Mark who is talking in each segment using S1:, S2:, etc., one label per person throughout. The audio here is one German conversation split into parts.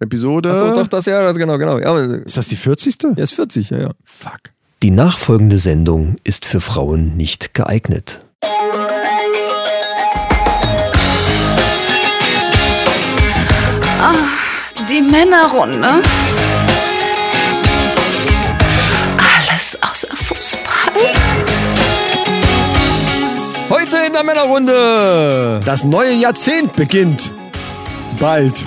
S1: Episode.
S2: Doch, doch, das, ja, das, genau, genau. Ja, aber-
S1: Ist das die 40.?
S2: ja, ist 40, ja, ja.
S1: Fuck.
S3: Die nachfolgende Sendung ist für Frauen nicht geeignet.
S4: Die Männerrunde. Alles außer Fußball.
S2: Heute in der Männerrunde.
S1: Das neue Jahrzehnt beginnt. Bald.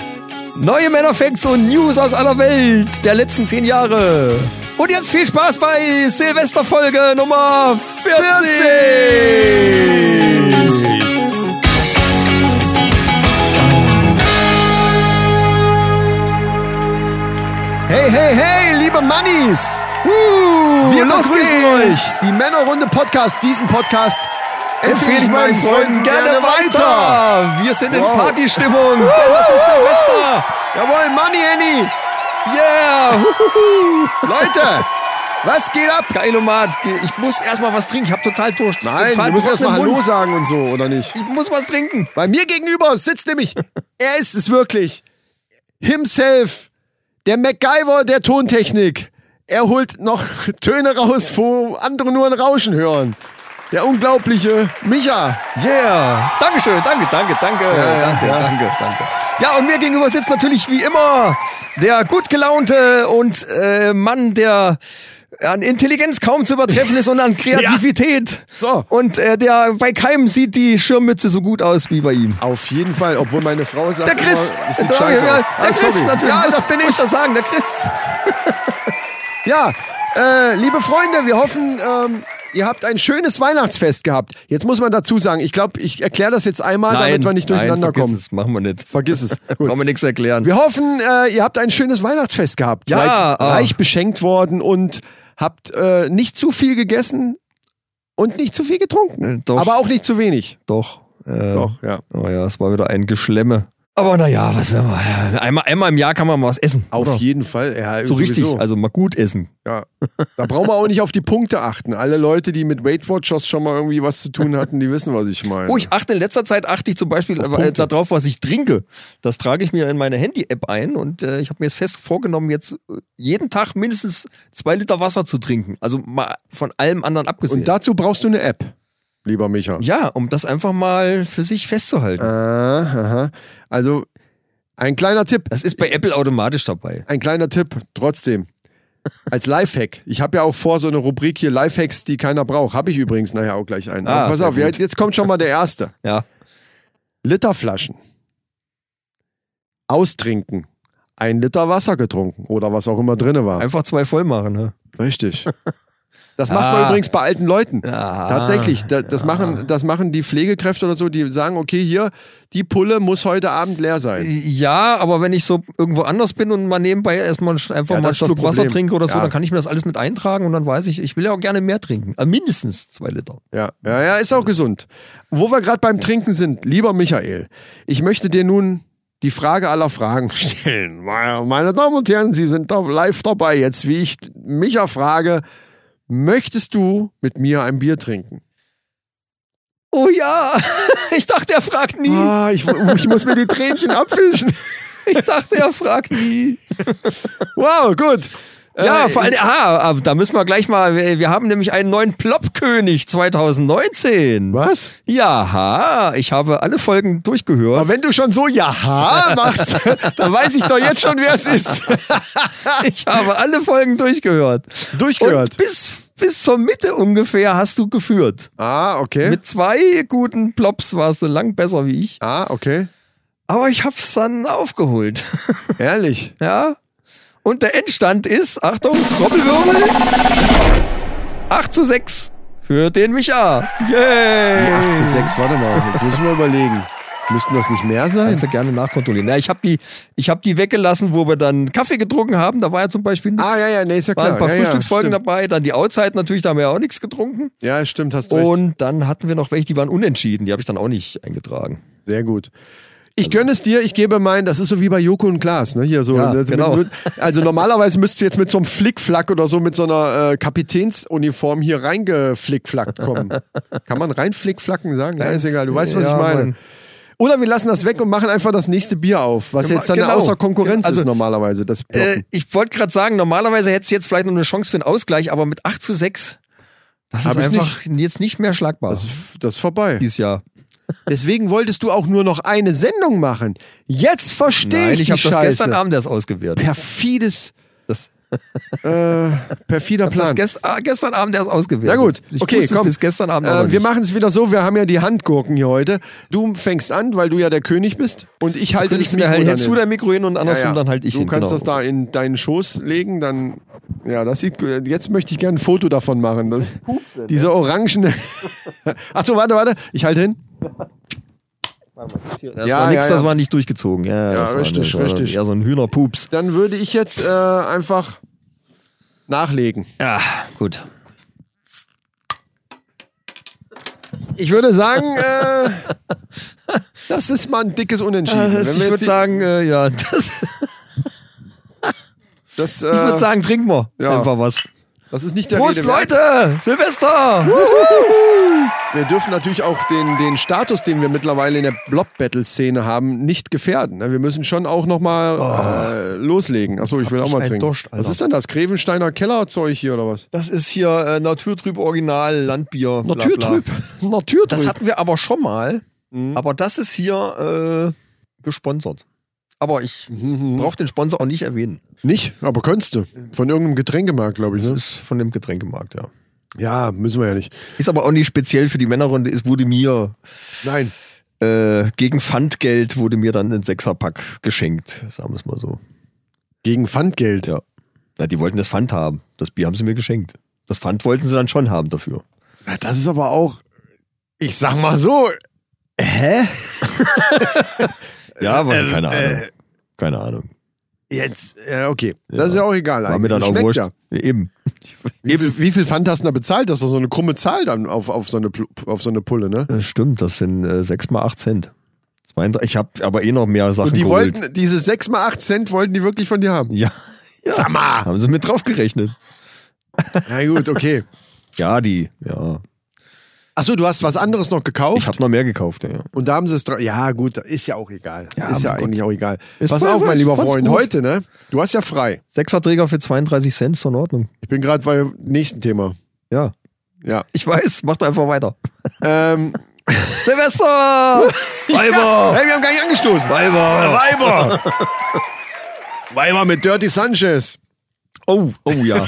S2: Neue Männerfacts und News aus aller Welt der letzten zehn Jahre. Und jetzt viel Spaß bei Silvesterfolge Nummer 40.
S1: Hey, hey, hey, liebe Mannis!
S2: Uh,
S1: Wir
S2: Oh, los
S1: begrüßen euch!
S2: geht's.
S1: Die Männerrunde Podcast, diesen Podcast
S2: Empfehle ich meinen Freunden gerne weiter. Wir sind in
S1: Wow.
S2: Partystimmung. Denn das ist Silvester.
S1: Jawohl, Money Annie!
S2: Yeah.
S1: Leute, was geht ab?
S2: Geilomat. Ich muss erstmal was trinken. Ich habe total Durst.
S1: Nein,
S2: total
S1: du musst erstmal
S2: trockenen
S1: Hallo
S2: Mund.
S1: sagen und so, oder nicht?
S2: Ich muss was trinken.
S1: Bei mir gegenüber sitzt nämlich, er ist es wirklich, himself, der MacGyver der Tontechnik. Er holt noch Töne raus, wo andere nur ein Rauschen hören. Der unglaubliche Micha.
S2: Yeah. Dankeschön. Danke, danke, danke.
S1: ja,
S2: danke,
S1: ja.
S2: danke, danke. Ja, und mir gegenüber sitzt natürlich wie immer der gut gelaunte und äh, Mann, der an Intelligenz kaum zu übertreffen ist und an Kreativität.
S1: So.
S2: Und äh, der bei keinem sieht die Schirmmütze so gut aus wie bei ihm.
S1: Auf jeden Fall, obwohl meine Frau sagt,
S2: Der Chris,
S1: immer, es
S2: der,
S1: sieht scheiße aus.
S2: der
S1: Ah,
S2: Chris
S1: sorry.
S2: natürlich.
S1: Ja,
S2: muss,
S1: das bin
S2: muss
S1: ich.
S2: das sagen, der Chris.
S1: Ja, äh, liebe Freunde, wir hoffen, ähm, ihr habt ein schönes Weihnachtsfest gehabt. Jetzt muss man dazu sagen, ich glaube, ich erkläre das jetzt einmal, Ah, damit wir nicht durcheinander
S2: nein, vergiss
S1: kommen.
S2: Es, machen wir nicht.
S1: Vergiss es. Gut.
S2: Brauchen wir nichts erklären.
S1: Wir hoffen, äh, ihr habt ein schönes Weihnachtsfest gehabt.
S2: Ja,
S1: Seid
S2: ah.
S1: reich beschenkt worden und habt äh, nicht zu viel gegessen und nicht zu viel getrunken.
S2: Äh, doch.
S1: Aber auch nicht zu wenig.
S2: Doch. Äh,
S1: Doch, ja.
S2: Oh ja, es war wieder ein Geschlemme. Aber naja, was werden wir? Einmal, einmal im Jahr kann man mal was essen.
S1: Auf
S2: oder?
S1: jeden Fall. Ja,
S2: So richtig,
S1: sowieso.
S2: also mal gut essen.
S1: ja. Da brauchen wir auch nicht auf die Punkte achten. Alle Leute, die mit Weight Watchers schon mal irgendwie was zu tun hatten, die wissen, was ich meine.
S2: Oh, ich achte in letzter Zeit achte ich zum Beispiel äh,
S1: Punkte.
S2: darauf, was ich trinke. Das trage ich mir in meine Handy-App ein und äh, ich habe mir jetzt fest vorgenommen, jetzt äh, jeden Tag mindestens zwei Liter Wasser zu trinken. Also mal von allem anderen abgesehen.
S1: und dazu brauchst du eine App, lieber Micha.
S2: ja, um das einfach mal für sich festzuhalten.
S1: Ah, aha. Also, ein kleiner Tipp.
S2: Das ist bei Apple automatisch dabei.
S1: Ein kleiner Tipp, trotzdem. Als Lifehack. Ich habe ja auch vor so eine Rubrik hier Lifehacks, die keiner braucht. Habe ich übrigens nachher auch gleich einen.
S2: Ah,
S1: Aber pass
S2: sehr
S1: auf, jetzt,
S2: gut.
S1: jetzt kommt schon mal der erste.
S2: Ja.
S1: Literflaschen. Austrinken. Ein Liter Wasser getrunken oder was auch immer drinne war.
S2: Einfach zwei voll machen, ne?
S1: Richtig. Das macht
S2: Ah.
S1: man übrigens bei alten Leuten.
S2: Ja.
S1: Tatsächlich, da, das, machen, das machen die Pflegekräfte oder so, die sagen, okay, hier, die Pulle muss heute Abend leer sein.
S2: Ja, aber wenn ich so irgendwo anders bin und mal nebenbei erstmal sch-
S1: Ja,
S2: einfach mal einen
S1: das ist das
S2: Schluck Wasser
S1: Problem.
S2: trinke oder so,
S1: Ja.
S2: dann kann ich mir das alles mit eintragen und dann weiß ich, ich will ja auch gerne mehr trinken. Äh, mindestens zwei Liter.
S1: Ja, ja, ja, ist auch gesund. Wo wir gerade beim Trinken sind, lieber Michael, ich möchte dir nun die Frage aller Fragen stellen. Meine meine Damen und Herren, Sie sind da live dabei jetzt, wie ich Micha frage, möchtest du mit mir ein Bier trinken?
S2: Oh ja, ich dachte, er fragt nie.
S1: Ah, ich, ich muss mir die Tränchen abwischen.
S2: Ich dachte, er fragt nie.
S1: Wow, gut.
S2: Ja,
S1: Äh,
S2: vor allem, aha, aber da müssen wir gleich mal, wir wir haben nämlich einen neuen Ploppkönig 2019.
S1: Was?
S2: Ja, ha, ich habe alle Folgen durchgehört.
S1: Aber wenn du schon so Jaha machst, dann weiß ich doch jetzt schon, wer es ist.
S2: Ich habe alle Folgen durchgehört. Und
S1: Durchgehört.
S2: bis, bis zur Mitte ungefähr hast du geführt.
S1: Ah, okay.
S2: Mit zwei guten Plops warst du lang besser wie ich.
S1: ah, okay.
S2: Aber ich hab's dann aufgeholt.
S1: Ehrlich.
S2: ja. Und der Endstand ist, Achtung, Trommelwirbel. 8 zu 6 für den Micha.
S1: Die
S2: Yay.
S1: 8 zu 6, warte mal, jetzt müssen wir überlegen. Müssten das nicht mehr sein?
S2: Kannst du gerne nachkontrollieren. Ja, ich habe die, ich hab die weggelassen, wo wir dann Kaffee getrunken haben. Da war ja zum Beispiel nichts.
S1: Ah, ja, ja, nee, ist ja
S2: Waren
S1: klar.
S2: ein paar
S1: ja, ja,
S2: Frühstücksfolgen
S1: stimmt.
S2: dabei. Dann die Outside natürlich, da haben wir ja auch nichts getrunken.
S1: Ja, stimmt, hast recht.
S2: Und dann hatten wir noch welche, die waren unentschieden. Die habe ich dann auch nicht eingetragen.
S1: Sehr gut. Ich gönne es dir, ich gebe mein, das ist so wie bei Joko und Klaas, ne? Hier so.
S2: Ja,
S1: Das-
S2: genau.
S1: mit- Also normalerweise müsstest du jetzt mit so einem Flickflack oder so mit so einer äh, Kapitänsuniform hier reingeflickflackt kommen. Kann man rein flickflacken sagen? Ja, ist egal, du weißt, was
S2: Ja,
S1: ich meine.
S2: Mann.
S1: Oder wir lassen das weg und machen einfach das nächste Bier auf, was
S2: Genau,
S1: jetzt dann
S2: genau.
S1: außer Konkurrenz
S2: Also,
S1: ist normalerweise. Das
S2: Äh,
S1: Blocken.
S2: ich wollte gerade sagen, normalerweise hätte es jetzt vielleicht noch eine Chance für einen Ausgleich, aber mit 8 zu 6, das
S1: Hab
S2: ist
S1: ich
S2: einfach jetzt nicht mehr schlagbar
S1: das, das ist vorbei.
S2: dieses Jahr.
S1: Deswegen wolltest du auch nur noch eine Sendung machen. Jetzt verstehe
S2: Nein,
S1: ich,
S2: ich
S1: die
S2: habe das
S1: Scheiße.
S2: gestern Abend erst ausgewertet.
S1: Perfides,
S2: Das,
S1: äh, perfider
S2: das
S1: Plan.
S2: gest, ah, gestern Abend erst ausgewertet.
S1: Na gut,
S2: ich
S1: okay,
S2: wusste es
S1: komm.
S2: bis gestern Abend auch noch
S1: Äh, wir
S2: nicht.
S1: machen es wieder so, wir haben ja die Handgurken hier heute. Du fängst an, weil du ja der König bist und ich halte
S2: ich
S1: das
S2: bin
S1: Mikro
S2: halt
S1: dann
S2: hältst du
S1: hin.
S2: dein Mikro hin und andersrum
S1: Ja, ja.
S2: dann halt ich
S1: Du
S2: hin.
S1: kannst
S2: genau.
S1: das da in deinen Schoß legen, dann ja, das sieht gut- jetzt möchte ich gerne ein Foto davon machen. Das, diese orangene Ach so, warte, warte, ich halte hin.
S2: Das
S1: Ja,
S2: war nichts,
S1: ja, ja.
S2: das war nicht durchgezogen. Ja, das war,
S1: richtig,
S2: das war
S1: richtig.
S2: Eher so ein Hühnerpups.
S1: Dann würde ich jetzt äh, einfach nachlegen.
S2: Ja, gut.
S1: Ich würde sagen, äh, das ist mal ein dickes Unentschieden.
S2: Das,
S1: Wenn
S2: Also, ich
S1: wir
S2: würde
S1: jetzt
S2: sagen, äh, ja, das, ich
S1: die- das, äh,
S2: würde sagen, trinken wir
S1: ja.
S2: einfach was.
S1: das ist nicht der
S2: Prost,
S1: Rede wert.
S2: Leute! Silvester!
S1: Wir dürfen natürlich auch den, den Status, den wir mittlerweile in der Blob-Battle-Szene haben, nicht gefährden. ne? Wir müssen schon auch nochmal mal äh, loslegen. Achso, ich will auch
S2: Oh. ich
S1: mal
S2: einen
S1: trinken.
S2: Durst, Alter.
S1: was ist denn das? Grevensteiner Kellerzeug hier oder was?
S2: Das ist hier äh, Naturtrüb Original Landbier. bla, bla.
S1: Naturtrüb.
S2: Das hatten wir aber schon mal. Aber das ist hier äh, gesponsert. Aber ich brauche den Sponsor auch nicht erwähnen.
S1: nicht, aber könntest du. Von irgendeinem Getränkemarkt, glaube ich. Ne?
S2: Ist von dem Getränkemarkt, ja.
S1: Ja, müssen wir ja nicht.
S2: Ist aber auch nicht speziell für die Männerrunde. Es wurde mir
S1: Nein.
S2: äh, gegen Pfandgeld wurde mir dann ein Sechserpack geschenkt, sagen wir es mal so.
S1: Gegen Pfandgeld.
S2: Ja. Na, die wollten das Pfand haben. Das Bier haben sie mir geschenkt. Das Pfand wollten sie dann schon haben dafür.
S1: Ja, Das ist aber auch, ich sag mal so, hä?
S2: Ja, aber keine Ahnung. Keine Ahnung.
S1: Jetzt, äh, okay. Das ist ja auch egal.
S2: War mir
S1: eigentlich.
S2: dann auch
S1: Schmeckt
S2: wurscht.
S1: ja.
S2: Eben.
S1: Wie viel, wie viel Pfand hast du da bezahlt? Das ist doch so eine krumme Zahl dann auf, auf, so, eine, Pl- auf so eine Pulle, ne?
S2: Äh, Stimmt, das sind äh, 6 mal 8 Cent. 32 Ich habe aber eh noch mehr Sachen
S1: Und die
S2: geholt.
S1: wollten, diese 6 mal 8 Cent wollten die wirklich von dir haben.
S2: ja,
S1: Sag mal.
S2: haben sie mit drauf gerechnet.
S1: Na gut, okay.
S2: Ja, die, ja.
S1: Achso, du hast was anderes noch
S2: Ich
S1: gekauft
S2: habe noch mehr gekauft, ja.
S1: und da haben sie es dra- Ja, gut, ist ja auch egal.
S2: Ja,
S1: ist ja
S2: mein
S1: eigentlich auch egal.
S2: Ist
S1: Pass
S2: voll-
S1: auf, mein
S2: ist
S1: lieber
S2: voll's
S1: Freund,
S2: gut.
S1: heute, ne? Du hast ja frei.
S2: Sechserträger für 32 Cent ist in Ordnung.
S1: Ich bin gerade beim nächsten Thema.
S2: Ja.
S1: Ja.
S2: Ich weiß, macht einfach weiter.
S1: ähm,
S2: Silvester! Weiber!
S1: hey, wir haben gar nicht angestoßen.
S2: Weiber!
S1: Weiber! Weiber mit Dirty Sanchez.
S2: Oh, oh ja.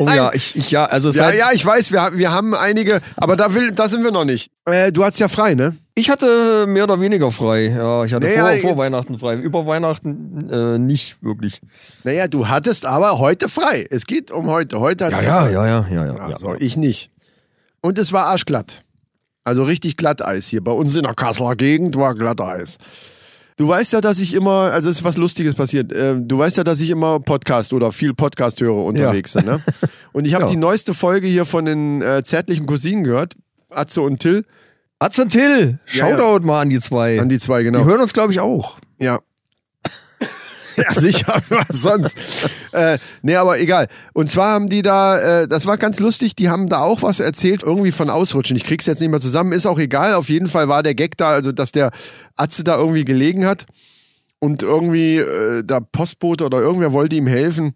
S2: Oh ja, ich, ich ja, also
S1: Ja,
S2: seit,
S1: ja, ich weiß, wir, wir haben einige, aber da, will, da sind wir noch nicht. Äh, du hast ja frei, ne?
S2: ich hatte mehr oder weniger frei. Ja, ich hatte
S1: Nee,
S2: vor,
S1: ja,
S2: vor
S1: jetzt-
S2: Weihnachten frei. Über Weihnachten äh, nicht wirklich.
S1: Naja, du hattest aber heute frei. Es geht um heute. Heute hat
S2: ja, ja, ja, ja.
S1: Also, ich nicht. Und es war arschglatt. Also richtig Glatteis hier. Bei uns in der Kasseler Gegend war Glatteis. Du weißt ja, dass ich immer, also es ist was Lustiges passiert. Äh, Du weißt ja, dass ich immer Podcast oder viel Podcast höre unterwegs sind. Ne? Und ich habe
S2: Ja.
S1: die neueste Folge hier von den äh, zärtlichen Cousinen gehört. Atze und Till.
S2: Atz und Till,
S1: Ja, ja.
S2: Shoutout mal an die zwei.
S1: An die zwei,
S2: die
S1: genau.
S2: hören uns, glaube ich, auch.
S1: Ja. ja, sicher, was sonst. äh, nee, aber egal. Und zwar haben die da, äh, das war ganz lustig, die haben da auch was erzählt, irgendwie von Ausrutschen. Ich krieg's jetzt nicht mehr zusammen, ist auch egal. Auf jeden Fall war der Gag da, also dass der Atze da irgendwie gelegen hat und irgendwie äh, der Postbote oder irgendwer wollte ihm helfen.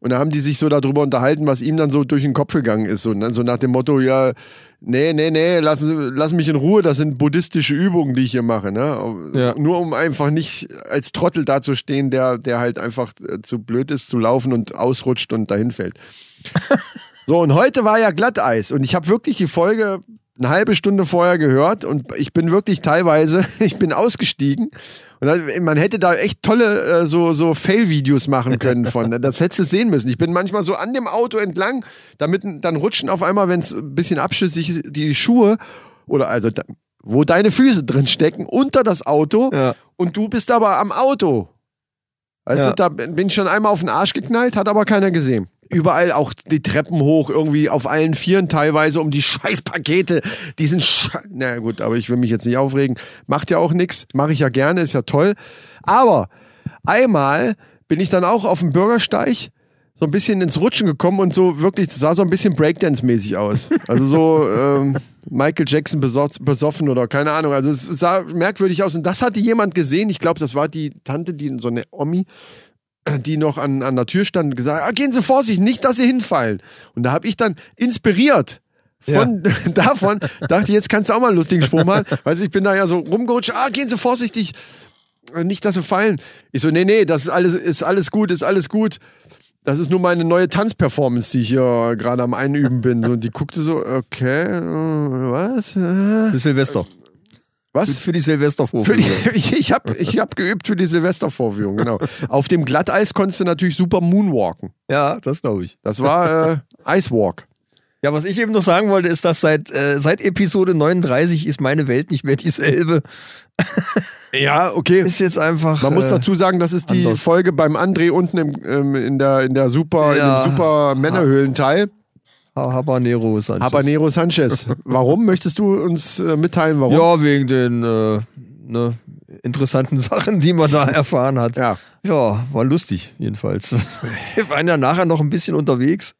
S1: Und da haben die sich so darüber unterhalten, was ihm dann so durch den Kopf gegangen ist. Und dann so nach dem Motto, ja, nee, nee, nee, lass, lass mich in Ruhe, das sind buddhistische Übungen, die ich hier mache. Ne?
S2: Ja.
S1: Nur um einfach nicht als Trottel dazustehen, der, der halt einfach äh, zu blöd ist, zu laufen und ausrutscht und dahin fällt. so, und heute war ja Glatteis. Und ich habe wirklich die Folge eine halbe Stunde vorher gehört und ich bin wirklich teilweise, ich bin ausgestiegen. Und dann- man hätte da echt tolle äh, so, so Fail-Videos machen können von. Das hättest du sehen müssen. Ich bin manchmal so an dem Auto entlang, damit dann rutschen auf einmal, wenn es ein bisschen abschüssig ist, die Schuhe oder also da, wo deine Füße drin stecken, unter das Auto
S2: Ja.
S1: und du bist aber am Auto. Weißt
S2: Ja.
S1: du, da bin ich schon einmal auf den Arsch geknallt, hat aber keiner gesehen. Überall auch die Treppen hoch, irgendwie auf allen Vieren teilweise um die Scheißpakete. Diesen Sche Na gut, aber ich will mich jetzt nicht aufregen. Macht ja auch nichts. Mache ich ja gerne, ist ja toll. Aber einmal bin ich dann auch auf dem Bürgersteig so ein bisschen ins Rutschen gekommen und so wirklich sah so ein bisschen Breakdance-mäßig aus. Also so ähm, Michael Jackson besoff- besoffen oder keine Ahnung. Also es sah merkwürdig aus und das hatte jemand gesehen. Ich glaube, das war die Tante, die so eine Omi, die noch an, an der Tür stand und gesagt hat, ah, gehen Sie vorsichtig, nicht, dass Sie hinfallen. Und da habe ich dann inspiriert von davon, dachte, jetzt kannst du auch mal einen lustigen Sprung machen. Weißt du, ich bin da ja so rumgerutscht, ah, gehen Sie vorsichtig, nicht, dass Sie fallen. Ich so, nee, nee, das ist alles, ist alles gut, ist alles gut. Das ist nur meine neue Tanzperformance, die ich hier gerade am Einüben bin. Und die guckte so, okay, äh, was? Äh,
S2: Für Silvester.
S1: Was?
S2: Für die Silvesterprobe.
S1: Für die, ich ich habe ich hab geübt für die Silvestervorführung, genau. Auf dem Glatteis konntest du natürlich super moonwalken.
S2: Ja, das glaube ich.
S1: Das war äh, Icewalk.
S2: Ja, was ich eben noch sagen wollte, ist, dass seit, äh, seit Episode 39 ist meine Welt nicht mehr dieselbe.
S1: Ja, okay.
S2: Ist jetzt einfach.
S1: Man muss
S2: äh,
S1: dazu sagen, das ist die
S2: anders.
S1: Folge beim André unten im, ähm, in der, in der super, in
S2: Ja.
S1: dem super Männerhöhlenteil.
S2: Ha- Habanero Sanchez.
S1: Habanero Sanchez. Warum? Möchtest du uns äh, mitteilen, warum?
S2: Ja, wegen den äh, ne, interessanten Sachen, die man da erfahren hat.
S1: Ja.
S2: Ja, war lustig, jedenfalls. Wir waren ja nachher noch ein bisschen unterwegs.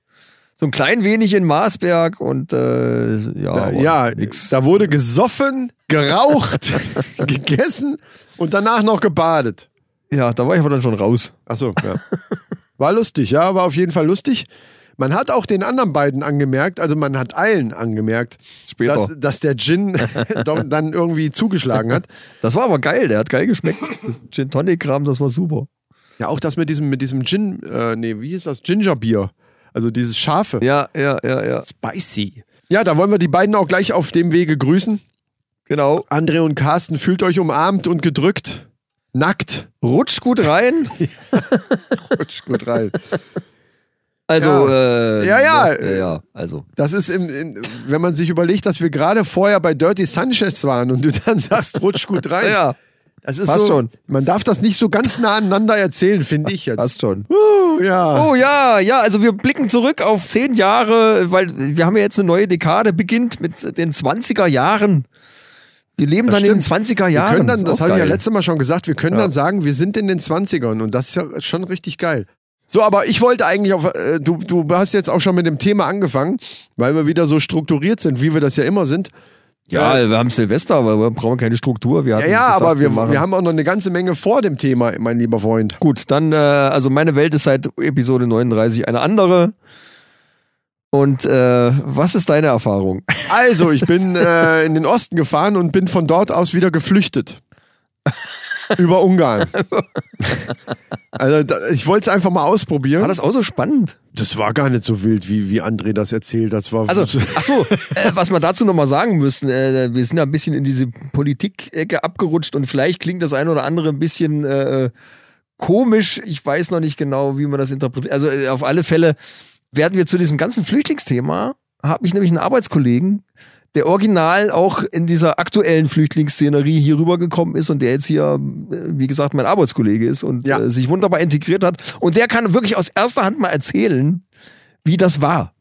S2: So ein klein wenig in Marsberg und äh, ja, aber
S1: Ja,
S2: nix.
S1: da wurde gesoffen, geraucht, gegessen und danach noch gebadet.
S2: ja, da war ich aber dann schon raus.
S1: Achso, ja. War lustig, ja, war auf jeden Fall lustig. Man hat auch den anderen beiden angemerkt, also man hat allen angemerkt,
S2: Später.
S1: dass, dass der Gin doch dann irgendwie zugeschlagen hat.
S2: Das war aber geil, der hat geil geschmeckt. Das Gin Tonic Kram, das war super.
S1: Ja, auch das mit diesem, mit diesem Gin, äh, nee, wie hieß das? Gingerbier. Also dieses scharfe.
S2: Ja, ja, ja, ja.
S1: Spicy. Ja, da wollen wir die beiden auch gleich auf dem Wege grüßen.
S2: Genau.
S1: André und Carsten, fühlt euch umarmt und gedrückt. Nackt.
S2: Rutscht gut rein.
S1: Rutsch gut rein.
S2: Also, Äh,
S1: Ja, ja.
S2: ne, ja, ja. Also,
S1: Das ist, im, in, wenn man sich überlegt, dass wir gerade vorher bei Dirty Sanchez waren und du dann sagst, rutsch gut rein.
S2: ja,
S1: das ist so,
S2: passt schon.
S1: Man darf das nicht so ganz nah aneinander erzählen, finde ich jetzt.
S2: passt schon.
S1: Uh, ja.
S2: Oh ja, ja, also wir blicken zurück auf zehn Jahre, weil wir haben ja jetzt eine neue Dekade, beginnt mit den 20er Jahren. Wir leben
S1: Das
S2: dann
S1: stimmt.
S2: in den 20er
S1: wir
S2: Jahren.
S1: können dann,
S2: Ist
S1: das
S2: auch
S1: habe ich ja
S2: geil.
S1: letztes Mal schon gesagt, wir können dann sagen, wir sind in den 20ern und das ist ja schon richtig geil. So, aber ich wollte eigentlich auf, äh, du, du hast jetzt auch schon mit dem Thema angefangen, weil wir wieder so strukturiert sind, wie wir das ja immer sind.
S2: Ja, wir haben Silvester, aber wir brauchen keine Struktur. Wir
S1: Ja,
S2: hatten
S1: ja,
S2: gesagt,
S1: aber wir,
S2: machen-
S1: wir haben auch noch eine ganze Menge vor dem Thema, mein lieber Freund.
S2: Gut, dann, äh, also meine Welt ist seit Episode 39 eine andere. Und äh, was ist deine Erfahrung?
S1: Also, ich bin äh, in den Osten gefahren und bin von dort aus wieder geflüchtet. Über Ungarn. Also, da, ich wollte es einfach mal
S2: War
S1: ausprobieren.
S2: das auch so spannend?
S1: Das war gar nicht so wild, wie, wie André das erzählt. Das war
S2: Also, ach so, äh, was wir dazu nochmal sagen müssen, äh, wir sind ja ein bisschen in diese Politik-Ecke abgerutscht und vielleicht klingt das ein oder andere ein bisschen äh, komisch. Ich weiß noch nicht genau, wie man das interpretiert. Also äh, auf alle Fälle werden wir zu diesem ganzen Flüchtlingsthema, habe ich nämlich einen Arbeitskollegen, der original auch in dieser aktuellen Flüchtlingsszenerie hier rübergekommen ist und der jetzt hier, äh, wie gesagt, mein Arbeitskollege ist und
S1: Ja.
S2: äh, sich wunderbar integriert hat. Und der kann wirklich aus erster Hand mal erzählen, wie das war.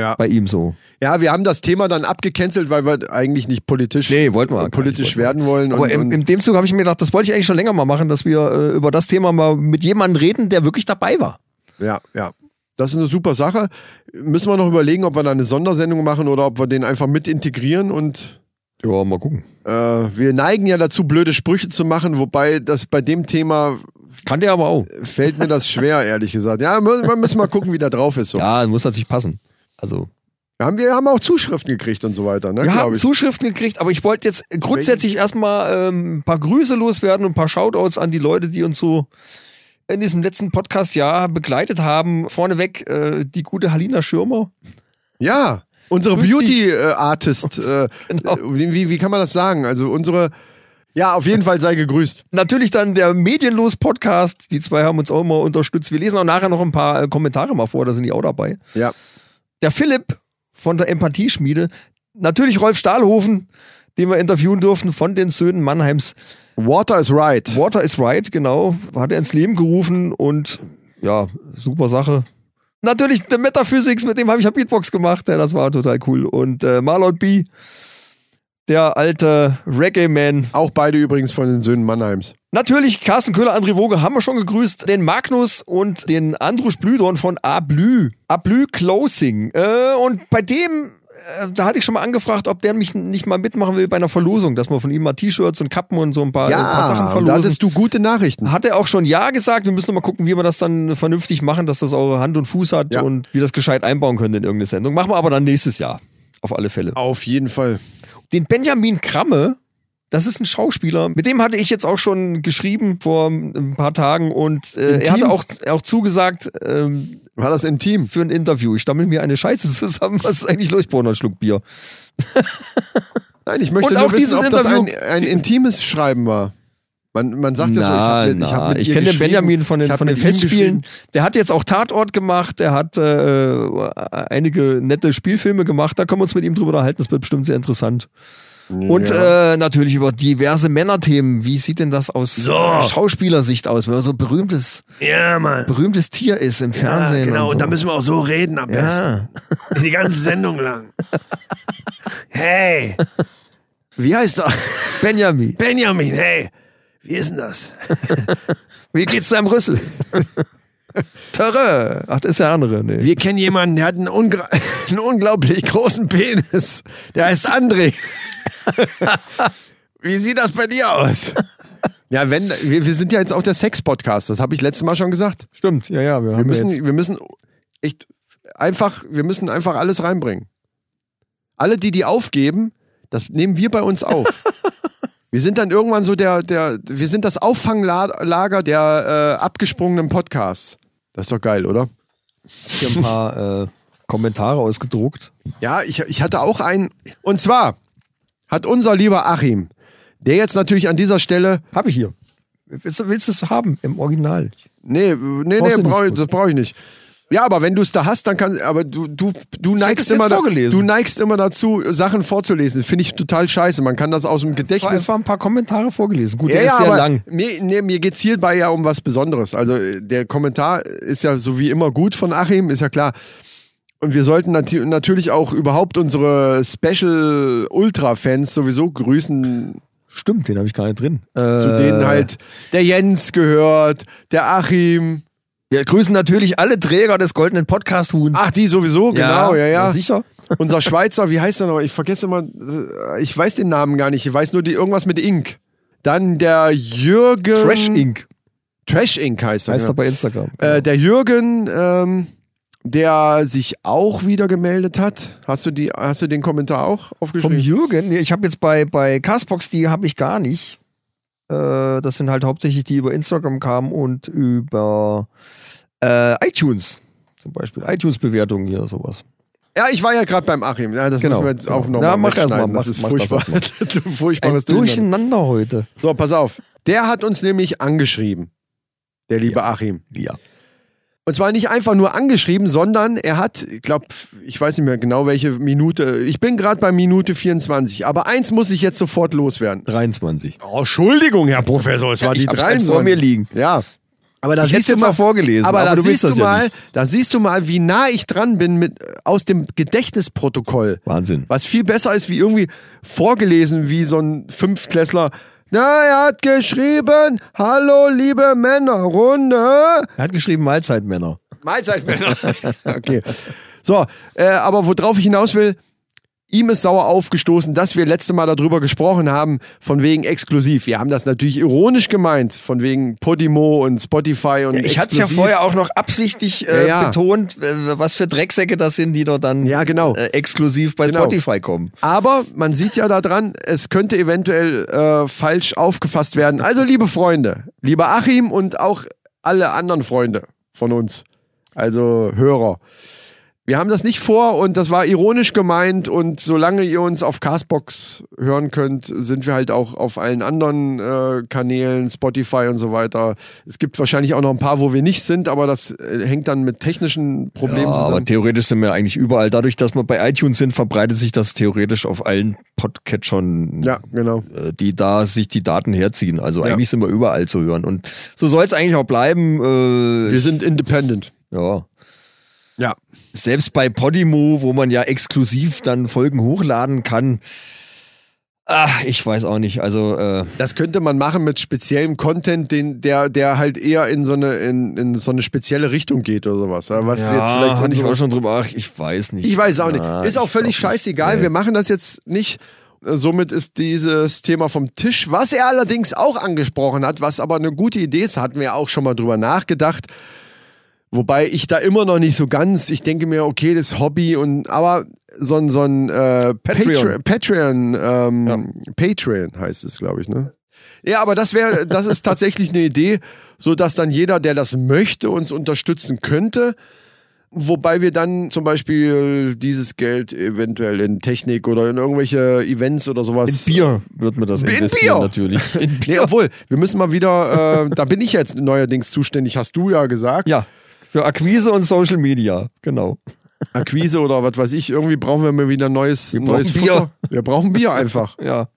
S1: Ja.
S2: Bei ihm so.
S1: ja, wir haben das Thema dann abgecancelt, weil wir eigentlich nicht politisch,
S2: Nee, wollten wir
S1: äh,
S2: gar nicht,
S1: politisch
S2: wollten wir.
S1: werden wollen.
S2: Aber
S1: und,
S2: in,
S1: und,
S2: in dem Zug habe ich mir gedacht, das wollte ich eigentlich schon länger mal machen, dass wir äh, über das Thema mal mit jemandem reden, der wirklich dabei war.
S1: ja, ja. Das ist eine super Sache. Müssen wir noch überlegen, ob wir da eine Sondersendung machen oder ob wir den einfach mit integrieren und
S2: Ja, mal gucken.
S1: äh, wir neigen ja dazu, blöde Sprüche zu machen, wobei das bei dem Thema
S2: Kann der aber auch.
S1: fällt mir das schwer, ehrlich gesagt. Ja, mü- wir müssen mal gucken, wie da drauf ist. So.
S2: Ja, muss natürlich passen. Also,
S1: Haben wir haben auch Zuschriften gekriegt und so weiter, ne?
S2: wir
S1: glaube
S2: haben
S1: ich.
S2: Zuschriften gekriegt, aber ich wollte jetzt grundsätzlich erstmal ähm, ein paar Grüße loswerden und ein paar Shoutouts an die Leute, die uns so in diesem letzten Podcast-Jahr begleitet haben. Vorneweg äh, die gute Halina Schirmer.
S1: ja, unsere
S2: Grüß
S1: Beauty-Artist. Äh,
S2: Genau.
S1: wie, wie- wie kann man das sagen? Also unsere. Ja, auf jeden Fall sei gegrüßt.
S2: Natürlich dann der Medienlos-Podcast. Die zwei haben uns auch immer unterstützt. Wir lesen auch nachher noch ein paar äh, Kommentare mal vor, da sind die auch dabei.
S1: Ja.
S2: der Philipp von der Empathieschmiede, natürlich Rolf Stahlhofen, den wir interviewen durften von den Söhnen Mannheims.
S1: Water is right.
S2: Water is Right, genau, hat er ins Leben gerufen und ja, super Sache. Natürlich der Metaphysics, mit dem habe ich ja Beatbox gemacht, ja, das war total cool. Und äh, Marlon B., der alte Reggae-Man,
S1: Auch beide übrigens von den Söhnen Mannheims.
S2: Natürlich, Carsten Köhler, André Woge haben wir schon gegrüßt. Den Magnus und den Andrus Blüdorn von Ablü. Ablü Closing. Äh, und bei dem, äh, da hatte ich schon mal angefragt, ob der mich nicht mal mitmachen will bei einer Verlosung, dass man von ihm mal T-Shirts und Kappen und so ein paar, ein paar Sachen
S1: Ja, und
S2: verlosen.
S1: da hattest du gute Nachrichten.
S2: Hat er auch schon Ja gesagt. Wir müssen noch mal gucken, wie wir das dann vernünftig machen, dass das auch Hand und Fuß hat
S1: Ja.
S2: und wir das gescheit einbauen können in irgendeine Sendung. Machen wir aber dann nächstes Jahr. Auf alle Fälle.
S1: Auf jeden Fall.
S2: Den Benjamin Kramme, das ist ein Schauspieler, mit dem hatte ich jetzt auch schon geschrieben vor ein paar Tagen und äh, er
S1: Intim.
S2: hatte auch, auch zugesagt ähm,
S1: War das intim?
S2: für ein Interview. Ich stammel mir eine Scheiße zusammen. Was ist eigentlich los? Ich brauche noch einen Schluck Bier.
S1: Nein, ich möchte
S2: Und
S1: nur
S2: auch
S1: wissen,
S2: dieses
S1: ob das ein,
S2: Interview-
S1: ein intimes Schreiben war. Man, man sagt ja so, ich
S2: Na,
S1: habe mit, ich
S2: na.
S1: hab mit
S2: ich
S1: ihr
S2: kenne den
S1: geschrieben,
S2: Benjamin von den,
S1: ich hab
S2: von den
S1: mit ihm
S2: Festspielen.
S1: geschrieben.
S2: Der hat jetzt auch Tatort gemacht, der hat äh, einige nette Spielfilme gemacht. Da können wir uns mit ihm drüber unterhalten, das wird bestimmt sehr interessant. Und äh, natürlich über diverse Männerthemen. Wie sieht denn das aus Schauspielersicht aus, wenn man so ein berühmtes,
S1: Ja, Mann. genau.
S2: berühmtes Tier ist im Fernsehen? und so.
S1: müssen wir auch so reden am
S2: ja.
S1: Die ganze Sendung lang. Hey! Wie heißt er?
S2: Benjamin,
S1: Benjamin, hey! Wie ist denn das?
S2: wie geht's deinem Rüssel? Törre. Ach, das ist der andere. Nee.
S1: Wir kennen jemanden, der hat einen, ungra- einen unglaublich großen Penis. Der heißt André. Wie sieht das bei dir aus? Ja, wenn, wir, wir sind ja jetzt auch der Sex-Podcast, das habe ich letztes Mal schon gesagt.
S2: Stimmt, ja, ja. Wir,
S1: Wir
S2: haben
S1: müssen,
S2: jetzt-
S1: wir müssen echt einfach, wir müssen einfach alles reinbringen. Alle, die die aufgeben, das nehmen wir bei uns auf. wir sind dann irgendwann so der, der, wir sind das Auffanglager der äh, abgesprungenen Podcasts. Das ist doch geil, oder?
S2: hier ein paar äh, Kommentare ausgedruckt.
S1: Ja, ich, ich hatte auch einen. Und zwar hat unser lieber Achim, der jetzt natürlich an dieser Stelle.
S2: Hab ich hier. Willst du, willst du es haben im Original?
S1: Nee, äh, nee,
S2: Brauchst
S1: nee,
S2: du nicht.
S1: brauch, das brauche ich nicht. Ja, aber wenn du es da hast, dann kannst aber du du du
S2: es
S1: neigst
S2: jetzt
S1: immer da,
S2: vorgelesen.
S1: du neigst immer dazu Sachen vorzulesen, finde ich total scheiße. Man kann das aus dem
S2: Ich
S1: Gedächtnis
S2: habe ein paar Kommentare vorgelesen. Gut,
S1: Ja,
S2: der
S1: ja,
S2: ist sehr
S1: aber
S2: lang.
S1: Mir, nee, mir geht's hierbei ja um was Besonderes. Also äh, der Kommentar ist ja so wie immer gut von Achim, ist ja klar. Und wir sollten nati natürlich auch überhaupt unsere Special Ultra Fans sowieso grüßen,
S2: Stimmt, den habe ich gar nicht drin. Äh,
S1: zu denen halt der Jens gehört, der Achim.
S2: Wir grüßen natürlich alle Träger des goldenen Podcast-Huhns.
S1: Ach, die sowieso, genau, ja, ja.
S2: Sicher.
S1: Unser Schweizer, wie heißt er noch? Ich vergesse immer, äh, ich weiß den Namen gar nicht. Ich weiß nur die irgendwas mit Ink. Dann der Jürgen
S2: Trash Inc.
S1: Trash Ink heißt er.
S2: heißt
S1: genau.
S2: er Ähm, bei Instagram.
S1: Äh, der Jürgen, ähm, der sich auch wieder gemeldet hat. Hast du, die, hast du den Kommentar auch
S2: Vom
S1: aufgeschrieben?
S2: Jürgen, nee, ich habe jetzt bei, bei Castbox, die habe ich gar nicht. Äh, das sind halt hauptsächlich die über Instagram kamen und über äh, iTunes. Zum Beispiel iTunes-Bewertungen hier, sowas.
S1: ja, ich war ja gerade beim Achim. Ja, das
S2: Genau,
S1: müssen wir jetzt
S2: genau.
S1: auch nochmal
S2: Na,
S1: ja,
S2: mach erst mal,
S1: wegschneiden.
S2: mach-
S1: das ist
S2: mach das
S1: furchtbar.
S2: erst mal.
S1: Du
S2: Ein
S1: Furchtbares Durcheinander.
S2: Durcheinander heute.
S1: So, pass auf. Der hat uns nämlich angeschrieben. Der liebe Achim.
S2: Ja.
S1: Und zwar nicht einfach nur angeschrieben, sondern er hat, ich glaube, ich weiß nicht mehr genau welche Minute, ich bin gerade bei Minute 24, aber eins muss ich jetzt sofort loswerden.
S2: 23.
S1: Oh, Entschuldigung, Herr Professor, es war
S2: Ich hab's halt vor mir liegen.
S1: Ja. Aber da
S2: Ich
S1: siehst
S2: hätt's
S1: du
S2: jetzt
S1: mal
S2: mal vorgelesen,
S1: aber,
S2: aber
S1: da
S2: du
S1: siehst
S2: willst das
S1: du
S2: ja
S1: mal,
S2: nicht.
S1: da siehst du mal, wie nah ich dran bin mit aus dem Gedächtnisprotokoll.
S2: Wahnsinn.
S1: Was viel besser ist, wie irgendwie vorgelesen, wie so ein Fünftklässler. Na, er hat geschrieben, hallo liebe Männerrunde.
S2: Er hat geschrieben Mahlzeitmänner.
S1: Mahlzeitmänner. okay. So, äh, aber worauf ich hinaus will, ihm ist sauer aufgestoßen, dass wir letzte Mal darüber gesprochen haben, von wegen exklusiv. Wir haben das natürlich ironisch gemeint, von wegen Podimo und Spotify und
S2: Ich hatte es
S1: exklusiv.
S2: ja vorher auch noch absichtlich äh,
S1: Ja, ja.
S2: betont, äh, was für Drecksäcke das sind, die da dann
S1: Ja, genau.
S2: äh, exklusiv bei
S1: Genau.
S2: Spotify kommen.
S1: Aber man sieht ja daran, es könnte eventuell äh, falsch aufgefasst werden. Also, liebe Freunde, lieber Achim und auch alle anderen Freunde von uns, also Hörer. Wir haben das nicht vor und das war ironisch gemeint und solange ihr uns auf Castbox hören könnt, sind wir halt auch auf allen anderen äh, Kanälen, Spotify und so weiter. Es gibt wahrscheinlich auch noch ein paar, wo wir nicht sind, aber das äh, hängt dann mit technischen Problemen zusammen.
S2: aber theoretisch sind wir eigentlich überall. Dadurch, dass wir bei iTunes sind, verbreitet sich das theoretisch auf allen Podcatchern,
S1: Ja, genau.
S2: äh, die da sich die Daten herziehen. Also
S1: Ja.
S2: eigentlich sind wir überall zu hören. Und so soll es eigentlich auch bleiben. Äh,
S1: Wir sind independent.
S2: ja.
S1: Ja.
S2: Selbst bei Podimo, wo man ja exklusiv dann Folgen hochladen kann. Ach, Ah, ich weiß auch nicht. Also, äh,
S1: Das könnte man machen mit speziellem Content, den, der, der halt eher in so eine, in, in so eine spezielle Richtung geht oder sowas. Was
S2: ja,
S1: jetzt vielleicht
S2: hatte ich
S1: unsere-
S2: auch schon drüber. Ach, ich weiß nicht.
S1: Ich weiß auch nicht.
S2: Ja,
S1: Ist auch
S2: ich
S1: völlig
S2: glaub nicht.
S1: scheißegal. Wir machen das jetzt nicht. Äh, Somit ist dieses Thema vom Tisch. Was er allerdings auch angesprochen hat, was aber eine gute Idee ist, hatten wir auch schon mal drüber nachgedacht. Wobei ich da immer noch nicht so ganz, ich denke mir, okay, das Hobby und aber so ein, so ein äh, Patreon,
S2: Patreon.
S1: Patreon, ähm, Patreon heißt es, glaube ich, ne? Ja, aber das wäre, das ist tatsächlich eine Idee, so dass dann jeder, der das möchte, uns unterstützen könnte. Wobei wir dann zum Beispiel dieses Geld eventuell in Technik oder in irgendwelche Events oder sowas.
S2: In Bier wird mir das
S1: In
S2: investieren,
S1: Bier.
S2: natürlich. In Bier.
S1: Nee, obwohl, wir müssen mal wieder, äh, da bin ich jetzt neuerdings zuständig, hast du ja gesagt.
S2: Ja, für Akquise und Social Media, genau.
S1: Akquise oder was weiß ich, irgendwie brauchen wir mal wieder neues,
S2: Wir
S1: neues
S2: brauchen Bier.
S1: Futter. Wir brauchen Bier einfach.
S2: Ja.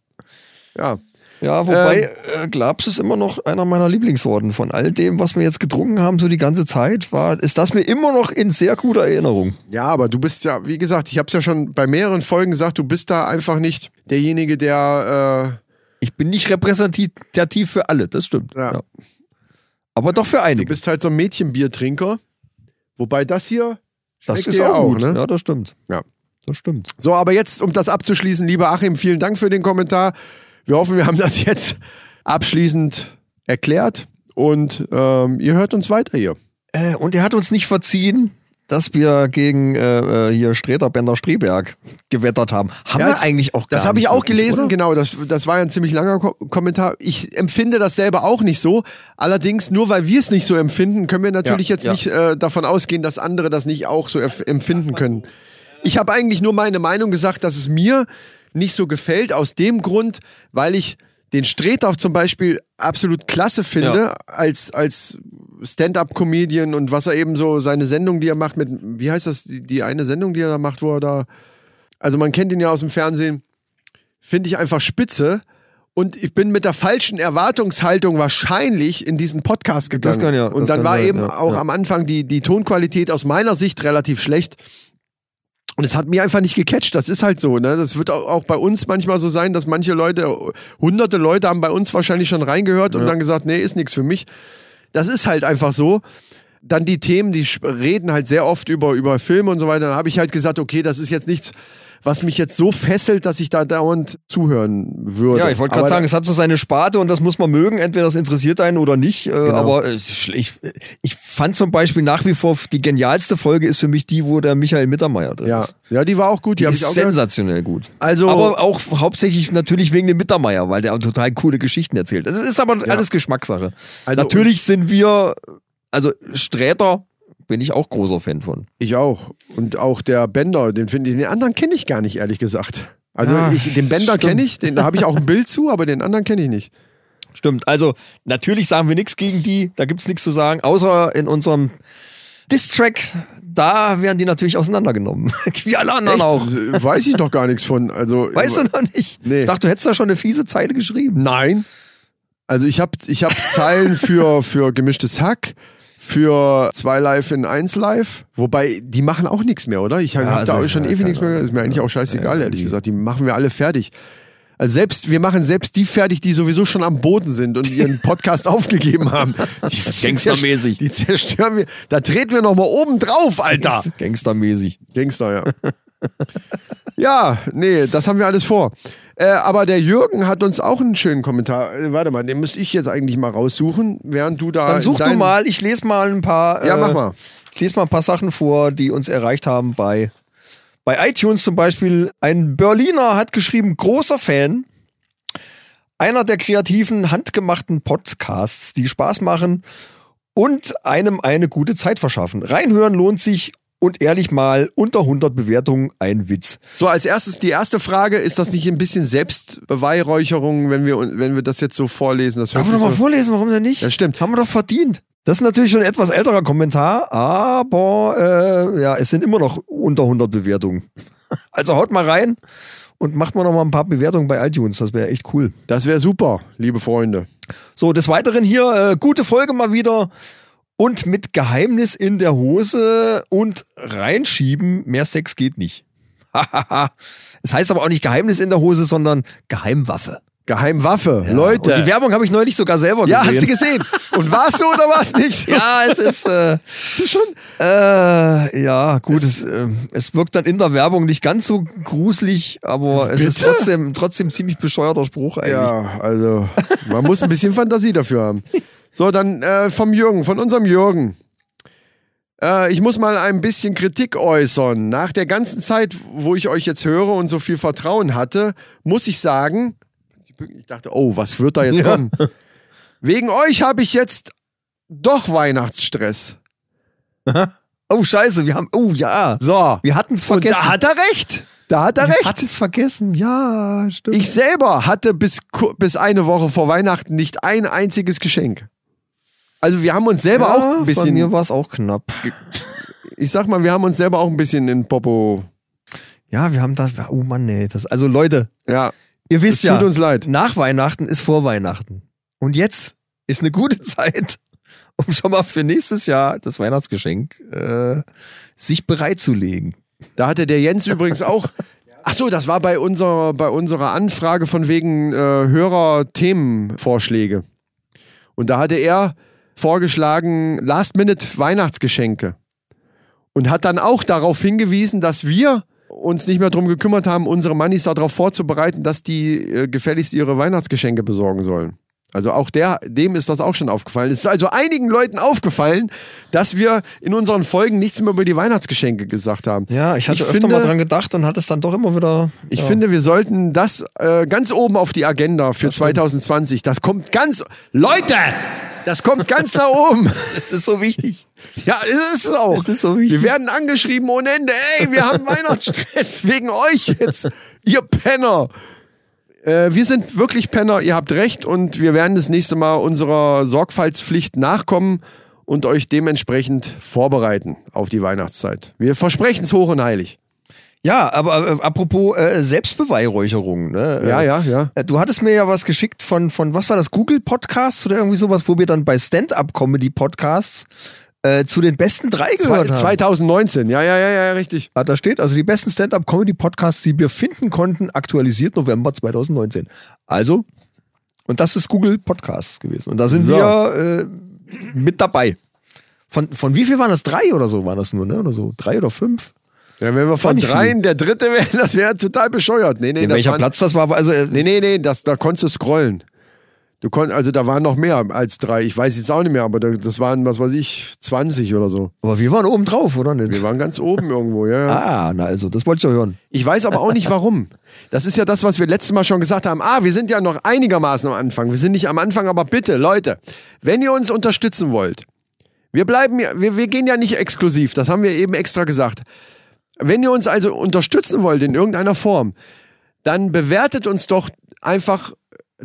S1: Ja.
S2: Ja, wobei äh, Glaps ist immer noch einer meiner Lieblingssorten. Von all dem, was wir jetzt getrunken haben, so die ganze Zeit, war, ist das mir immer noch in sehr guter Erinnerung.
S1: Ja, aber du bist ja, wie gesagt, ich habe es ja schon bei mehreren Folgen gesagt, du bist da einfach nicht derjenige, der äh,
S2: Ich bin nicht repräsentativ für alle, das stimmt.
S1: Ja.
S2: Aber doch für
S1: äh, du
S2: einige.
S1: bist halt so ein Mädchenbiertrinker. Wobei das hier
S2: Das
S1: schmeckt
S2: ist
S1: dir
S2: auch, gut.
S1: ne?
S2: Ja, das stimmt.
S1: Ja.
S2: Das stimmt.
S1: So, aber jetzt, um das abzuschließen, lieber Achim, vielen Dank für den Kommentar. Wir hoffen, wir haben das jetzt abschließend erklärt und ähm, ihr hört uns weiter hier.
S2: Äh, und er hat uns nicht verziehen, dass wir gegen äh, äh, hier Streter Bender Streberg gewettert haben. Haben
S1: Ja,
S2: wir
S1: das-
S2: eigentlich auch gar
S1: Das habe ich
S2: nicht
S1: auch
S2: wirklich,
S1: gelesen,
S2: oder?
S1: genau. Das, das war ja ein ziemlich langer Ko Kommentar. Ich empfinde das selber auch nicht so. Allerdings, nur weil wir es nicht so empfinden, können wir natürlich
S2: Ja,
S1: jetzt
S2: ja.
S1: nicht äh, davon ausgehen, dass andere das nicht auch so erf- empfinden können. Ich habe eigentlich nur meine Meinung gesagt, dass es mir nicht so gefällt, aus dem Grund, weil ich den Streter zum Beispiel absolut klasse finde,
S2: Ja.
S1: als, als Stand-up-Comedian und was er eben so, seine Sendung, die er macht mit, wie heißt das, die, die eine Sendung, die er da macht, wo er da, also man kennt ihn ja aus dem Fernsehen, finde ich einfach spitze. Und ich bin mit der falschen Erwartungshaltung wahrscheinlich in diesen Podcast gegangen.
S2: kann ja-
S1: und
S2: das
S1: dann
S2: kann
S1: war
S2: sein,
S1: eben
S2: ja,
S1: auch
S2: ja.
S1: am Anfang die, die Tonqualität aus meiner Sicht relativ schlecht. Und es hat mir einfach nicht gecatcht. Das ist halt so. Ne? Das wird auch, auch bei uns manchmal so sein, dass manche Leute, hunderte Leute haben bei uns wahrscheinlich schon reingehört und dann gesagt, nee, ist nichts für mich. Das ist halt einfach so. Dann die Themen, die sp- reden halt sehr oft über, über Filme und so weiter. Dann habe ich halt gesagt, okay, das ist jetzt nichts, was mich jetzt so fesselt, dass ich da dauernd zuhören würde.
S2: Ja, ich wollte
S1: Aber
S2: gerade sagen, es hat so seine Sparte und das muss man mögen. Entweder das interessiert einen oder nicht. Äh,
S1: Genau.
S2: Aber es ist schle- ich, ich fand zum Beispiel nach wie vor die genialste Folge ist für mich die, wo der Michael Mittermeier drin
S1: Ja,
S2: ist.
S1: ja, die war auch gut. Die,
S2: Die
S1: habe
S2: ist
S1: ich auch gehört.
S2: sensationell gut.
S1: Also-
S2: aber auch hauptsächlich natürlich wegen dem Mittermeier, weil der auch total coole Geschichten erzählt. Das ist aber alles Geschmackssache.
S1: Also-
S2: natürlich sind wir, also Sträter bin ich auch großer Fan von.
S1: Ich auch. Und auch der Bender, den finde ich, den anderen kenne ich gar nicht, ehrlich gesagt. Also
S2: Ja,
S1: ich, den Bender
S2: Ah, stimmt.
S1: kenne ich, den, da habe ich auch ein Bild zu, aber den anderen kenne ich nicht.
S2: Stimmt. Also natürlich sagen wir nichts gegen die, da gibt's nichts zu sagen, außer in unserem Diss-Track, da werden die natürlich auseinandergenommen. Wie alle anderen auch.
S1: Äh, Weiß ich doch gar nichts von. Also,
S2: Weißt du noch nicht?
S1: Nee.
S2: Ich dachte, du hättest da schon eine fiese Zeile geschrieben.
S1: Nein. Also ich habe ich hab Zeilen für, für gemischtes Hack, für zwei Live in eins Live. Wobei, die machen auch nichts mehr, oder? Ich habe
S2: Ja,
S1: hab da
S2: also,
S1: auch schon
S2: ja,
S1: ewig
S2: keine
S1: nichts mehr. Ist mir eigentlich auch scheißegal, ehrlich gesagt. Die machen wir alle fertig. Also selbst, wir machen selbst die fertig, die sowieso schon am Boden sind und ihren Podcast aufgegeben haben. Die,
S2: Gangstermäßig.
S1: Die zerstören wir. Da treten wir nochmal oben drauf, Alter.
S2: Gangstermäßig.
S1: Gangster, ja. ja, nee, das haben wir alles vor. Äh, aber der Jürgen hat uns auch einen schönen Kommentar. Äh, warte mal, den müsste ich jetzt eigentlich mal raussuchen, während du da.
S2: Dann
S1: in
S2: such du
S1: deinen-
S2: mal, äh, ich lese mal ein paar.
S1: Ja, mach mal.
S2: Ich lese mal ein paar Sachen vor, die uns erreicht haben bei, bei iTunes zum Beispiel. Ein Berliner hat geschrieben, großer Fan. Einer der kreativen, handgemachten Podcasts, die Spaß machen und einem eine gute Zeit verschaffen. Reinhören lohnt sich und ehrlich mal unter 100 Bewertungen ein Witz.
S1: So, als erstes die erste Frage: Ist das nicht ein bisschen Selbstbeweihräucherung, wenn wir, wenn wir das jetzt so vorlesen? Das hört
S2: Darf ich
S1: sich
S2: nochmal
S1: so,
S2: vorlesen, warum denn nicht?
S1: Ja, stimmt.
S2: Haben wir doch verdient. Das ist natürlich schon ein etwas älterer Kommentar, aber äh, ja, es sind immer noch unter 100 Bewertungen. Also haut mal rein und macht mal noch mal ein paar Bewertungen bei iTunes, das wäre echt cool.
S1: Das wäre super, liebe Freunde.
S2: So, des Weiteren hier, äh, gute Folge mal wieder und mit Geheimnis in der Hose und reinschieben, mehr Sex geht nicht. es heißt aber auch nicht Geheimnis in der Hose, sondern Geheimwaffe.
S1: Geheimwaffe,
S2: Und die
S1: Leute.
S2: Werbung habe ich neulich sogar selber gesehen.
S1: Ja, hast du gesehen. Und war es so oder war es nicht?
S2: Ja, es ist äh,
S1: Schon.
S2: äh, ja gut. Es, äh, es wirkt dann in der Werbung nicht ganz so gruselig, aber es ist
S1: Bitte?
S2: trotzdem trotzdem ziemlich bescheuerter Spruch eigentlich.
S1: Ja, also man muss ein bisschen Fantasie dafür haben. So, dann äh, vom Jürgen, von unserem Jürgen. Äh, ich muss mal ein bisschen Kritik äußern. Nach der ganzen Zeit, wo ich euch jetzt höre und so viel Vertrauen hatte, muss ich sagen, ich dachte, oh, was wird da jetzt
S2: Ja.
S1: kommen? Wegen euch habe ich jetzt doch Weihnachtsstress.
S2: Oh Scheiße, wir haben oh ja,
S1: So,
S2: wir hatten es
S1: und
S2: vergessen.
S1: da hat er recht. Da hat er
S2: Wir
S1: recht.
S2: hatten es vergessen. Ja, stimmt.
S1: Ich selber hatte bis, ku- bis eine Woche vor Weihnachten nicht ein einziges Geschenk. Also wir haben uns selber
S2: ja,
S1: auch ein
S2: Bei mir
S1: bisschen,
S2: war es auch knapp.
S1: ich sag mal, wir haben uns selber auch ein bisschen in Popo.
S2: Ja, wir haben das. Oh Mann, nee, das. Also Leute,
S1: Ja,
S2: ihr
S1: es
S2: wisst ja,
S1: tut uns leid.
S2: nach Weihnachten ist vor Weihnachten. Und jetzt ist eine gute Zeit, um schon mal für nächstes Jahr das Weihnachtsgeschenk äh, sich bereitzulegen.
S1: Da hatte der Jens übrigens auch. Ach so, das war bei unserer, bei unserer Anfrage von wegen äh, Hörer-Themenvorschläge. Und da hatte er vorgeschlagen Last-Minute-Weihnachtsgeschenke. Und hat dann auch darauf hingewiesen, dass wir uns nicht mehr drum gekümmert haben, unsere Mannis darauf vorzubereiten, dass die äh, gefälligst ihre Weihnachtsgeschenke besorgen sollen. Also auch der, dem ist das auch schon aufgefallen. Es ist also einigen Leuten aufgefallen, dass wir in unseren Folgen nichts mehr über die Weihnachtsgeschenke gesagt haben. finde,
S2: gedacht und hatte es dann doch immer wieder.
S1: Ich finde, wir sollten das äh, ganz oben auf die Agenda für 2020. Das kommt ganz, Leute, das kommt ganz nach oben.
S2: das ist so wichtig.
S1: Ja, es ist es auch.
S2: Es ist so wichtig.
S1: Wir werden angeschrieben ohne Ende. Ey, wir haben Weihnachtsstress wegen euch jetzt, ihr Penner. Äh, wir sind wirklich Penner, ihr habt recht und wir werden das nächste Mal unserer Sorgfaltspflicht nachkommen und euch dementsprechend vorbereiten auf die Weihnachtszeit. Wir versprechen es hoch und heilig.
S2: Ja, aber äh, apropos äh, Selbstbeweihräucherung, ne?
S1: Ja,
S2: äh,
S1: ja, ja.
S2: äh, Du hattest mir ja was geschickt von, von was war das, Google Podcasts oder irgendwie sowas, wo wir dann bei Stand-Up-Comedy-Podcasts äh, zu den besten drei gehört haben.
S1: 2019, ja, ja, ja, ja, richtig.
S2: Ah, da steht also die besten Stand-up-Comedy-Podcasts, die wir finden konnten, aktualisiert November 2019. Also, und das ist Google Podcasts gewesen. Und da sind
S1: So.
S2: wir äh, mit dabei. Von, von wie viel waren das? Drei oder so waren das nur, ne? Oder so? Drei oder fünf?
S1: Ja, wenn wir von
S2: nicht viel.
S1: dreien der dritte wären, das wäre total bescheuert. Nee, nee,
S2: In
S1: das
S2: welcher
S1: waren,
S2: Platz das war? aber Also, äh,
S1: Nee, nee, nee, das, da konntest du scrollen. Du konnt, also da waren noch mehr als drei. Ich weiß jetzt auch nicht mehr, aber da, das waren, was weiß ich, 20 oder so.
S2: aber wir waren oben drauf, oder nicht?
S1: Wir waren ganz oben irgendwo, ja. ja.
S2: Ah, na also, das wollte ich doch hören.
S1: Ich weiß aber auch nicht warum. Das ist ja das, was wir letztes Mal schon gesagt haben. Ah, wir sind ja noch einigermaßen am Anfang. Wir sind nicht am Anfang, aber bitte, Leute, wenn ihr uns unterstützen wollt, wir bleiben ja, wir, wir gehen ja nicht exklusiv, das haben wir eben extra gesagt. Wenn ihr uns also unterstützen wollt in irgendeiner Form, dann bewertet uns doch einfach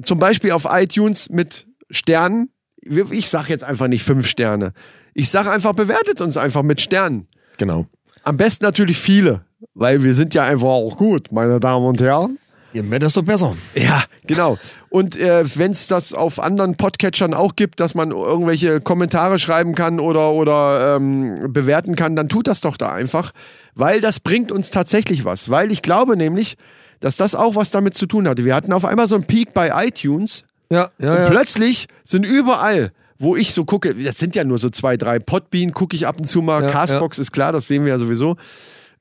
S1: zum Beispiel auf iTunes mit Sternen. Wir- Ich sag jetzt einfach nicht fünf Sterne. Ich sag einfach, bewertet uns einfach mit Sternen.
S2: Genau.
S1: Am besten natürlich viele, weil wir sind ja einfach auch gut, meine Damen und Herren.
S2: Je mehr, desto besser.
S1: Ja, genau. Und äh, wenn es das auf anderen Podcatchern auch gibt, dass man irgendwelche Kommentare schreiben kann oder, oder ähm, bewerten kann, dann tut das doch da einfach, weil das bringt uns tatsächlich was. Weil ich glaube nämlich, dass das auch was damit zu tun hatte. Wir hatten auf einmal so einen Peak bei iTunes
S2: Ja,
S1: und
S2: ja, ja.
S1: plötzlich sind überall, wo ich so gucke, das sind ja nur so zwei, drei Podbean, gucke ich ab und zu mal,
S2: Ja,
S1: Castbox ist klar, das sehen wir ja sowieso.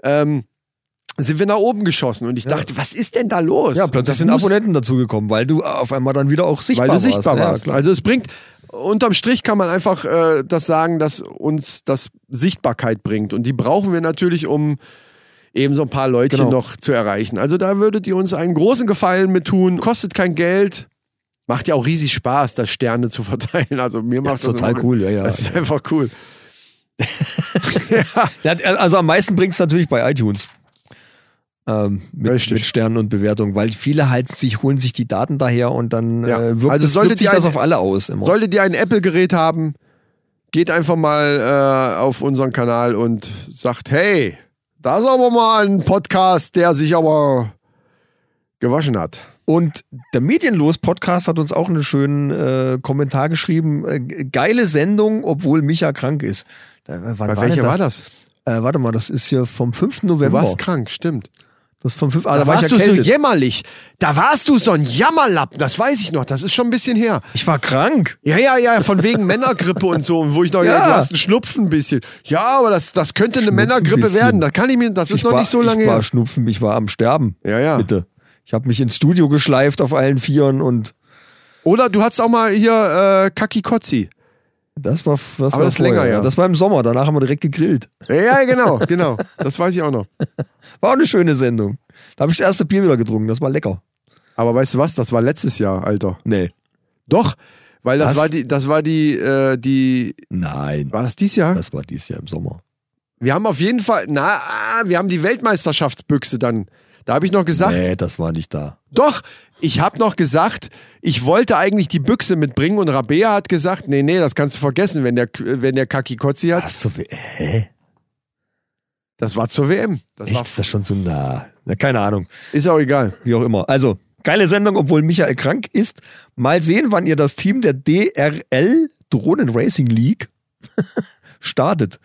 S1: Ähm, sind wir nach oben geschossen und ich dachte, was ist denn da los?
S2: Ja,
S1: Und das
S2: plötzlich sind
S1: muss-
S2: Abonnenten dazugekommen, weil du auf einmal dann wieder auch sichtbar
S1: weil du
S2: warst.
S1: sichtbar
S2: Ja,
S1: warst.
S2: klar.
S1: also es bringt, unterm Strich kann man einfach äh, das sagen, dass uns das Sichtbarkeit bringt. Und die brauchen wir natürlich, um eben so ein paar Leutchen
S2: Genau.
S1: noch zu erreichen. Also da würdet ihr uns einen großen Gefallen mit tun. Kostet kein Geld. Macht ja auch riesig Spaß, das Sterne zu verteilen. Also mir macht
S2: ist
S1: das
S2: total
S1: immer-
S2: cool, ja, ja.
S1: Das ist einfach cool.
S2: Ja, also am meisten bringt's natürlich bei iTunes. Ähm, mit,
S1: Richtig.
S2: mit Sternen und Bewertungen, weil viele halt sich holen sich die Daten daher und dann
S1: Ja.
S2: äh, wirkt,
S1: Also
S2: es,
S1: solltet
S2: wirkt sich
S1: ihr
S2: das
S1: eine-
S2: auf alle aus. Immer.
S1: Solltet ihr ein Apple-Gerät haben, geht einfach mal äh, auf unseren Kanal und sagt, hey, das ist aber mal ein Podcast, der sich aber gewaschen hat.
S2: und der Medienlos-Podcast hat uns auch einen schönen äh, Kommentar geschrieben. Äh, ge- geile Sendung, obwohl Micha krank ist. Da, äh, wann
S1: Bei
S2: war
S1: welcher
S2: denn
S1: war das?
S2: Äh, warte mal, das ist hier vom 5.
S1: Du
S2: November.
S1: warst krank, stimmt.
S2: Das vom fünf, ah,
S1: Da,
S2: da war ich
S1: warst du so
S2: erkältet.
S1: jämmerlich. Da warst du so ein Jammerlappen, das weiß ich noch. Das ist schon ein bisschen her.
S2: ich war krank.
S1: Ja, ja, ja, von wegen Männergrippe und so, wo ich noch,
S2: Ja.
S1: ja. du hast einen Schnupfen ein bisschen. Ja, aber das, das könnte eine Männergrippe
S2: bisschen.
S1: werden. Da kann ich mir, das ist
S2: ich
S1: noch
S2: war,
S1: nicht so lange
S2: Ich war
S1: her.
S2: schnupfen, ich war am Sterben.
S1: Ja, ja.
S2: Bitte. Ich habe mich ins Studio geschleift auf allen Vieren und
S1: Oder du hattest auch mal hier äh, Kaki Kotzi.
S2: das war, das
S1: Aber
S2: war
S1: das ist
S2: vorher,
S1: länger, ja.
S2: Das war im Sommer, danach haben wir direkt gegrillt.
S1: Ja, ja, genau, genau. Das weiß ich auch noch.
S2: War auch eine schöne Sendung. Da habe ich das erste Bier wieder getrunken, das war lecker.
S1: Aber weißt du was? Das war letztes Jahr, Alter.
S2: Nee.
S1: Doch, weil das
S2: Was?
S1: war die, das war die, äh, die,
S2: Nein.
S1: war das dieses Jahr?
S2: Das war dieses Jahr im Sommer.
S1: Wir haben auf jeden Fall, na, ah, wir haben die Weltmeisterschaftsbüchse dann. Da habe ich noch gesagt,
S2: Nee, das war nicht da.
S1: doch, ich habe noch gesagt, ich wollte eigentlich die Büchse mitbringen und Rabea hat gesagt, nee, nee, das kannst du vergessen, wenn der, wenn der Kaki Kotzi hat.
S2: Hast du. Hä?
S1: Das war zur WM. Das
S2: Echt?
S1: war,
S2: Ist das schon so nah? Na, keine Ahnung.
S1: ist auch egal.
S2: Wie auch immer. Also, geile Sendung, obwohl Michael krank ist. Mal sehen, wann ihr das Team der DRL Drohnen Racing League startet.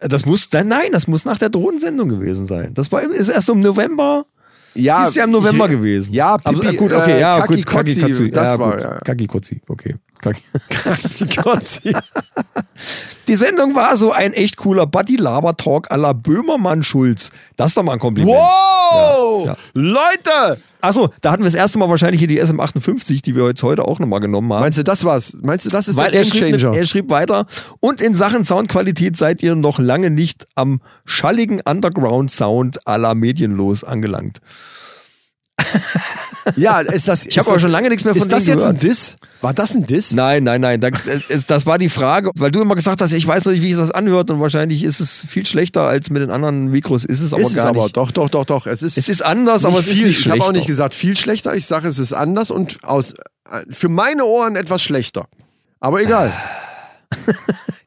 S2: Das muss, nein, nein, das muss nach der Drohnensendung gewesen sein. Das war ist erst im November.
S1: Ja,
S2: ist ja im November
S1: ich,
S2: gewesen.
S1: Ja,
S2: Aber,
S1: Pipi,
S2: äh, gut, okay,
S1: äh,
S2: ja,
S1: Kaki
S2: gut, Kaki
S1: Kotzi,
S2: Kotzi.
S1: das
S2: ja,
S1: war,
S2: gut.
S1: ja.
S2: Kaki Kotzi, okay. Kaki.
S1: Kaki Kotzi.
S2: Die Sendung war so ein echt cooler Buddy-Laber-Talk à la Böhmermann-Schulz. Das ist doch mal ein Kompliment.
S1: Wow!
S2: Ja, ja.
S1: Leute!
S2: Achso, da hatten wir das erste Mal wahrscheinlich hier die SM58, die wir jetzt heute auch nochmal genommen haben.
S1: Meinst du, das war's? Meinst du, das ist
S2: Weil
S1: der
S2: er schrieb,
S1: Gamechanger?
S2: er schrieb weiter. Und in Sachen Soundqualität seid ihr noch lange nicht am schalligen Underground-Sound à la Medienlos angelangt.
S1: Ja, ist das.
S2: Ich habe aber schon lange nichts mehr von
S1: Ist das
S2: denen
S1: jetzt ein
S2: gehört.
S1: Diss? War das ein Diss?
S2: Nein, nein, nein. Da, äh, es- es, das war die Frage, weil du immer gesagt hast, ich weiß noch nicht, wie sich das anhört und wahrscheinlich ist es viel schlechter als mit den anderen Mikros. Ist es aber
S1: ist es
S2: gar
S1: aber.
S2: nicht.
S1: Doch, doch, doch, doch. Es ist,
S2: Es ist anders, aber es
S1: nicht
S2: ist
S1: viel.
S2: nicht
S1: ich habe
S2: schlechter.
S1: auch nicht gesagt viel schlechter. Ich sage, es ist anders und aus, äh, für meine Ohren etwas schlechter. Aber egal. Das sind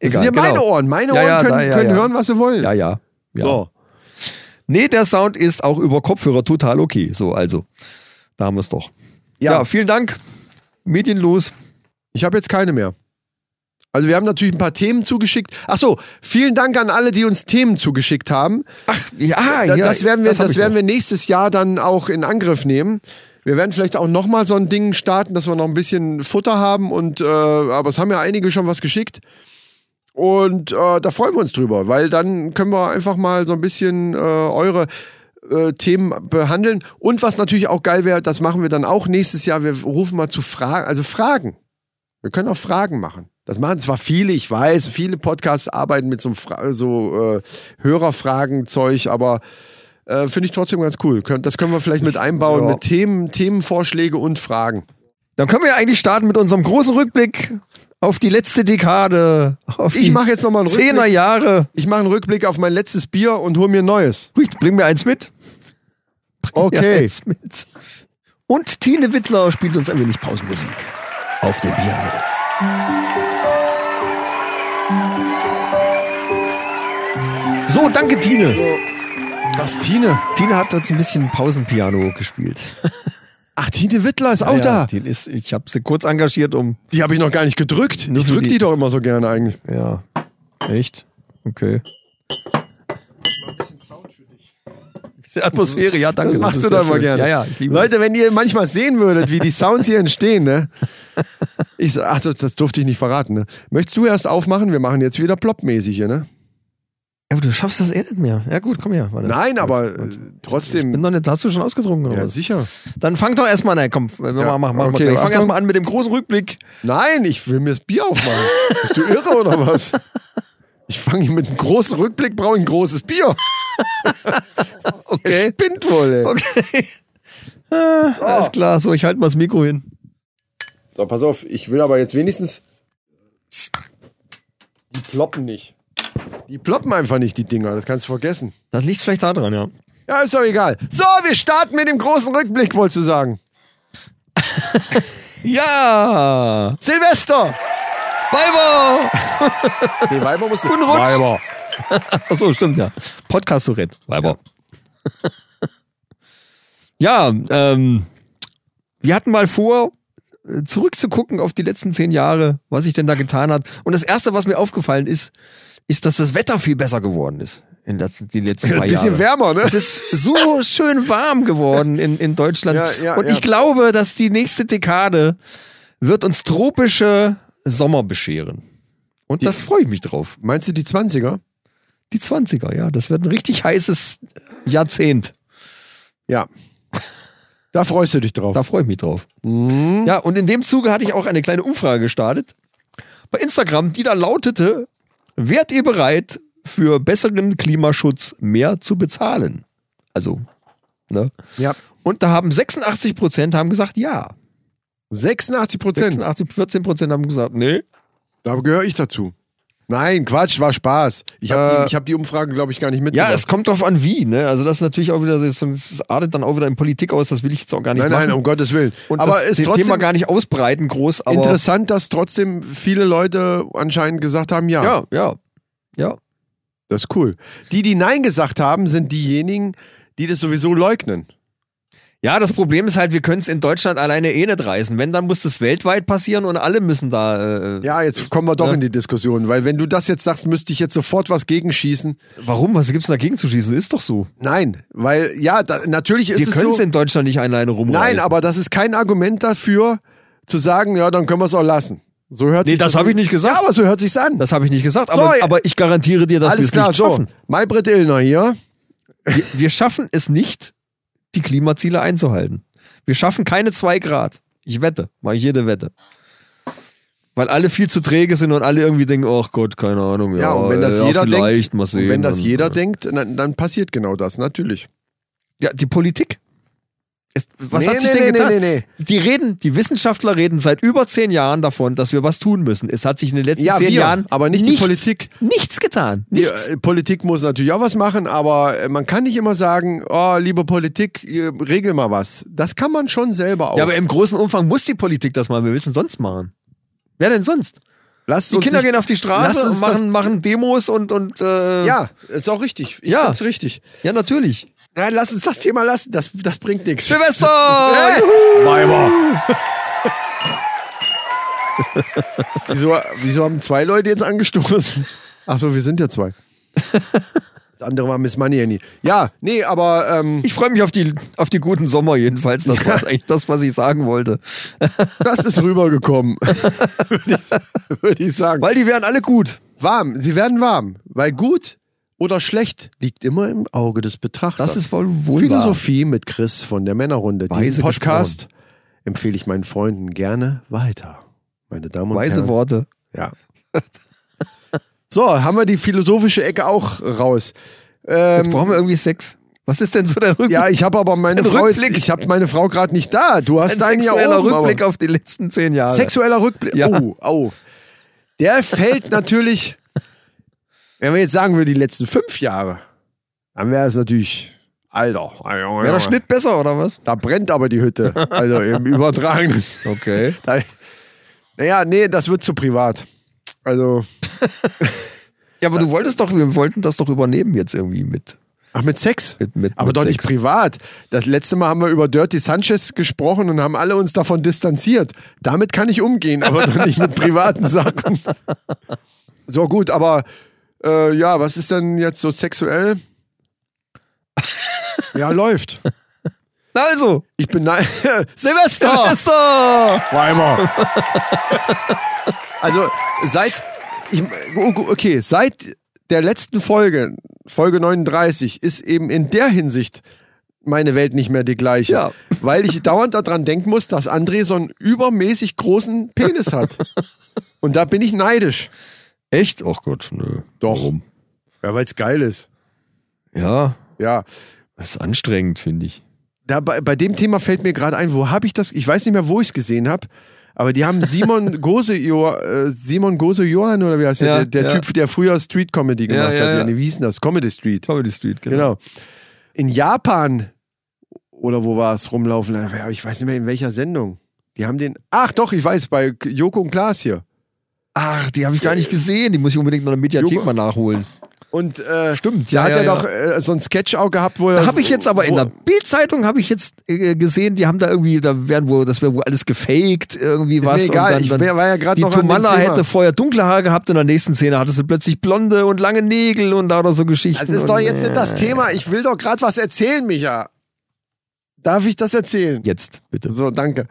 S2: Äh, Egal,
S1: ja
S2: genau.
S1: meine Ohren. Meine
S2: Ja,
S1: Ohren
S2: ja,
S1: können,
S2: da, ja,
S1: können
S2: ja.
S1: hören, was sie wollen.
S2: Ja, ja. ja.
S1: So.
S2: Nee, der Sound ist auch über Kopfhörer total okay. So, also, da haben wir es doch.
S1: Ja.
S2: vielen Dank. Medienlos.
S1: Ich habe jetzt keine mehr. Also wir haben natürlich ein paar Themen zugeschickt. Ach so, vielen Dank an alle, die uns Themen zugeschickt haben.
S2: Ach, ja,
S1: Da- das werden wir, das werden
S2: wir.
S1: wir nächstes Jahr dann auch in Angriff nehmen. Wir werden vielleicht auch noch mal so ein Ding starten, dass wir noch ein bisschen Futter haben und äh, aber es haben ja einige schon was geschickt und äh, da freuen wir uns drüber, weil dann können wir einfach mal so ein bisschen äh, eure äh, Themen behandeln und was natürlich auch geil wäre, das machen wir dann auch nächstes Jahr. Wir rufen mal zu Fragen, also Fragen. Wir können auch Fragen machen. Das machen zwar viele, ich weiß, viele Podcasts arbeiten mit so, einem Fra so äh, Hörerfragen-Zeug, aber äh, finde ich trotzdem ganz cool. Könnt- Das können wir vielleicht mit einbauen,
S2: Ja.
S1: mit Themen, Themenvorschläge und Fragen.
S2: Dann können wir eigentlich starten mit unserem großen Rückblick auf die letzte Dekade. Auf
S1: Ich
S2: die
S1: mache jetzt nochmal einen
S2: Zehner
S1: Rückblick.
S2: Jahre.
S1: Ich mache einen Rückblick auf mein letztes Bier und hol mir ein neues.
S2: Richtig, Bring mir eins mit. Bring mir
S1: Okay.
S2: eins mit. Und Tine Wittler spielt uns ein wenig Pausenmusik auf dem Piano. So, danke Tine.
S1: Was, Tine?
S2: Tine hat uns ein bisschen Pausenpiano gespielt.
S1: Ach, Tine Wittler ist auch da. Die,
S2: Tine Ah, ist, ich habe sie kurz engagiert, um.
S1: habe ich noch gar nicht gedrückt.
S2: Nur
S1: Ich
S2: für
S1: drück
S2: die-
S1: die doch immer so gerne eigentlich.
S2: Ja. Echt? Okay. Diese Atmosphäre, ja, danke.
S1: Das machst
S2: ist
S1: du
S2: sehr
S1: doch immer
S2: schön.
S1: gerne.
S2: Ja, ja, ich liebe
S1: Leute, wenn ihr manchmal sehen würdet, wie die Sounds hier entstehen, ne? Ich, so- ach, das, das durfte ich nicht verraten, ne? Möchtest du erst aufmachen? Wir machen jetzt wieder ploppmäßig hier, ne?
S2: Ja, aber du schaffst das eh nicht mehr. Ja, gut, komm her. Warte.
S1: Nein, aber äh,
S2: Ich bin
S1: trotzdem.
S2: doch nicht, hast du schon ausgetrunken? Oder
S1: Ja,
S2: was?
S1: sicher.
S2: Dann fang doch erstmal, nein, komm, wir
S1: Ja,
S2: machen, machen
S1: okay,
S2: okay, Ich fang
S1: Achtung.
S2: erstmal an mit dem großen Rückblick.
S1: Nein, ich will mir das Bier aufmachen. Bist du irre oder was? Ich fange hier mit einem großen Rückblick, brauche ich ein großes Bier.
S2: Okay.
S1: Spinnt wohl, ey.
S2: Okay. Ah, Alles klar, so, ich halte mal das Mikro hin.
S1: So, pass auf, ich will aber jetzt wenigstens. Die ploppen nicht. Die ploppen einfach nicht, die Dinger, das kannst du vergessen.
S2: Das liegt vielleicht da dran, ja.
S1: Ja, ist doch egal. So, wir starten mit dem großen Rückblick, wolltest du sagen.
S2: Ja!
S1: Silvester!
S2: Weiber!
S1: Nee, Weiber musste.
S2: Guten Rutsch. Ach so, stimmt ja. Podcast Tourette, Weiber. Ja, ähm, wir hatten mal vor, äh, zurückzugucken auf die letzten zehn Jahre, was ich denn da getan hat. Und das Erste, was mir aufgefallen ist, ist, dass das Wetter viel besser geworden ist in den letzten, die letzten paar
S1: Ein bisschen
S2: Jahre.
S1: wärmer, ne?
S2: Es ist so schön warm geworden in, in Deutschland.
S1: Ja, ja,
S2: und
S1: ja.
S2: ich glaube, dass die nächste Dekade wird uns tropische Sommer bescheren. Und da freue ich mich drauf.
S1: Meinst du die 20er?
S2: Die 20er, ja. Das wird ein richtig heißes Jahrzehnt.
S1: Ja. Da freust du dich drauf.
S2: Da freue ich mich drauf.
S1: Mhm.
S2: Ja, und in dem Zuge hatte ich auch eine kleine Umfrage gestartet bei Instagram, die da lautete, wärt ihr bereit, für besseren Klimaschutz mehr zu bezahlen? Also, ne?
S1: Ja.
S2: Und da haben 86 Prozent haben gesagt, ja.
S1: 86 Prozent.
S2: 86, 14 Prozent haben gesagt, nee.
S1: Da gehöre ich dazu. Nein, Quatsch, war Spaß. Ich habe
S2: Äh,
S1: die, ich hab die Umfragen, glaube ich, gar nicht
S2: Ja,
S1: mitgemacht.
S2: es kommt drauf an, wie, ne? Also, das ist natürlich auch wieder, so- das artet dann auch wieder in Politik aus, das will ich jetzt auch gar nicht
S1: nein,
S2: machen.
S1: nein, um Gottes Willen.
S2: und
S1: aber
S2: das,
S1: es ist
S2: das
S1: trotzdem
S2: Thema gar nicht ausbreiten groß, aber.
S1: interessant, dass trotzdem viele Leute anscheinend gesagt haben, ja,
S2: Ja, ja. Ja.
S1: das ist cool. Die, die Nein gesagt haben, sind diejenigen, die das sowieso leugnen.
S2: Ja, das Problem ist halt, wir können es in Deutschland alleine eh nicht reißen. Wenn, dann muss das weltweit passieren und alle müssen da. Äh,
S1: Ja, jetzt kommen wir doch in die Diskussion, weil wenn du das jetzt sagst, müsste ich jetzt sofort was gegenschießen.
S2: Warum? Was gibt's denn dagegen zu schießen? Ist doch so.
S1: Nein, weil ja, da, natürlich ist
S2: wir
S1: es
S2: können es
S1: so.
S2: in Deutschland nicht alleine rumreißen.
S1: Nein, aber das ist kein Argument dafür, zu sagen, ja, dann können wir es auch lassen. So hört
S2: Nee,
S1: sich
S2: das habe ich nicht gesagt.
S1: Ja, aber so hört sich's an.
S2: Das habe ich nicht gesagt.
S1: So,
S2: Aber,
S1: ja.
S2: aber ich garantiere dir, dass wir
S1: Alles
S2: es
S1: klar,
S2: nicht
S1: so.
S2: schaffen.
S1: Maybrit Illner hier.
S2: Wir, wir schaffen es nicht, die Klimaziele einzuhalten. Wir schaffen keine zwei Grad. Ich wette, mache ich jede Wette. Weil alle viel zu träge sind und alle irgendwie denken, ach Gott, keine Ahnung. Ja,
S1: Ja, und wenn das
S2: ja,
S1: jeder denkt,
S2: vielleicht, mal
S1: und
S2: sehen,
S1: wenn das
S2: dann,
S1: jeder
S2: ja.
S1: denkt, dann, dann passiert genau das, natürlich.
S2: Ja, die Politik. Es, was
S1: Nee,
S2: hat sich
S1: nee, nee,
S2: denn getan?
S1: nee, nee,
S2: Die reden, die Wissenschaftler reden seit über zehn Jahren davon, dass wir was tun müssen. Es hat sich in den letzten
S1: Ja,
S2: zehn
S1: wir,
S2: Jahren
S1: aber nicht die
S2: nichts,
S1: Politik.
S2: Nichts getan.
S1: Die,
S2: Nichts.
S1: äh, Politik muss natürlich auch was machen, aber äh, man kann nicht immer sagen, oh, liebe Politik, ihr regel mal was. Das kann man schon selber auch.
S2: ja, aber im großen Umfang muss die Politik das machen. Wer will's denn sonst machen? Wer denn sonst?
S1: lasst
S2: Die
S1: uns
S2: Kinder
S1: nicht,
S2: gehen auf die
S1: lasst
S2: Straße
S1: uns
S2: und machen, machen Demos und, und äh,
S1: Das, ja, ist auch richtig. Ich
S2: Ja.
S1: find's richtig.
S2: ja, natürlich.
S1: Nein, lass uns das Thema lassen. Das, das bringt nichts.
S2: Silvester!
S1: Äh, Weiber. wieso, wieso haben zwei Leute jetzt angestoßen? Achso, wir sind ja zwei. Das andere war Miss Money Annie. Ja, nee, aber ähm,
S2: Ich freue mich auf die, auf die guten Sommer jedenfalls. Das war eigentlich das, was ich sagen wollte.
S1: das ist rübergekommen. Würde ich, würde ich sagen.
S2: Weil die wären alle gut.
S1: Warm, sie werden warm. Weil gut oder schlecht liegt immer im Auge des Betrachters.
S2: Das ist wohl wohl wahr.
S1: Philosophie mit Chris von der Männerrunde.
S2: Weise
S1: Diesen Podcast empfehle ich meinen Freunden gerne weiter. Meine Damen und
S2: Weise
S1: Herren.
S2: Worte.
S1: Ja. So, haben wir die philosophische Ecke auch raus. Ähm,
S2: Jetzt brauchen wir irgendwie Sex. Ähm, Was ist denn so der Rücken?
S1: Ja, ich habe aber meine
S2: Ein
S1: Frau, jetzt,
S2: Rückblick.
S1: ich habe meine Frau gerade nicht da. Du hast
S2: ein
S1: deinen ja
S2: sexueller
S1: oben, aber-
S2: Rückblick auf die letzten zehn Jahre.
S1: Sexueller Rückblick.
S2: Ja.
S1: Oh, oh. Der fällt natürlich, wenn wir jetzt sagen würden, die letzten fünf Jahre, dann wäre es natürlich, Alter,
S2: Wäre der Schnitt besser oder was?
S1: da brennt aber die Hütte. Also im Übertragenen.
S2: Okay.
S1: Da, naja, nee, das wird zu privat. Also,
S2: Ja, aber du wolltest doch, wir wollten das doch übernehmen jetzt irgendwie mit.
S1: ach, mit Sex?
S2: mit, mit
S1: Aber
S2: mit
S1: doch nicht
S2: Sex.
S1: privat. Das letzte Mal haben wir über Dirty Sanchez gesprochen und haben alle uns davon distanziert. Damit kann ich umgehen, aber doch nicht mit privaten Sachen. So gut, aber äh, ja, was ist denn jetzt so sexuell? Ja, läuft.
S2: Also,
S1: Ich bin nein. Silvester!
S2: Silvester!
S1: Weimar. Also seit ich, oh, okay, seit der letzten Folge, Folge 39, ist eben in der Hinsicht meine Welt nicht mehr die gleiche.
S2: Ja.
S1: Weil ich dauernd daran denken muss, dass André so einen übermäßig großen Penis hat. Und da bin ich neidisch.
S2: Echt? Ach Gott, nö.
S1: Doch.
S2: Warum?
S1: Ja, weil es geil ist.
S2: Ja,
S1: Ja.
S2: das ist anstrengend, finde ich.
S1: Da, bei, bei dem Thema fällt mir gerade ein, wo habe ich das? Ich weiß nicht mehr, wo ich es gesehen habe. Aber die haben Simon Gose, äh, Simon Gose Johann oder wie heißt
S2: Ja,
S1: der? Der
S2: ja.
S1: Typ, der früher Street Comedy
S2: Ja,
S1: gemacht
S2: ja,
S1: hat.
S2: ja.
S1: Ja, nee, wie hieß denn das? Comedy Street.
S2: Comedy Street,
S1: Genau. In Japan oder wo war es rumlaufen? Ja, Ich weiß nicht mehr in welcher Sendung. Die haben den. Ach doch, ich weiß, bei Joko und Klaas hier.
S2: Ach, die habe ich gar nicht gesehen. Die muss ich unbedingt noch in der Mediathek
S1: Joko-
S2: mal nachholen.
S1: Und äh,
S2: Stimmt,
S1: da
S2: ja,
S1: hat
S2: ja,
S1: er
S2: ja.
S1: doch äh, so ein Sketch auch gehabt, wo er.
S2: Da habe ich jetzt aber in
S1: wo-
S2: der Bildzeitung habe ich jetzt äh, gesehen, die haben da irgendwie, da werden wohl, das wäre wohl alles gefaked, irgendwie was.
S1: mir egal, ich wär- war ja grad
S2: die
S1: noch an dem
S2: Tomalla
S1: Thema.
S2: hätte vorher dunkle Haare gehabt, in der nächsten Szene hatte sie plötzlich blonde und lange Nägel und da oder so Geschichten.
S1: Das Also ist
S2: und,
S1: doch jetzt nicht das
S2: äh,
S1: Thema. Ich will doch gerade was erzählen, Micha. Darf ich das erzählen?
S2: Jetzt, bitte.
S1: So, danke.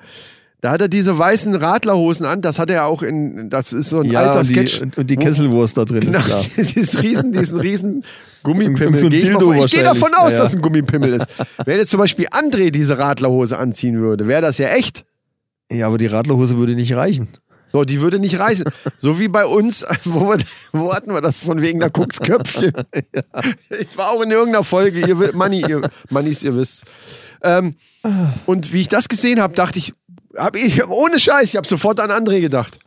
S1: Da hat er diese weißen Radlerhosen an. Das hat er ja auch in. Das ist so ein
S2: Ja,
S1: alter
S2: und die,
S1: Sketch.
S2: und, und die Kesselwurst da drin
S1: Genau,
S2: ist klar.
S1: dieses riesen, diesen riesen Gummipimmel.
S2: um So ein
S1: Geh ich mal
S2: Dildo
S1: von- ich gehe davon
S2: wahrscheinlich.
S1: aus,
S2: Ja, ja.
S1: dass ein Gummipimmel ist. Wenn jetzt zum Beispiel André diese Radlerhose anziehen würde, wäre das ja echt.
S2: Ja, aber die Radlerhose würde nicht reichen.
S1: So, die würde nicht reißen. So wie bei uns, wo, wir, wo hatten wir das von wegen der Kucksköpfchen? Ich war auch in irgendeiner Folge, ihr wi- Manni, ihr Mannis, ihr wisst. Ähm, und wie ich das gesehen habe, dachte ich, hab ich, ohne Scheiß, ich habe sofort an André gedacht.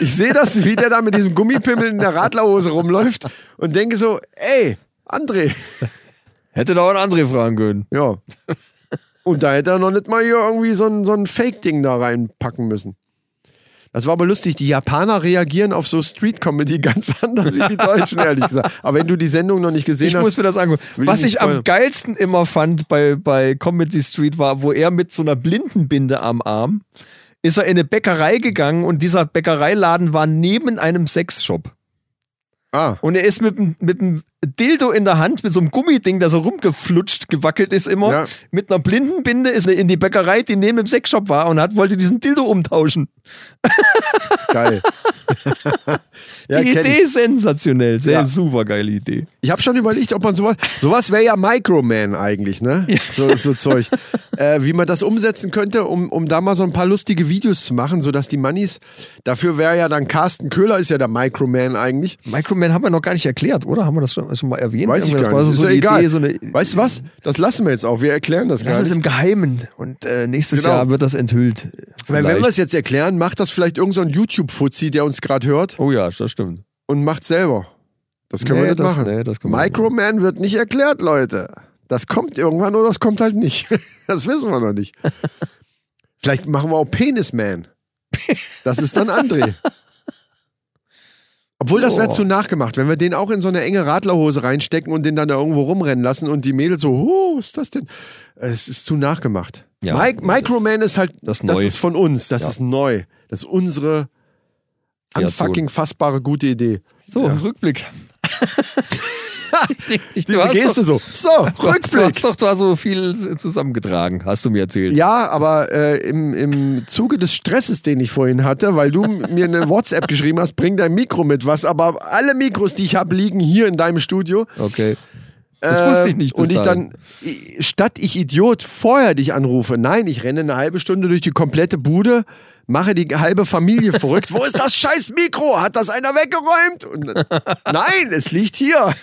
S1: Ich sehe das, wie der da mit diesem Gummipimmel in der Radlerhose rumläuft und denke so, ey, André.
S2: Hätte da auch einen André fragen können.
S1: Ja. Und da hätte er noch nicht mal hier irgendwie so ein, so ein Fake-Ding da reinpacken müssen. Das war aber lustig. Die Japaner reagieren auf so Street-Comedy ganz anders wie die Deutschen, ehrlich gesagt. Aber wenn du die Sendung noch nicht gesehen
S2: Ich
S1: hast.
S2: muss mir das angucken.
S1: Will ich
S2: Was
S1: nicht
S2: ich am
S1: spoilern.
S2: geilsten immer fand bei, bei Comedy Street war, wo er mit so einer Blindenbinde am Arm ist er in eine Bäckerei gegangen und dieser Bäckereiladen war neben einem Sexshop.
S1: ah,
S2: Und er ist mit, dem- mit einem Dildo in der Hand, mit so einem Gummiding, das so rumgeflutscht, gewackelt ist immer,
S1: Ja.
S2: mit einer Blindenbinde ist er in die Bäckerei, die neben dem Sexshop war und hat, wollte diesen Dildo umtauschen.
S1: geil. ja,
S2: die
S1: kenn
S2: Idee
S1: ich.
S2: ist sensationell. Sehr
S1: Ja.
S2: super geile Idee.
S1: ich habe schon überlegt, ob man sowas. Sowas wäre ja Microman eigentlich, ne? So, so Zeug. Äh, wie man das umsetzen könnte, um, um da mal so ein paar lustige Videos zu machen, sodass die Mannis. Dafür wäre ja dann Carsten Köhler, ist ja der Microman eigentlich.
S2: Microman haben wir noch gar nicht erklärt, oder? Haben wir das schon, schon mal erwähnt?
S1: Weiß ich
S2: Irgendwie,
S1: gar nicht.
S2: das war so,
S1: ist
S2: so
S1: ja
S2: eine
S1: egal.
S2: Idee, so eine,
S1: weißt du was? Das lassen wir jetzt auch. Wir erklären das
S2: Das
S1: gar
S2: ist
S1: nicht.
S2: im Geheimen und äh, nächstes
S1: Genau.
S2: Jahr wird das enthüllt.
S1: Weil wenn
S2: Vielleicht.
S1: wir es jetzt erklären, macht das vielleicht irgendein so YouTube-Fuzzi, der uns gerade hört
S2: oh ja, das stimmt.
S1: und macht selber. Das können
S2: Nee,
S1: wir nicht
S2: das-
S1: machen.
S2: nee, das können wir nicht
S1: Microman wird nicht erklärt, Leute. Das kommt irgendwann oder das kommt halt nicht. Das wissen wir noch nicht. vielleicht machen wir auch Penisman. Das ist dann André. Obwohl, das wäre
S2: Oh.
S1: zu nachgemacht, wenn wir den auch in so eine enge Radlerhose reinstecken und den dann da irgendwo rumrennen lassen und die Mädels so, oh, was ist das denn? Es ist zu nachgemacht.
S2: Ja,
S1: Mike,
S2: das-
S1: Microman ist halt, das,
S2: das ist neu.
S1: ist von uns, das
S2: Ja.
S1: ist neu. Das ist unsere
S2: Ja,
S1: unfucking fassbare gute Idee.
S2: So,
S1: Ja.
S2: Rückblick.
S1: Diese Geste so, so,
S2: Rückblick. Du hast
S1: Rückblick.
S2: doch da so viel zusammengetragen, hast du mir erzählt.
S1: Ja, aber äh, im, im Zuge des Stresses, den ich vorhin hatte, weil du mir eine WhatsApp geschrieben hast, bring dein Mikro mit, was aber alle Mikros, die ich habe, liegen hier in deinem Studio.
S2: Okay. Das wusste Ähm, ich nicht bis
S1: Ähm, Und ich
S2: dahin.
S1: dann, i- statt ich Idiot vorher dich anrufe, nein, ich renne eine halbe Stunde durch die komplette Bude, mache die halbe Familie verrückt. Wo ist das scheiß Mikro? Hat das einer weggeräumt? Und, äh, nein, es liegt hier.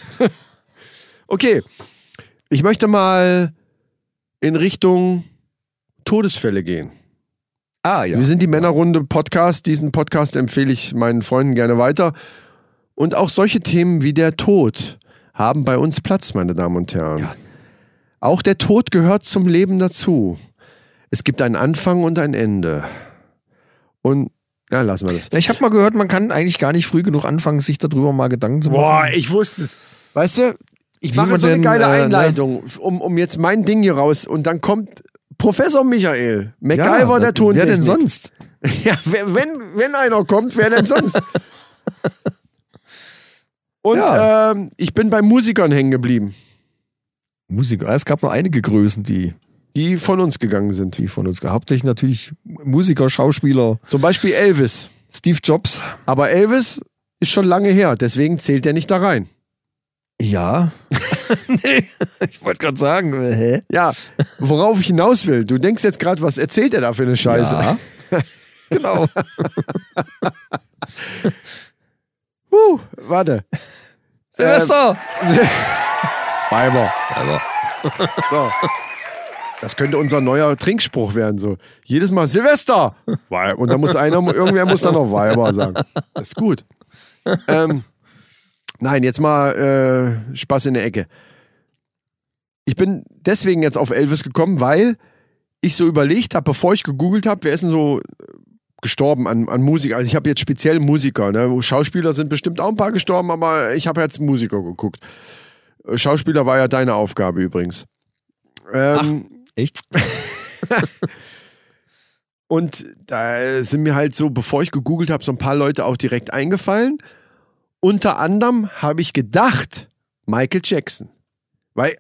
S1: Okay, ich möchte mal in Richtung Todesfälle gehen.
S2: Ah, ja.
S1: Wir sind die Männerrunde Podcast. Diesen Podcast empfehle ich meinen Freunden gerne weiter. Und auch solche Themen wie der Tod haben bei uns Platz, meine Damen und Herren. Auch der Tod gehört zum Leben dazu. Es gibt einen Anfang und ein Ende. Und ja, lassen wir das.
S2: Ich habe mal gehört, man kann eigentlich gar nicht früh genug anfangen, sich darüber mal Gedanken zu machen.
S1: ich wusste es. Weißt du, ich
S2: Wie
S1: mache
S2: man
S1: so eine
S2: denn,
S1: geile
S2: äh, ne?
S1: Einleitung, um, um jetzt mein Ding hier raus. Und dann kommt Professor Michael,
S2: ja,
S1: MacGyver der Ton.
S2: Wer denn sonst?
S1: Ja, wer- wenn, wenn einer kommt, wer denn sonst? Und
S2: Ja.
S1: ähm, ich bin bei Musikern hängen geblieben,
S2: Musiker. Es gab noch einige Größen, die,
S1: die von uns gegangen sind.
S2: die von uns gab. Hauptsächlich natürlich Musiker, Schauspieler,
S1: Zum Beispiel Elvis.
S2: Steve Jobs.
S1: Aber Elvis ist schon lange her, deswegen zählt er nicht da rein.
S2: Ja. nee, ich wollte gerade sagen, äh, hä?
S1: Ja, worauf ich hinaus will, du denkst jetzt gerade, was erzählt er da für eine Scheiße?
S2: Ja. Also, genau.
S1: Ähm, Huh, warte.
S2: Silvester!
S1: Weiber.
S2: Also,
S1: So. Das könnte unser neuer Trinkspruch werden. So jedes Mal Silvester. Wei- Und da muss einer, irgendwer muss dann noch Weiber sagen. Das ist gut. Ähm, nein, jetzt mal äh, Spaß in der Ecke. Ich bin deswegen jetzt auf Elvis gekommen, weil ich so überlegt habe, bevor ich gegoogelt habe, wer ist denn so gestorben an, an Musik. Also ich habe jetzt speziell Musiker. Ne? Schauspieler sind bestimmt auch ein paar gestorben, aber ich habe jetzt Musiker geguckt. Äh, Schauspieler war ja deine Aufgabe übrigens. Ähm,
S2: Echt?
S1: Und da sind mir halt so, bevor ich gegoogelt habe, so ein paar Leute auch direkt eingefallen. Unter anderem habe ich gedacht, Michael Jackson. Weil,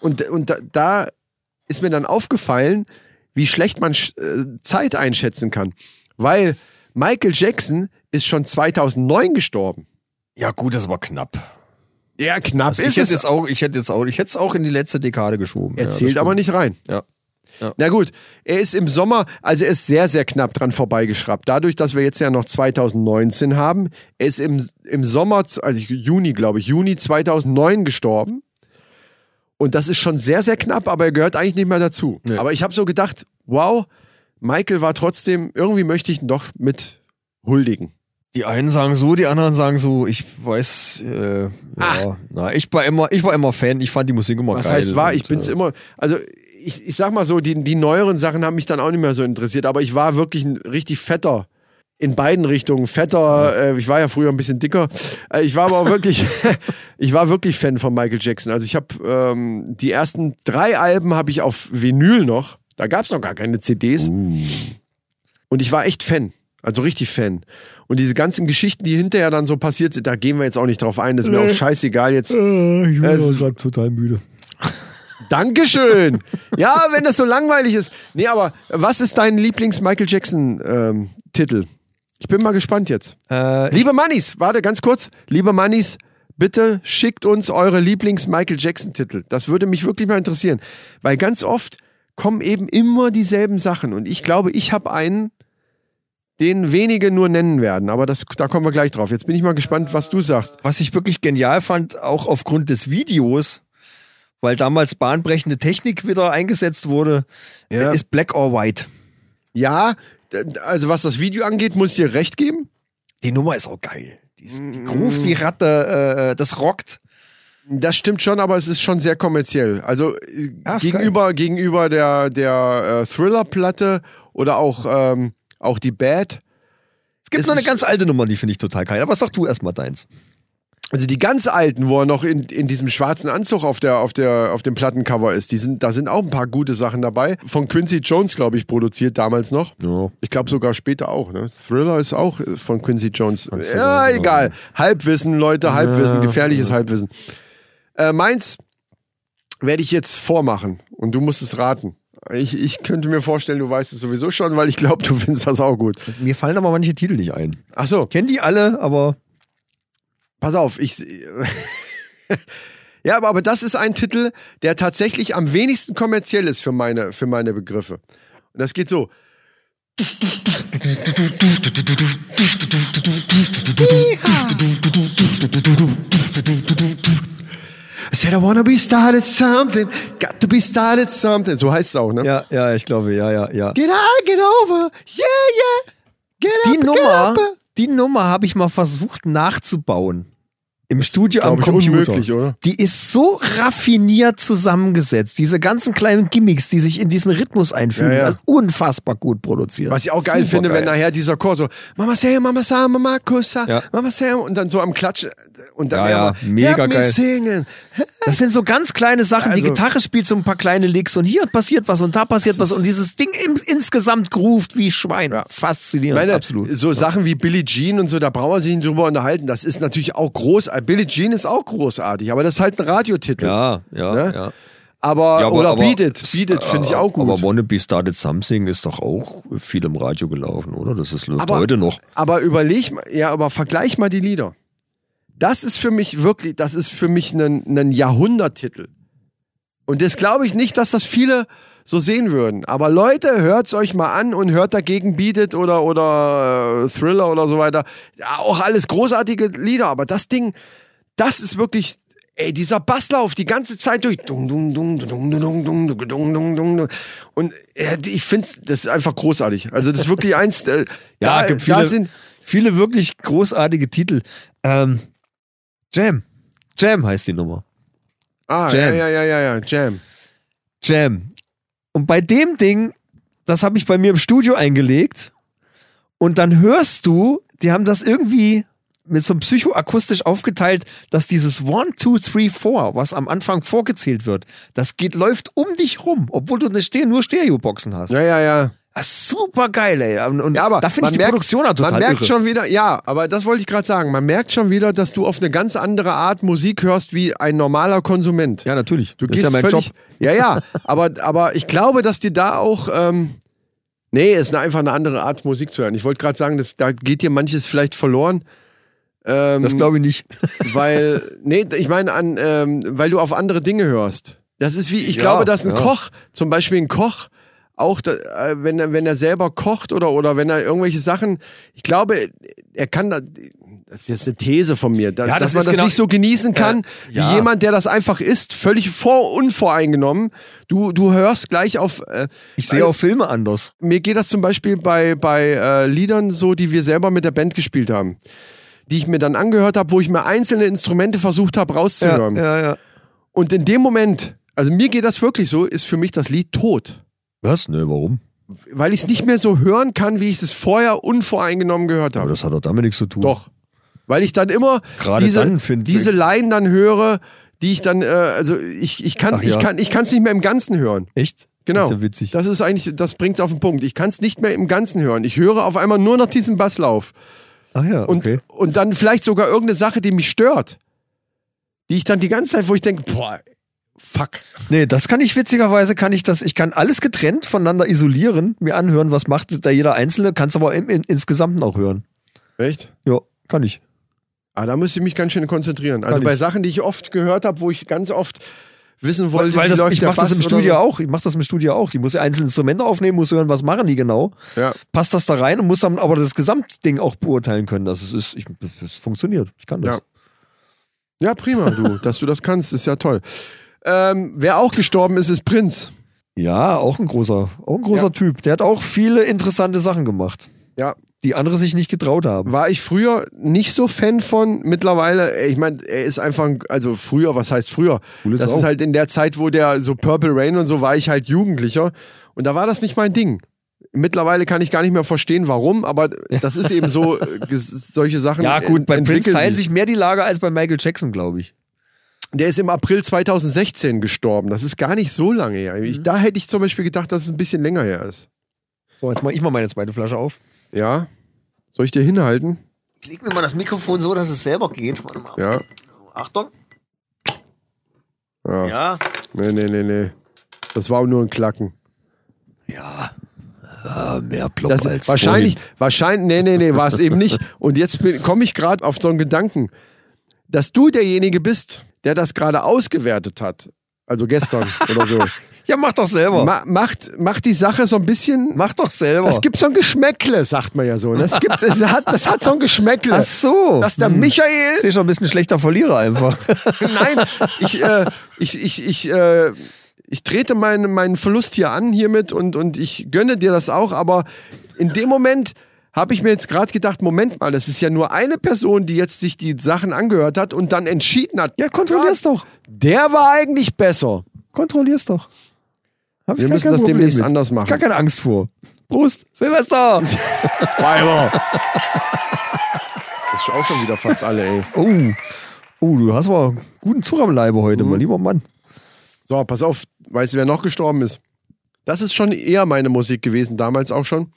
S1: und, und da, da ist mir dann aufgefallen, wie schlecht man sch- äh, Zeit einschätzen kann. Weil Michael Jackson ist schon 2009 gestorben.
S2: Ja, gut, das war knapp.
S1: Ja, knapp
S2: Also ich hätte jetzt auch, ich hätte jetzt auch, ich hätte es auch in die letzte Dekade geschoben.
S1: Er
S2: Ja, das
S1: zählt aber
S2: stimmt.
S1: nicht rein.
S2: Ja. Ja.
S1: Na gut, er ist im Sommer, also er ist sehr, sehr knapp dran vorbeigeschraubt. Dadurch, dass wir jetzt ja noch 2019 haben, er ist im, im Sommer, z- also Juni, glaube ich, Juni 2009 gestorben. Und das ist schon sehr, sehr knapp, aber er gehört eigentlich nicht mehr dazu.
S2: Nee.
S1: Aber ich habe so gedacht, wow, Michael war trotzdem, irgendwie möchte ich ihn doch mit huldigen.
S2: Die einen sagen so, die anderen sagen so. Ich weiß, äh, ja,
S1: Ach.
S2: na, ich war immer, ich war immer Fan. Ich fand die Musik immer
S1: Ah. Was
S2: geil.
S1: heißt war? Ich
S2: und,
S1: bin's
S2: äh,
S1: immer. Also ich, ich sag mal so, die, die neueren Sachen haben mich dann auch nicht mehr so interessiert, aber ich war wirklich ein richtig fetter. In beiden Richtungen. Fetter, äh, ich war ja früher ein bisschen dicker. Äh, ich war aber auch wirklich, ich war wirklich Fan von Michael Jackson. Also ich habe ähm, die ersten drei Alben habe ich auf Vinyl noch. Da gab's noch gar keine CDs.
S2: Uh.
S1: Und ich war echt Fan. Also richtig Fan. Und diese ganzen Geschichten, die hinterher dann so passiert sind, da gehen wir jetzt auch nicht drauf ein. Das ist mir auch scheißegal jetzt.
S2: Äh, ich bin
S1: Es-
S2: auch gerade total müde.
S1: Dankeschön. Ja, wenn das so langweilig ist. Nee, aber was ist dein Lieblings-Michael Jackson-Titel? ich bin mal gespannt jetzt.
S2: Äh,
S1: Liebe Mannis, warte ganz kurz. Liebe Mannis, bitte schickt uns eure Lieblings-Michael Jackson-Titel. Das würde mich wirklich mal interessieren. Weil ganz oft kommen eben immer dieselben Sachen. Und ich glaube, ich habe einen, den wenige nur nennen werden. Aber das, da kommen wir gleich drauf. Jetzt bin ich mal gespannt, was du sagst.
S2: Was ich wirklich genial fand, auch aufgrund des Videos, weil damals bahnbrechende Technik wieder eingesetzt wurde,
S1: Ja.
S2: ist Black or White.
S1: Ja, d- also was das Video angeht, muss ich dir recht geben.
S2: Die Nummer ist auch geil. Die, ist, die groovt wie Ratte, äh, das rockt.
S1: Das stimmt schon, aber es ist schon sehr kommerziell. Also äh,
S2: Ah, ist
S1: gegenüber, gegenüber der, der äh, Thriller-Platte oder auch, ähm, auch die Bad.
S2: Es gibt
S1: Es
S2: noch eine
S1: ist-
S2: ganz alte Nummer, die finde ich total geil. Aber sag du erstmal deins.
S1: Also die ganz alten, wo er noch in, in diesem schwarzen Anzug auf, der, auf, der, auf dem Plattencover ist, die sind, da sind auch ein paar gute Sachen dabei. Von Quincy Jones, glaube ich, produziert damals noch.
S2: Ja.
S1: Ich glaube sogar später auch. Ne? Thriller ist auch äh, von Quincy Jones. genau.
S2: Kannst du
S1: Ja,
S2: sagen.
S1: egal. Halbwissen, Leute, Halbwissen, gefährliches Halbwissen. Äh, meins werde ich jetzt vormachen und du musst es raten. Ich, ich könnte mir vorstellen, du weißt es sowieso schon, weil ich glaube, du findest das auch gut.
S2: Mir fallen aber manche Titel nicht ein.
S1: Ach so,
S2: Kennen die alle, aber
S1: pass auf. Ich, ja, aber, aber das ist ein Titel, der tatsächlich am wenigsten kommerziell ist für meine, für meine Begriffe. Und das geht so. I said I wanna be started something, got to be started something. So heißt es auch, ne?
S2: ja, ja, ich glaube, ja, ja, ja.
S1: Get out, get over, yeah, yeah. Get
S2: Die
S1: up,
S2: Nummer,
S1: get up.
S2: die Nummer habe ich mal versucht nachzubauen. Im Studio am
S1: glaub ich,
S2: Computer.
S1: unmöglich, oder?
S2: Die ist so raffiniert zusammengesetzt. Diese ganzen kleinen Gimmicks, die sich in diesen Rhythmus einfügen,
S1: Ja, ja.
S2: also unfassbar gut produziert.
S1: Was ich auch geil finde, wenn
S2: Supergeil.
S1: nachher dieser Chor so Mama Sam, Mama Sam, Mama Kussa,
S2: Ja.
S1: Mama Sam und dann so am Klatsch äh, und dann
S2: Ja, ja,
S1: immer,
S2: mega
S1: "Help me
S2: geil.
S1: singen.
S2: Das sind so ganz kleine Sachen. die
S1: Also-
S2: Gitarre spielt so ein paar kleine Licks und hier passiert was und da passiert was und dieses Ding im, insgesamt groovt wie Schwein.
S1: Ja. Ich
S2: Faszinierend.
S1: meine,
S2: absolut.
S1: so Sachen wie Billie Jean und so, da brauchen wir sich nicht drüber unterhalten. Das ist natürlich auch großartig. Billie Jean ist auch großartig, aber das ist halt ein Radiotitel.
S2: Ja, ja,
S1: Ne?
S2: ja.
S1: Aber,
S2: Ja, aber-
S1: Ah, oder
S2: aber-
S1: Beat It, Beat It finde ich auch gut.
S2: Aber Wannabe Started Something ist doch auch viel im Radio gelaufen, oder? Das ist, läuft heute noch.
S1: Aber überleg mal, ja, aber vergleich mal die Lieder. Das ist für mich wirklich, das ist für mich ein, ein Jahrhunderttitel. Und das glaube ich nicht, dass das viele so sehen würden. Aber Leute, hört's euch mal an und hört dagegen Beat It oder, oder äh, Thriller oder so weiter. Ja, auch alles großartige Lieder, aber das Ding, das ist wirklich, ey, dieser Basslauf die ganze Zeit durch. Dung, dung, dung, dung, dung, dung, dung, dung, dung, dung, dung, dung. Und äh, ich finde, das ist einfach großartig. Also das ist wirklich eins, äh,
S2: Ja,
S1: da,
S2: gibt
S1: da
S2: viele-
S1: sind,
S2: Viele wirklich großartige Titel. Ähm, Jam. Jam heißt die Nummer.
S1: Ah,
S2: Jam.
S1: ja, ja, ja, ja, ja, Jam.
S2: Jam. Und bei dem Ding, das habe ich bei mir im Studio eingelegt. Und dann hörst du, die haben das irgendwie mit so einem psychoakustisch aufgeteilt, dass dieses One, Two, Three, Four, was am Anfang vorgezählt wird, das geht, läuft um dich rum, obwohl du eine Ste nur Stereoboxen hast.
S1: Ja, ja, ja.
S2: Das ist super geil, ey. Und, und
S1: Ja, aber
S2: da finde
S1: man
S2: ich die
S1: merkt-
S2: Produktion auch total
S1: Man merkt
S2: irre.
S1: schon wieder, ja, aber das wollte ich gerade sagen. Man merkt schon wieder, dass du auf eine ganz andere Art Musik hörst wie ein normaler Konsument.
S2: ja, natürlich.
S1: du
S2: das ist ja mein
S1: völlig,
S2: Job.
S1: Ja, ja. Aber, aber ich glaube, dass dir da auch. Ähm, nee, ist eine- einfach eine andere Art Musik zu hören. Ich wollte gerade sagen, dass, da geht dir manches vielleicht verloren. Ähm,
S2: Das glaube ich nicht.
S1: weil, nee, ich meine, an, ähm, weil du auf andere Dinge hörst. Das ist wie, ich
S2: Ja,
S1: glaube, dass ein
S2: ja.
S1: Koch, zum Beispiel ein Koch, auch da, äh, wenn, er, wenn er selber kocht oder, oder wenn er irgendwelche Sachen, ich glaube, er kann da, das ist jetzt eine These von mir, da,
S2: Ja,
S1: dass
S2: das
S1: man
S2: ist
S1: das
S2: genau-
S1: nicht so genießen kann,
S2: Äh, ja.
S1: wie jemand, der das einfach isst, völlig vor unvoreingenommen. Du, du hörst gleich auf, äh,
S2: Ich sehe auch Filme anders.
S1: mir geht das zum Beispiel bei, bei äh, Liedern so, die wir selber mit der Band gespielt haben, die ich mir dann angehört habe, wo ich mir einzelne Instrumente versucht habe rauszuhören.
S2: ja.
S1: Und in dem Moment, also mir geht das wirklich so, ist für mich das Lied tot.
S2: Was? Ne, warum?
S1: Weil ich es nicht mehr so hören kann, wie ich es vorher unvoreingenommen gehört
S2: Aber
S1: habe.
S2: das hat doch damit nichts zu tun.
S1: Doch. Weil ich dann immer
S2: Gerade
S1: diese,
S2: dann find ich-
S1: diese Laien dann höre, die ich dann, äh, also ich, ich kann
S2: Ach
S1: es
S2: ja.
S1: kann, ich kann's nicht mehr im Ganzen hören.
S2: Echt?
S1: Genau.
S2: Das ist ja witzig.
S1: Das ist eigentlich, das bringt's auf den Punkt. Ich kann es nicht mehr im Ganzen hören. Ich höre auf einmal nur noch diesen Basslauf.
S2: Ach ja,
S1: Und,
S2: okay.
S1: und dann vielleicht sogar irgendeine Sache, die mich stört. Die ich dann die ganze Zeit, wo ich denke, boah, fuck.
S2: Nee, das kann ich witzigerweise, kann ich das, ich kann alles getrennt voneinander isolieren, mir anhören, was macht da jeder Einzelne, kann es aber im, in, insgesamt auch hören.
S1: Echt?
S2: Ja, kann ich.
S1: Ah, da müsste ich mich ganz schön konzentrieren. Also
S2: Kann
S1: bei
S2: ich.
S1: Sachen, die ich oft gehört habe, wo ich ganz oft wissen wollte,
S2: Weil
S1: wie
S2: das,
S1: läuft
S2: ich
S1: der
S2: mache das
S1: Bass
S2: im
S1: oder
S2: Studio auch. Ich mache das im Studio auch. Ich muss ja einzelne Instrumente aufnehmen, muss hören, was machen die genau.
S1: So. Ja.
S2: Passt das da rein und muss dann aber das Gesamtding auch beurteilen können. Also es ist, ich, es funktioniert. Ich kann das.
S1: Ja. ja, prima, du, dass du das kannst, ist ja toll. Ähm, wer auch gestorben ist, ist Prinz.
S2: Ja, auch ein großer, auch ein großer
S1: Ja.
S2: Typ. Der hat auch viele interessante Sachen gemacht,
S1: Ja,
S2: die andere sich nicht getraut haben.
S1: war ich früher nicht so Fan von. Mittlerweile, ey, ich meine, er ist einfach, ein- also früher, was heißt früher?
S2: Cool ist
S1: das
S2: auch.
S1: ist halt in der Zeit, wo der so Purple Rain und so war, ich halt Jugendlicher. Und da war das nicht mein Ding. Mittlerweile kann ich gar nicht mehr verstehen, warum, aber das ist eben so, äh, ges- solche Sachen.
S2: Ja, gut,
S1: ent-
S2: bei Äh, Prince
S1: entwickeln
S2: teilen sich mehr die Lager als bei Michael Jackson, glaube ich.
S1: Der ist im April 2016 gestorben. Das ist gar nicht so lange her.
S2: Mhm.
S1: Ich, da hätte ich zum Beispiel gedacht, dass es ein bisschen länger her ist.
S2: So, jetzt mache ich mal meine zweite Flasche auf.
S1: Ja? Soll ich dir hinhalten?
S5: Ich leg mir mal das Mikrofon so, dass es selber geht. Warte mal.
S1: Ja.
S5: So, Achtung.
S1: Ja.
S5: Ja.
S1: Nee, nee, nee, nee. Das war nur ein Klacken.
S2: Ah, Mehr Plop
S1: Das,
S2: als
S1: wahrscheinlich, wahrscheinlich, nee, nee, nee, war es eben nicht. Und jetzt komme ich gerade auf so einen Gedanken, dass du derjenige bist, der das gerade ausgewertet hat. Also gestern oder so.
S2: Vorhin. Ja, mach doch selber.
S1: Ma macht, macht die Sache so ein bisschen.
S2: mach doch selber.
S1: Es gibt so ein Geschmäckle, sagt man ja so. Das, gibt, es hat, das hat so ein Geschmäckle.
S2: Ach so. Hm.
S1: dass der Michael.
S2: Ich sehe schon ein bisschen schlechter Verlierer einfach.
S1: Nein, ich, äh, ich, ich, ich, äh, ich trete meinen, meinen Verlust hier an hiermit und, und ich gönne dir das auch, aber in dem Moment habe ich mir jetzt gerade gedacht, Moment mal, das ist ja nur eine Person, die jetzt sich die Sachen angehört hat und dann entschieden hat.
S2: Ja, kontrollier's doch.
S1: Der war eigentlich besser.
S2: Kontrollier's doch. Hab ich
S1: Wir
S2: gar
S1: müssen
S2: kein
S1: das
S2: Problem
S1: demnächst
S2: mit.
S1: anders machen.
S2: Gar keine Angst vor. Prost, Silvester!
S1: Weiber. Das ist auch schon wieder fast alle, ey.
S2: Oh. Mhm. oh, du hast aber einen guten Zug am Leibe heute, mein lieber Mann.
S1: So, pass auf, weißt du, wer noch gestorben ist? Das ist schon eher meine Musik gewesen, damals auch schon.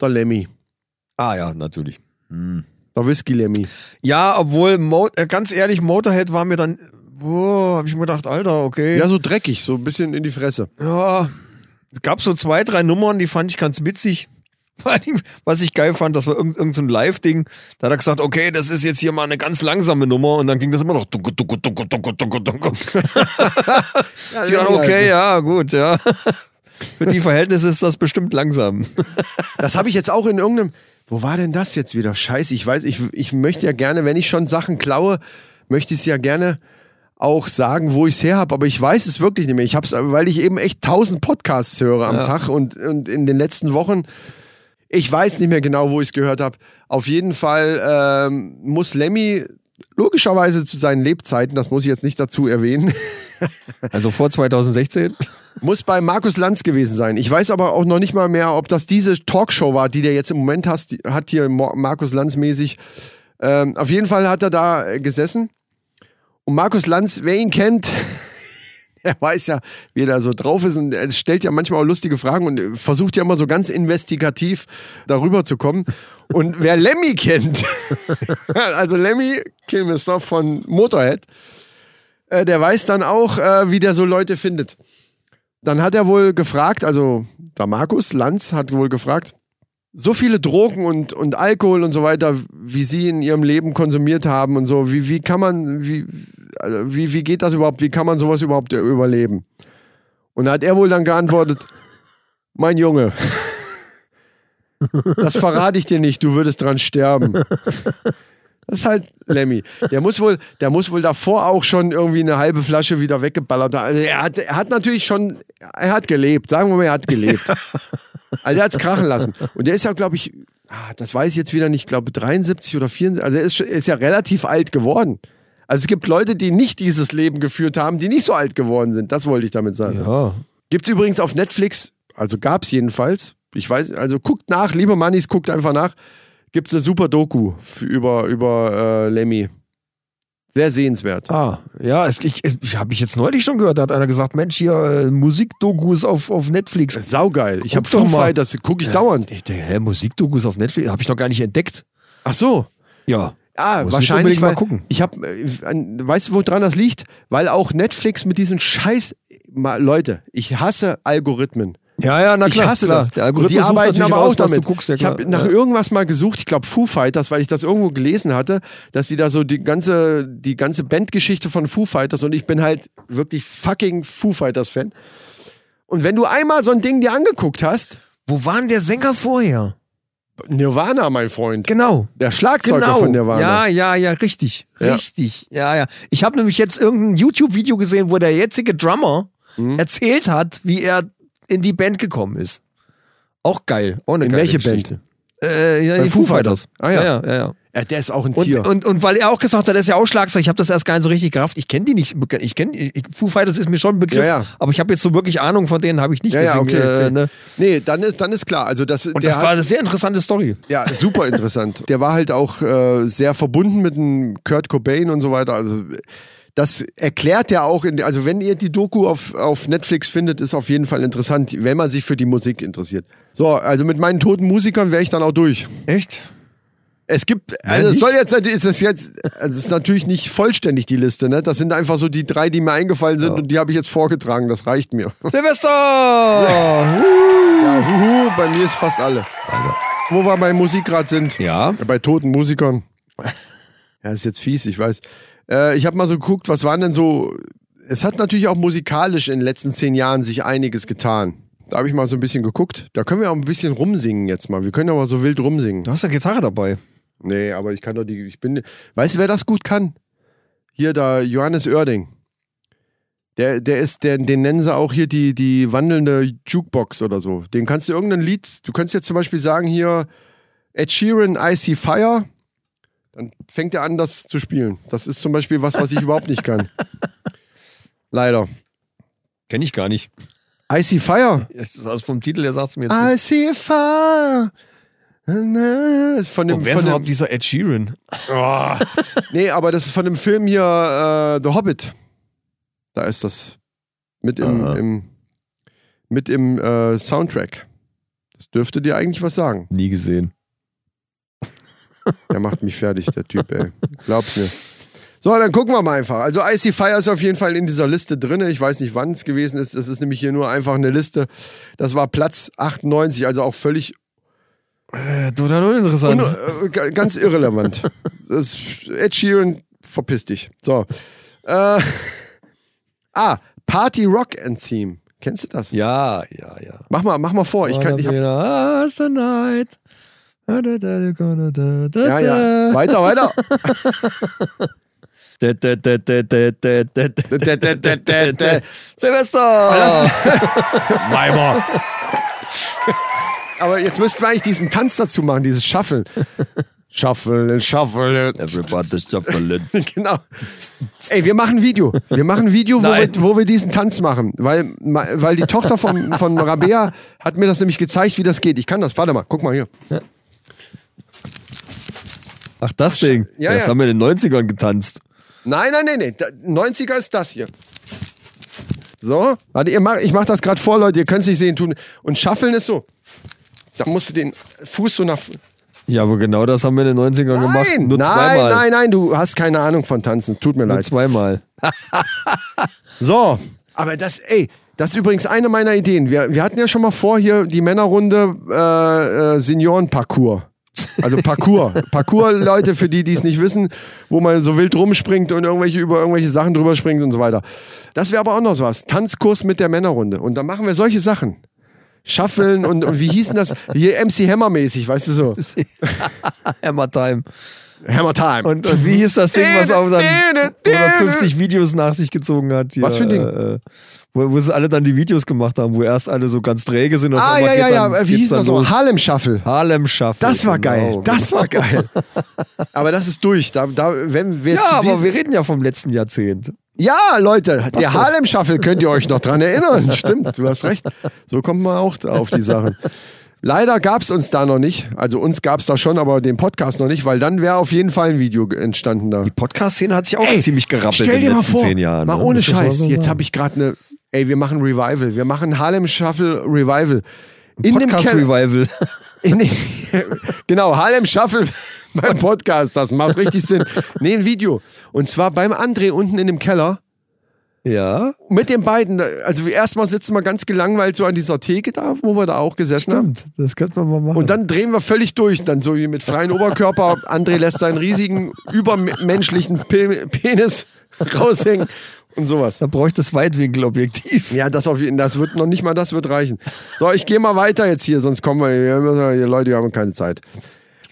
S1: Der Lemmy.
S2: Ah ja, natürlich.
S1: Der Whisky Lemmy.
S2: Ja, obwohl, Mo äh, ganz ehrlich, Motorhead war mir dann, boah, hab ich mir gedacht, Alter, okay.
S1: Ja, so dreckig, so ein bisschen in die Fresse.
S2: Ja, es gab so zwei, drei Nummern, die fand ich ganz witzig. Vor allem, was ich geil fand, das war irgendein irgend so ein Live-Ding. Da hat er gesagt, okay, das ist jetzt hier mal eine ganz langsame Nummer und dann ging das immer noch. dunke, dunke, dunke, dunke, dunke, dunke. Ich dachte, okay, ja, gut, ja. Für die Verhältnisse ist das bestimmt langsam.
S1: Das habe ich jetzt auch in irgendeinem. Wo war denn das jetzt wieder? Scheiße, ich weiß, ich, ich möchte ja gerne, wenn ich schon Sachen klaue, möchte ich es ja gerne auch sagen, wo ich es her habe, aber ich weiß es wirklich nicht mehr. Ich habe es, weil ich eben echt tausend Podcasts höre am Tag und, und in den letzten Wochen. Ich weiß nicht mehr genau, wo ich es gehört habe. Auf jeden Fall ähm, muss Lemmy logischerweise zu seinen Lebzeiten, das muss ich jetzt nicht dazu erwähnen,
S2: Also vor 2016?
S1: muss bei Markus Lanz gewesen sein. Ich weiß aber auch noch nicht mal mehr, ob das diese Talkshow war, die der jetzt im Moment hast, hat hier Mo- Markus Lanz mäßig. Ähm, auf jeden Fall hat er da äh, gesessen. Und Markus Lanz, wer ihn kennt, der weiß ja, wie er da so drauf ist und er stellt ja manchmal auch lustige Fragen und äh, versucht ja immer so ganz investigativ darüber zu kommen. Und wer Lemmy kennt, also Lemmy Kilmister von Motorhead, äh, der weiß dann auch, äh, wie der so Leute findet dann hat er wohl gefragt, also der Markus Lanz hat wohl gefragt, so viele Drogen und, und Alkohol und so weiter, wie sie in ihrem Leben konsumiert haben und so, wie, wie kann man, wie, also wie, wie geht das überhaupt, wie kann man sowas überhaupt äh, überleben? Und da hat er wohl dann geantwortet, mein Junge, das verrate ich dir nicht, du würdest dran sterben. Das ist halt Lemmy. Der muss wohl, der muss wohl davor auch schon irgendwie eine halbe Flasche wieder weggeballert haben. Also er, hat, er hat natürlich schon, er hat gelebt, sagen wir mal, er hat gelebt. Also er hat es krachen lassen. Und der ist ja, glaube ich, ah, das weiß ich jetzt wieder nicht, glaube 73 oder 74, also er ist, schon- er ist ja relativ alt geworden. Also es gibt Leute, die nicht dieses Leben geführt haben, die nicht so alt geworden sind. Das wollte ich damit sagen.
S2: Ja.
S1: Gibt's übrigens auf Netflix, also gab's jedenfalls. Ich weiß, also guckt nach, liebe Mannis, guckt einfach nach. Gibt's eine super Doku für, über, über äh, Lemmy. Sehr sehenswert.
S2: Ah, ja, es, ich, ich habe ich jetzt neulich schon gehört, da hat einer gesagt, Mensch, hier äh, Musikdokus auf, auf Netflix.
S1: Saugeil. Ich
S2: Guck
S1: habe Foo
S2: doch mal.
S1: Fighters, gucke ich dauernd.
S2: Ich denke, hä, Musikdokus auf Netflix, habe ich noch gar nicht entdeckt.
S1: Ach so.
S2: Ja.
S1: Ah,
S2: Muss ich
S1: wahrscheinlich.
S2: unbedingt mal
S1: Weil,
S2: gucken.
S1: Ich habe, äh, an- weißt du, woran das liegt? Weil auch Netflix mit diesen Scheiß, mal, Leute, ich hasse Algorithmen.
S2: Ja, ja, na klar.
S1: ich hasse
S2: klar.
S1: das.
S2: Der Algorithmus
S1: die
S2: sucht
S1: arbeiten
S2: natürlich
S1: aber
S2: raus,
S1: auch damit.
S2: Was du guckst, ja,
S1: ich habe
S2: klar.
S1: nach
S2: ja.
S1: irgendwas mal gesucht, ich glaube Foo Fighters, weil ich das irgendwo gelesen hatte, dass sie da so die ganze, die ganze Bandgeschichte von Foo Fighters und ich bin halt wirklich fucking Foo Fighters-Fan. Und wenn du einmal so ein Ding dir angeguckt hast,
S2: Wo war denn der Sänger vorher?
S1: Nirvana, mein Freund,
S2: Genau.
S1: der Schlagzeuger von Nirvana.
S2: Ja, ja, ja, richtig.
S1: Ja.
S2: Richtig. Ja, ja. Ich habe nämlich jetzt irgendein YouTube-Video gesehen, wo der jetzige Drummer
S1: Mhm.
S2: erzählt hat, wie er in die Band gekommen ist. Auch geil. Auch eine
S1: In
S2: geile
S1: welche
S2: Geschichte. Äh, ja,
S1: Bei
S2: die
S1: Foo
S2: Foo Fighters.
S1: Fighters. Ah, ja.
S2: ja, ja, ja.
S1: Ja, der ist auch ein
S2: Und,
S1: Tier.
S2: und, und weil er auch gesagt hat, er ist ja auch Schlagzeug, ich habe das erst gar nicht so richtig gerafft. Ich kenne die nicht. Ich kenne ich, Foo Fighters ist mir schon ein Begriff,
S1: Ja, ja.
S2: aber ich habe jetzt so wirklich Ahnung von denen habe ich nicht.
S1: ja, ja,
S2: deswegen,
S1: okay. okay.
S2: Äh, ne?
S1: Nee, dann ist, dann ist klar. Also das,
S2: Und
S1: der
S2: das
S1: hat,
S2: war eine sehr interessante Story.
S1: Ja, super interessant. Der war halt auch äh, sehr verbunden mit dem Kurt Cobain und so weiter. Also das erklärt er auch. In, der- also wenn ihr die Doku auf, auf Netflix findet, ist auf jeden Fall interessant, wenn man sich für die Musik interessiert. So, also mit meinen toten Musikern wäre ich dann auch durch.
S2: Echt?
S1: Es gibt, also es
S2: nicht?
S1: soll jetzt, natürlich- es ist jetzt, also es ist natürlich nicht vollständig die Liste, ne? Das sind einfach so die drei, die mir eingefallen sind und die habe ich jetzt vorgetragen. Das reicht mir.
S2: Silvester!
S1: Ja, huhu, bei mir ist fast alle. Wo wir bei Musik gerade sind.
S2: Ja.
S1: Bei toten Musikern. Ja, ist jetzt fies, ich weiß. Äh, ich habe mal so geguckt, was waren denn so. Es hat natürlich auch musikalisch in den letzten zehn Jahren sich einiges getan. Da habe ich mal so ein bisschen geguckt. Da können wir auch ein bisschen rumsingen jetzt mal. Wir können ja mal so wild rumsingen.
S2: Du hast eine Gitarre dabei.
S1: Nee, aber ich kann doch die. Ich bin. Weißt du, wer das gut kann? Hier, da, Johannes Oerding. Der, der ist, der, den nennen sie auch hier die, die wandelnde Jukebox oder so. Dem kannst du irgendein Lied, du kannst jetzt zum Beispiel sagen hier Ed Sheeran, I See Fire. Dann fängt er an, das zu spielen. Das ist zum Beispiel was, was ich überhaupt nicht kann. Leider.
S2: Kenne ich gar nicht.
S1: I See Fire.
S2: Das ist also vom Titel, der sagt es mir jetzt nicht.
S1: I See Fire. Das ist Von dem,
S2: Und Oh, wer ist
S1: von dem,
S2: überhaupt dieser Ed Sheeran?
S1: Nee, aber das ist von dem Film hier äh, The Hobbit. Da ist das mit im,
S2: Aha.
S1: im mit im äh, Soundtrack. Das dürfte dir eigentlich was sagen.
S2: Nie gesehen.
S1: Der macht mich fertig, der Typ, ey. Glaub's mir. So, dann gucken wir mal einfach. Also Icy Fire ist auf jeden Fall in dieser Liste drin. Ich weiß nicht, wann es gewesen ist. Das ist nämlich hier nur einfach eine Liste. Das war Platz 98, also auch völlig
S2: Äh, total uninteressant.
S1: Und, äh, g- ganz irrelevant. Das, Ed Sheeran, verpiss dich. So. Äh, ah, Party Rock and Theme. Kennst du das?
S2: ja, Oh, ja, ja.
S1: Mach mal, mach mal vor. Ich kann, ich hab,
S2: Ah, it's the night. Da, da, da, da, da, da,
S1: ja, ja. Weiter, weiter.
S2: Da, da, da, da, da, da, da, da,
S1: Dä, dä, dä, dä, dä.
S2: Silvester!
S1: Weiber. Aber jetzt müssten wir eigentlich diesen Tanz dazu machen, dieses Shuffle. Shuffle, shuffle.
S2: Everybody's shuffling.
S1: genau. Ey, wir machen ein Video. Wir machen ein Video, wo, wir,
S2: Nein.
S1: wo wir diesen Tanz machen. Weil, weil die Tochter von, von Rabea hat mir das nämlich gezeigt, wie das geht. Ich kann das. Warte mal, guck mal hier.
S2: Ach, das Ding.
S1: Ja,
S2: das
S1: ja.
S2: haben wir in den 90ern getanzt.
S1: Nein, nein, nein, nein. Da- 90er ist das hier. So, warte, ihr mach, ich mach das gerade vor, Leute, ihr könnt es nicht sehen tun. Und Schaffeln ist so. Da musst du den Fuß so nach.
S2: Ja, aber genau das haben wir in den 90ern gemacht.
S1: Nein,
S2: Nur
S1: nein,
S2: zweimal.
S1: nein, nein, du hast keine Ahnung von Tanzen. Tut mir
S2: Nur
S1: leid.
S2: zweimal.
S1: So, aber das, ey, das ist übrigens eine meiner Ideen. Wir, wir hatten ja schon mal vor hier die Männerrunde äh, äh, Seniorenparcours. Also Parcours. Parcours, Leute, für die, die es nicht wissen, wo man so wild rumspringt und irgendwelche über irgendwelche Sachen drüber springt und so weiter. Das wäre aber auch noch so was. Tanzkurs mit der Männerrunde. Und dann machen wir solche Sachen. Schaffeln und, und wie hießen das? Hier MC Hammer-mäßig, weißt du so.
S2: Hammer Time.
S1: Hammer Time.
S2: Und, und wie hieß das Ding, was auch dann 150 Videos nach sich gezogen hat? Hier,
S1: Was für ein Ding?
S2: Äh, äh, wo, wo sie alle dann die Videos gemacht haben, wo erst alle so ganz träge sind. und auf
S1: ah,
S2: einmal
S1: ja, ja,
S2: geht
S1: ja.
S2: dann-
S1: wie
S2: geht's
S1: hieß
S2: dann
S1: das noch?
S2: los.
S1: Harlem Shuffle.
S2: Harlem Shuffle.
S1: Das war geil.
S2: genau.
S1: Das war geil. Aber das ist durch. Da, da, wenn wir
S2: ja,
S1: zu
S2: aber
S1: diesem-
S2: wir reden ja vom letzten Jahrzehnt.
S1: ja, Leute, der Harlem Shuffle könnt ihr euch noch dran erinnern. Stimmt, du hast recht. So kommt man auch auf die Sachen. Leider gab es uns da noch nicht. Also uns gab es da schon, aber den Podcast noch nicht, weil dann wäre auf jeden Fall ein Video ge- entstanden da.
S2: Podcast-Szene hat sich auch ziemlich gerappelt
S1: Stell
S2: in
S1: dir
S2: den
S1: mal
S2: letzten
S1: vor,
S2: zehn Jahren.
S1: mal
S2: ne?
S1: ohne
S2: Muss ich mal
S1: Scheiß.
S2: so
S1: Jetzt
S2: sagen.
S1: habe ich gerade eine. Ey, wir machen Revival. Wir machen Harlem Shuffle Revival. In dem
S2: Podcast
S1: Keller-
S2: Revival.
S1: In, genau, Harlem Shuffle beim Podcast, das macht richtig Sinn. Nee, ein Video. Und zwar beim André unten in dem Keller.
S2: ja.
S1: Mit den beiden, also wir erstmal sitzen wir ganz gelangweilt so an dieser Theke da, wo wir da auch gesessen haben.
S2: Stimmt, das könnte man mal machen.
S1: Und dann drehen wir völlig durch, dann so wie mit freiem Oberkörper. André lässt seinen riesigen, übermenschlichen Pe Penis raushängen und sowas.
S2: da bräuchte es Weitwinkelobjektiv.
S1: Ja, das auf jeden das wird noch nicht mal das wird reichen. So, ich gehe mal weiter jetzt hier, sonst kommen wir wir müssen- hier, Leute, wir haben keine Zeit.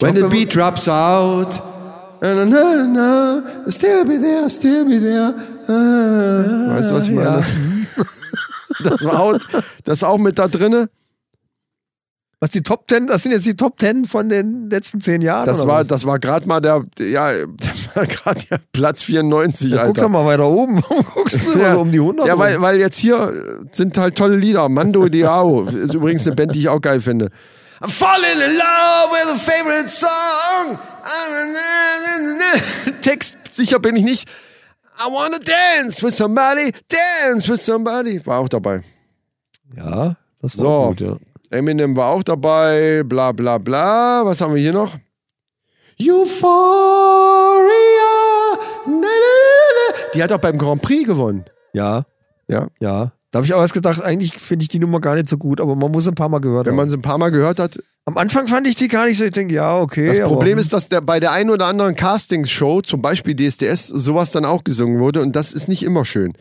S1: When the beat drops out, na, na, na, na, still be there, still be there. Ah. Weißt du, was ich meine? Das war out, das ist auch mit da drinne.
S2: Was die Top Ten, das sind jetzt die Top Ten von den letzten zehn Jahren.
S1: Das
S2: oder
S1: war,
S2: was?
S1: das war gerade mal der, ja, das war gerade der Platz 94,
S2: Guck doch
S1: Alter.
S2: mal weiter oben. Warum guckst du immer so um die 100?
S1: Ja,
S2: rum?
S1: weil, weil jetzt hier sind halt tolle Lieder. Mando Diao ist übrigens eine Band, die ich auch geil finde. I'm falling in love with a favorite song. Text sicher bin ich nicht. I wanna dance with somebody, dance with somebody. War auch dabei.
S2: ja das war
S1: So.
S2: gut, ja.
S1: Eminem war auch dabei, bla bla bla. Was haben wir hier noch? Euphoria. Na, na, na, na, na. Die hat auch beim Grand Prix gewonnen.
S2: Ja,
S1: Ja,
S2: ja. Da habe ich auch erst gedacht, eigentlich finde ich die Nummer gar nicht so gut, aber man muss ein paar Mal gehört
S1: wenn
S2: haben.
S1: man sie ein paar Mal gehört hat,
S2: Am Anfang fand ich die gar nicht so, ich denke, ja, okay.
S1: Das
S2: aber-
S1: Problem ist, dass der, bei der einen oder anderen Castingshow, zum Beispiel DSDS, sowas dann auch gesungen wurde und das ist nicht immer schön.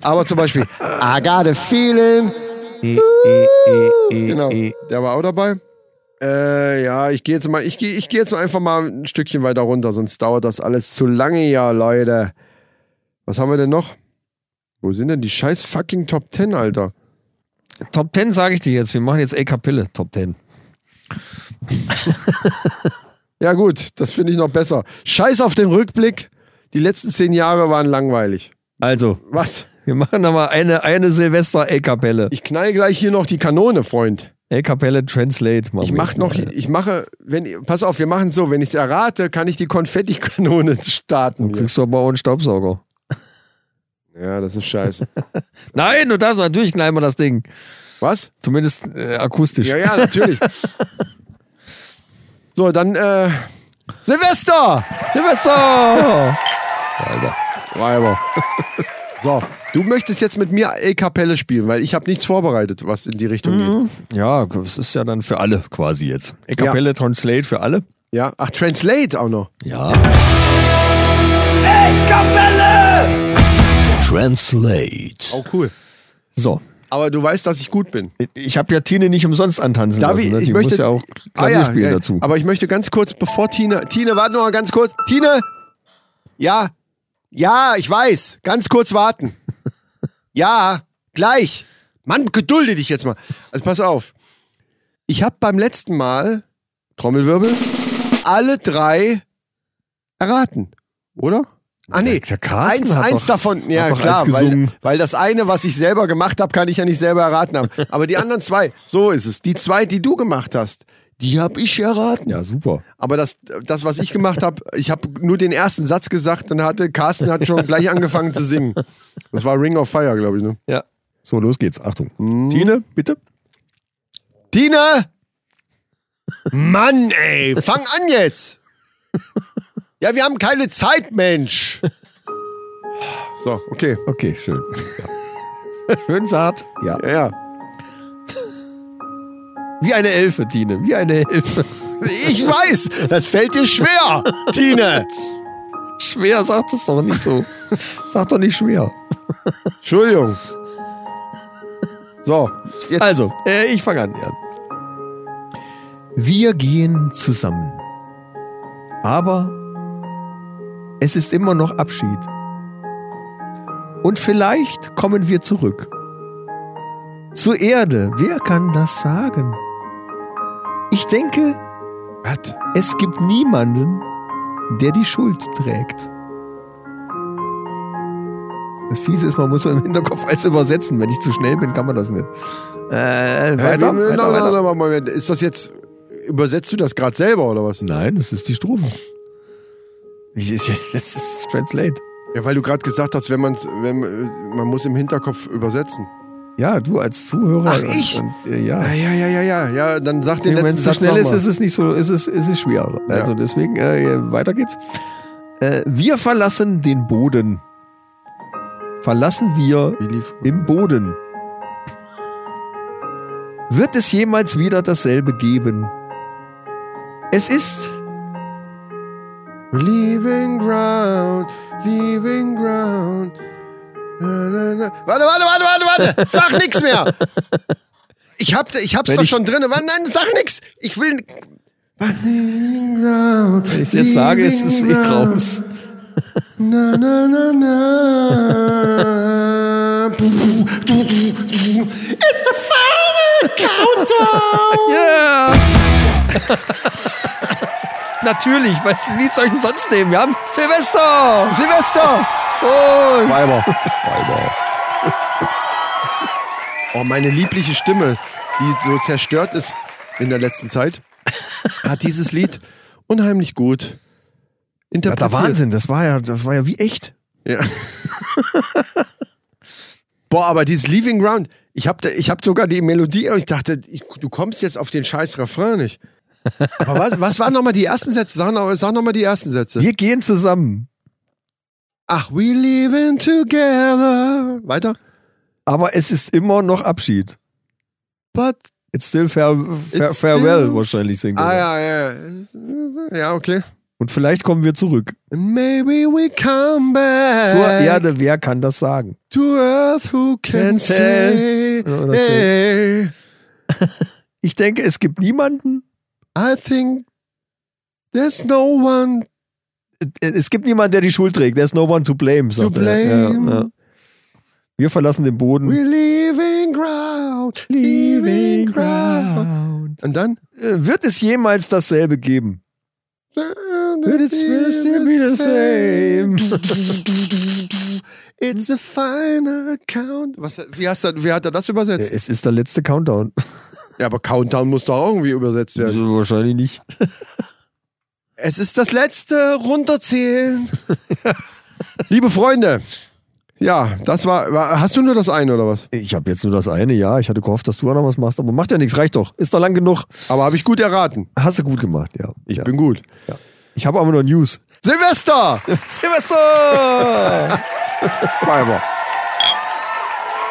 S1: Aber zum Beispiel I got a feeling. Genau, der war auch dabei. Äh, ja, ich gehe jetzt mal, ich gehe ich geh jetzt mal einfach mal ein Stückchen weiter runter, sonst dauert das alles zu lange ja, Leute. Was haben wir denn noch? Wo sind denn die scheiß fucking Top Ten, Alter?
S2: Top Ten sage ich dir jetzt. Wir machen jetzt A Kapille, Top Ten.
S1: Ja, gut, das finde ich noch besser. Scheiß auf den Rückblick. Die letzten zehn Jahre waren langweilig.
S2: Also,
S1: Was?
S2: wir machen da mal eine, eine Silvester A Kapelle.
S1: Ich knall gleich hier noch die Kanone, Freund.
S2: A Kapelle Translate. machen
S1: Ich
S2: wir
S1: mach
S2: jetzt
S1: noch,
S2: mal.
S1: ich mache, wenn, pass auf, wir machen so, wenn ich es errate, kann ich die Konfettikanone starten. hier.
S2: Kriegst du aber auch einen Staubsauger.
S1: Ja, das ist scheiße.
S2: Nein, du darfst natürlich knallen wir das Ding.
S1: Was?
S2: Zumindest äh, akustisch.
S1: Ja, ja, natürlich. So, dann, äh, Silvester!
S2: Silvester! Alter.
S1: Reiber. So, du möchtest jetzt mit mir El Capelle spielen, weil ich habe nichts vorbereitet, was in die Richtung
S2: Ja, es ist ja dann für alle quasi jetzt. A Kapelle Translate für alle.
S1: geht. Ja, ach, Translate auch noch.
S2: Ja.
S3: Translate.
S1: Auch cool.
S2: So.
S1: Aber du weißt, dass ich gut bin.
S2: Ich habe ja Tine nicht umsonst antanzen
S1: Darf
S2: lassen.
S1: ich,
S2: ne?
S1: ich
S2: Die
S1: möchte Ah äh,
S2: muss ja auch Klavier spielen dazu.
S1: Aber ich möchte ganz kurz, bevor Tine, Tine, warte noch mal ganz kurz. Tine! Ja, ja, ich weiß. Ganz kurz warten. Ja, gleich. Mann, gedulde dich jetzt mal. Also pass auf. Ich habe beim letzten Mal, Trommelwirbel, alle drei erraten, oder? Ah nee,
S2: Der- der Carsten
S1: eins,
S2: hat
S1: eins
S2: doch-
S1: davon, ja
S2: hat doch
S1: klar,
S2: eins
S1: weil,
S2: gesungen.
S1: weil das eine, was ich selber gemacht habe, kann ich ja nicht selber erraten haben. Aber die anderen zwei, so ist es. Die zwei, die du gemacht hast, die habe ich erraten.
S2: Ja, super.
S1: Aber das, das, was ich gemacht habe, ich habe nur den ersten Satz gesagt, dann hatte Carsten hat schon gleich angefangen zu singen. Das war Ring of Fire, glaube ich. Ne?
S2: Ja. So, los geht's. Achtung.
S1: Mhm.
S2: Tine, bitte.
S1: Tina! Mann, ey, fang an jetzt! Ja, wir haben keine Zeit, Mensch! So, okay.
S2: Okay, schön. Ja. schön zart. Ja.
S1: Ja, ja.
S2: Wie eine Elfe, Tine. Wie eine Elfe.
S1: Ich weiß, das fällt dir schwer, Tine.
S2: Schwer sagt es doch nicht so. Sag doch nicht schwer.
S1: Entschuldigung. So, jetzt.
S2: Also, äh, ich fange an. Ja. Wir gehen zusammen. Aber es ist immer noch Abschied. Und vielleicht kommen wir zurück. Zur Erde, wer kann das sagen? Ich denke,
S1: Was?
S2: es gibt niemanden, der die Schuld trägt. Das Fiese ist, man muss so im Hinterkopf als übersetzen. Wenn ich zu schnell bin, kann man das nicht. Äh,
S1: Äh,
S2: weiter,
S1: nein,
S2: weiter,
S1: nein,
S2: weiter.
S1: nein, aber Moment, ist das jetzt. Übersetzt du das gerade selber oder was?
S2: Nein, das ist die Strophe. Das ist, das ist Translate.
S1: Ja, weil du gerade gesagt hast, wenn man's, wenn, man muss im Hinterkopf übersetzen.
S2: Ja, du als Zuhörer.
S1: Ach, ich?
S2: Und, und, äh, ja.
S1: Ja, ja, ja, ja, ja, ja, dann sag den
S2: Wenn
S1: letzten
S2: es zu
S1: Satz
S2: schnell ist,
S1: nochmal.
S2: ist es nicht so, ist es, ist es schwerer.
S1: Ja.
S2: Also deswegen, äh, weiter geht's. Äh, wir verlassen den Boden. Verlassen wir
S1: Wie lief-
S2: im Boden. Wird es jemals wieder dasselbe geben? Es ist
S1: Leaving ground, leaving ground. Na, na, na. Warte, warte, warte, warte, warte. Sag nix mehr. Ich, hab, ich hab's
S2: Wenn
S1: doch
S2: ich-
S1: schon drin. Warte, nein, sag nix. Ich will. Leaving ground.
S2: Wenn ich jetzt sage, es ist eh raus.
S1: Na, na, na, na. It's a final countdown.
S2: Ja! Natürlich, was Lied soll ich denn sonst nehmen? Wir haben Silvester!
S1: Silvester.
S2: Oh,
S1: Weiber. Weiber. Oh, meine liebliche Stimme, die so zerstört ist in der letzten Zeit, hat dieses Lied unheimlich gut interpretiert.
S2: das war ja, das war ja wie echt.
S1: Ja. Boah, aber dieses Leaving Ground, ich hab, da- ich hab sogar die Melodie, aber ich dachte, ich, du kommst jetzt auf den scheiß Refrain nicht. Aber was, was waren nochmal die ersten Sätze? Sag nochmal noch sag noch mal die ersten Sätze.
S2: Wir gehen zusammen,
S1: Ach, we leaving together. Weiter.
S2: aber es ist immer noch Abschied.
S1: But
S2: It's still fare, fare,
S1: It's
S2: farewell
S1: still-
S2: wahrscheinlich singen. wir
S1: Ah
S2: dann.
S1: ja, ja, ja. Ja, okay.
S2: Und vielleicht kommen wir zurück.
S1: And maybe we come back
S2: Zur Erde, wer kann das sagen?
S1: to earth who can
S2: Can
S1: say,
S2: tell. Oder so.
S1: hey,
S2: Ich denke, es gibt niemanden.
S1: I think there's no one
S2: äh, Es gibt niemanden, der die Schuld trägt. There's no one to blame.
S1: to
S2: sagt er. Ja,
S1: blame.
S2: ja. Wir verlassen den Boden.
S1: We're leaving ground, leaving ground. Und dann?
S2: Äh, Wird es jemals dasselbe geben?
S1: It's, It's a final count. Was, wie, hast du, wie hat er das übersetzt?
S2: Äh, Es ist der letzte Countdown.
S1: Ja, aber Countdown muss doch irgendwie übersetzt werden.
S2: Also wahrscheinlich nicht.
S1: Es ist das letzte Runterzählen. Liebe Freunde, ja, das war, war. Hast du nur das eine oder was?
S2: Ich habe jetzt nur das eine, ja. Ich hatte gehofft, dass du auch noch was machst, aber macht ja nichts, reicht doch. Ist doch lang genug.
S1: Aber habe ich gut erraten.
S2: Hast du gut gemacht, ja.
S1: Ich
S2: ja.
S1: bin gut.
S2: Ich habe aber noch News.
S1: Silvester!
S2: Silvester!
S1: Weiber.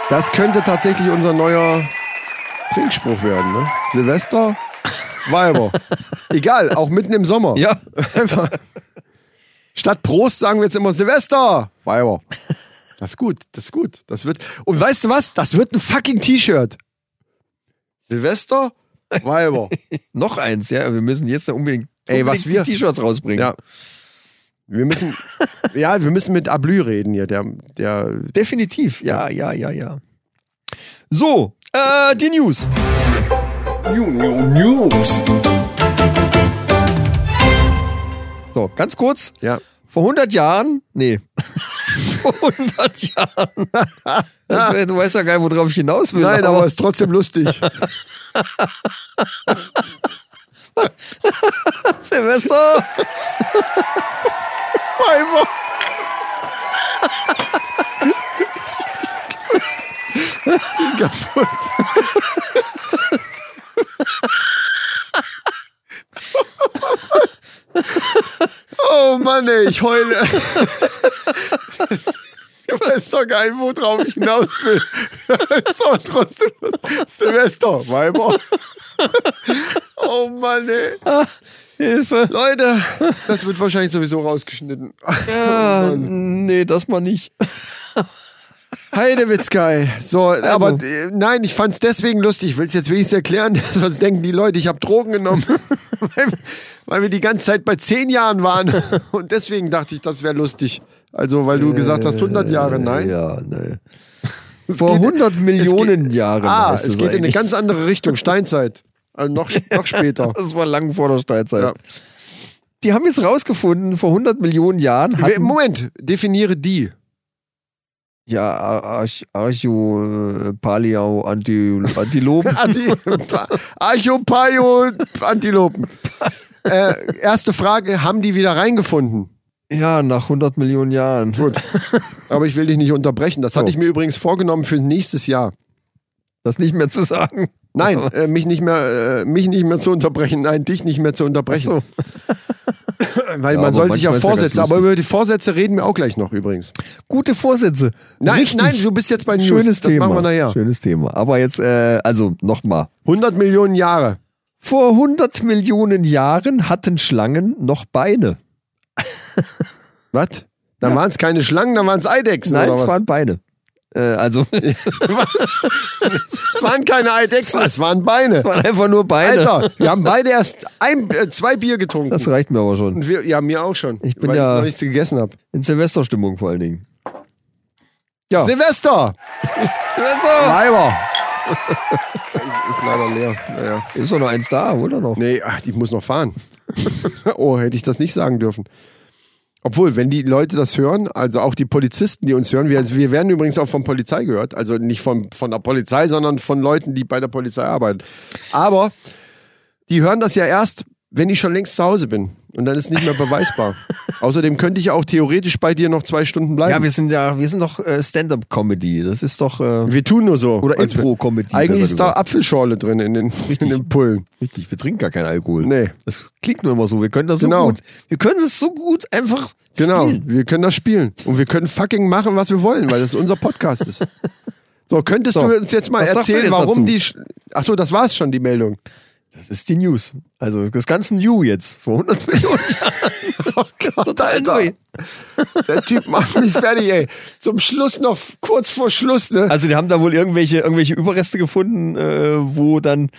S1: Das könnte tatsächlich unser neuer Trinkspruch werden, ne? Silvester, Weiber. Egal, auch mitten im Sommer.
S2: ja.
S1: Statt Prost sagen wir jetzt immer Silvester, Weiber. Das ist gut, das ist gut. Das wird. Und weißt du was? Das wird ein fucking T-Shirt. Silvester, Weiber.
S2: Noch eins, ja. Wir müssen jetzt unbedingt,
S1: Ey,
S2: unbedingt
S1: was wir-
S2: die T-Shirts rausbringen.
S1: Ja. Wir müssen, ja, wir müssen mit Ablü reden hier. Der, der,
S2: Definitiv, ja, ja, ja, ja. So, äh, die News.
S1: New, News.
S2: So, ganz kurz.
S1: Ja.
S2: Vor 100 Jahren, nee, vor 100 Jahren. Das wär, du weißt ja gar nicht, worauf ich hinaus will.
S1: Nein, aber ist trotzdem lustig.
S2: Silvester,
S1: Einfach. Kaputt. Oh Mann, ey, ich heule. Ich weiß doch gar nicht, worauf ich hinaus will. So, trotzdem. Silvester, Weiber. Oh Mann, ey.
S2: Hilfe.
S1: Leute, das wird wahrscheinlich sowieso rausgeschnitten.
S2: Ja, Ah, nee, das mal nicht.
S1: Heidewitzkei. So,
S2: Also.
S1: aber äh, nein, ich fand's deswegen lustig. Ich will's jetzt wenigstens erklären, sonst denken die Leute, ich habe Drogen genommen, weil, weil wir die ganze Zeit bei zehn Jahren waren. Und deswegen dachte ich, das wäre lustig. Also, weil du gesagt hast, 100 Jahre, nein.
S2: Äh,
S1: Ah,
S2: Ja, nee. Vor
S1: geht-
S2: 100 Millionen Jahren.
S1: Ah,
S2: heißt
S1: es geht in eine
S2: eigentlich.
S1: ganz andere Richtung, Steinzeit. Also noch, noch später.
S2: Das war lang vor der Steinzeit.
S1: Ja.
S2: Die haben jetzt rausgefunden, vor 100 Millionen Jahren
S1: Wir-
S2: hatten,
S1: Moment, definiere die.
S2: ja Arch, Archo, äh, Paleo, Anti, Antilopen.
S1: Anti Archopaio Antilopen. Äh, erste Frage, haben die wieder reingefunden?
S2: ja, nach 100 Millionen Jahren.
S1: Gut. Aber ich will dich nicht unterbrechen. Das hatte
S2: So.
S1: ich mir übrigens vorgenommen für nächstes Jahr.
S2: Das nicht mehr zu sagen.
S1: Nein, äh, mich, nicht mehr, äh, mich nicht mehr zu unterbrechen. Nein, dich nicht mehr zu unterbrechen.
S2: Achso.
S1: Weil
S2: Ja,
S1: man
S2: aber
S1: soll sich ja
S2: manchmal ist ja ganz
S1: Vorsätze, aber über die Vorsätze reden wir auch gleich noch übrigens.
S2: Gute Vorsätze.
S1: Nein,
S2: Richtig.
S1: nein, du bist jetzt bei News.
S2: Schönes
S1: das
S2: Thema.
S1: machen wir nachher.
S2: Schönes Thema. Aber jetzt, äh, also nochmal.
S1: 100 Millionen Jahre.
S2: Vor 100 Millionen Jahren hatten Schlangen noch Beine.
S1: Was? Dann waren es keine Schlangen, dann waren es Eidechsen
S2: Nein,
S1: oder
S2: es
S1: was?
S2: waren Beine. Äh, also, es
S1: was? es waren keine Eidechsen, es waren Beine.
S2: waren einfach nur Beine.
S1: Alter, wir haben beide erst ein, äh, zwei Bier getrunken.
S2: Das reicht mir aber schon.
S1: Und wir, ja, mir auch schon,
S2: Ich bin
S1: weil
S2: ja-
S1: ich noch nichts gegessen habe.
S2: In Silvesterstimmung vor allen Dingen. Ja.
S1: Silvester!
S2: Silvester!
S1: Leiber. Ist leider leer. Naja.
S2: Ist doch noch eins da, oder noch?
S1: Nee, ach, die muss noch fahren. oh, hätte ich das nicht sagen dürfen. Obwohl, wenn die Leute das hören, also auch die Polizisten, die uns hören, wir, wir werden übrigens auch von Polizei gehört. Also nicht von, von der Polizei, sondern von Leuten, die bei der Polizei arbeiten. Aber die hören das ja erst, wenn ich schon längst zu Hause bin. Und dann ist nicht mehr beweisbar. Außerdem könnte ich ja auch theoretisch bei dir noch zwei Stunden bleiben.
S2: Ja, wir sind ja, wir sind doch äh, Stand-up-Comedy. Das ist doch äh,
S1: Wir tun nur so.
S2: oder
S1: als-
S2: Impro-Comedy.
S1: Eigentlich
S2: besser
S1: ist da
S2: gesagt.
S1: Apfelschorle drin in den, in den Pullen.
S2: richtig. Wir trinken gar keinen Alkohol.
S1: Nee.
S2: Das klingt nur immer so. Wir können das so
S1: Genau.
S2: gut. Wir können es so gut einfach.
S1: Genau,
S2: Spielen.
S1: wir können das spielen. Und wir können fucking machen, was wir wollen, weil das unser Podcast ist. So, könntest
S2: So,
S1: du uns jetzt mal
S2: was sagst du
S1: erzählen,
S2: jetzt
S1: warum
S2: dazu?
S1: die. Sch Ach so, das war's schon, die Meldung.
S2: Das ist die News. Also das ganze New jetzt vor 100 Millionen Jahren. Das ist total neu.
S1: Der Typ macht mich fertig, ey. Zum Schluss noch, kurz vor Schluss, ne?
S2: Also die haben da wohl irgendwelche, irgendwelche Überreste gefunden, äh, wo dann,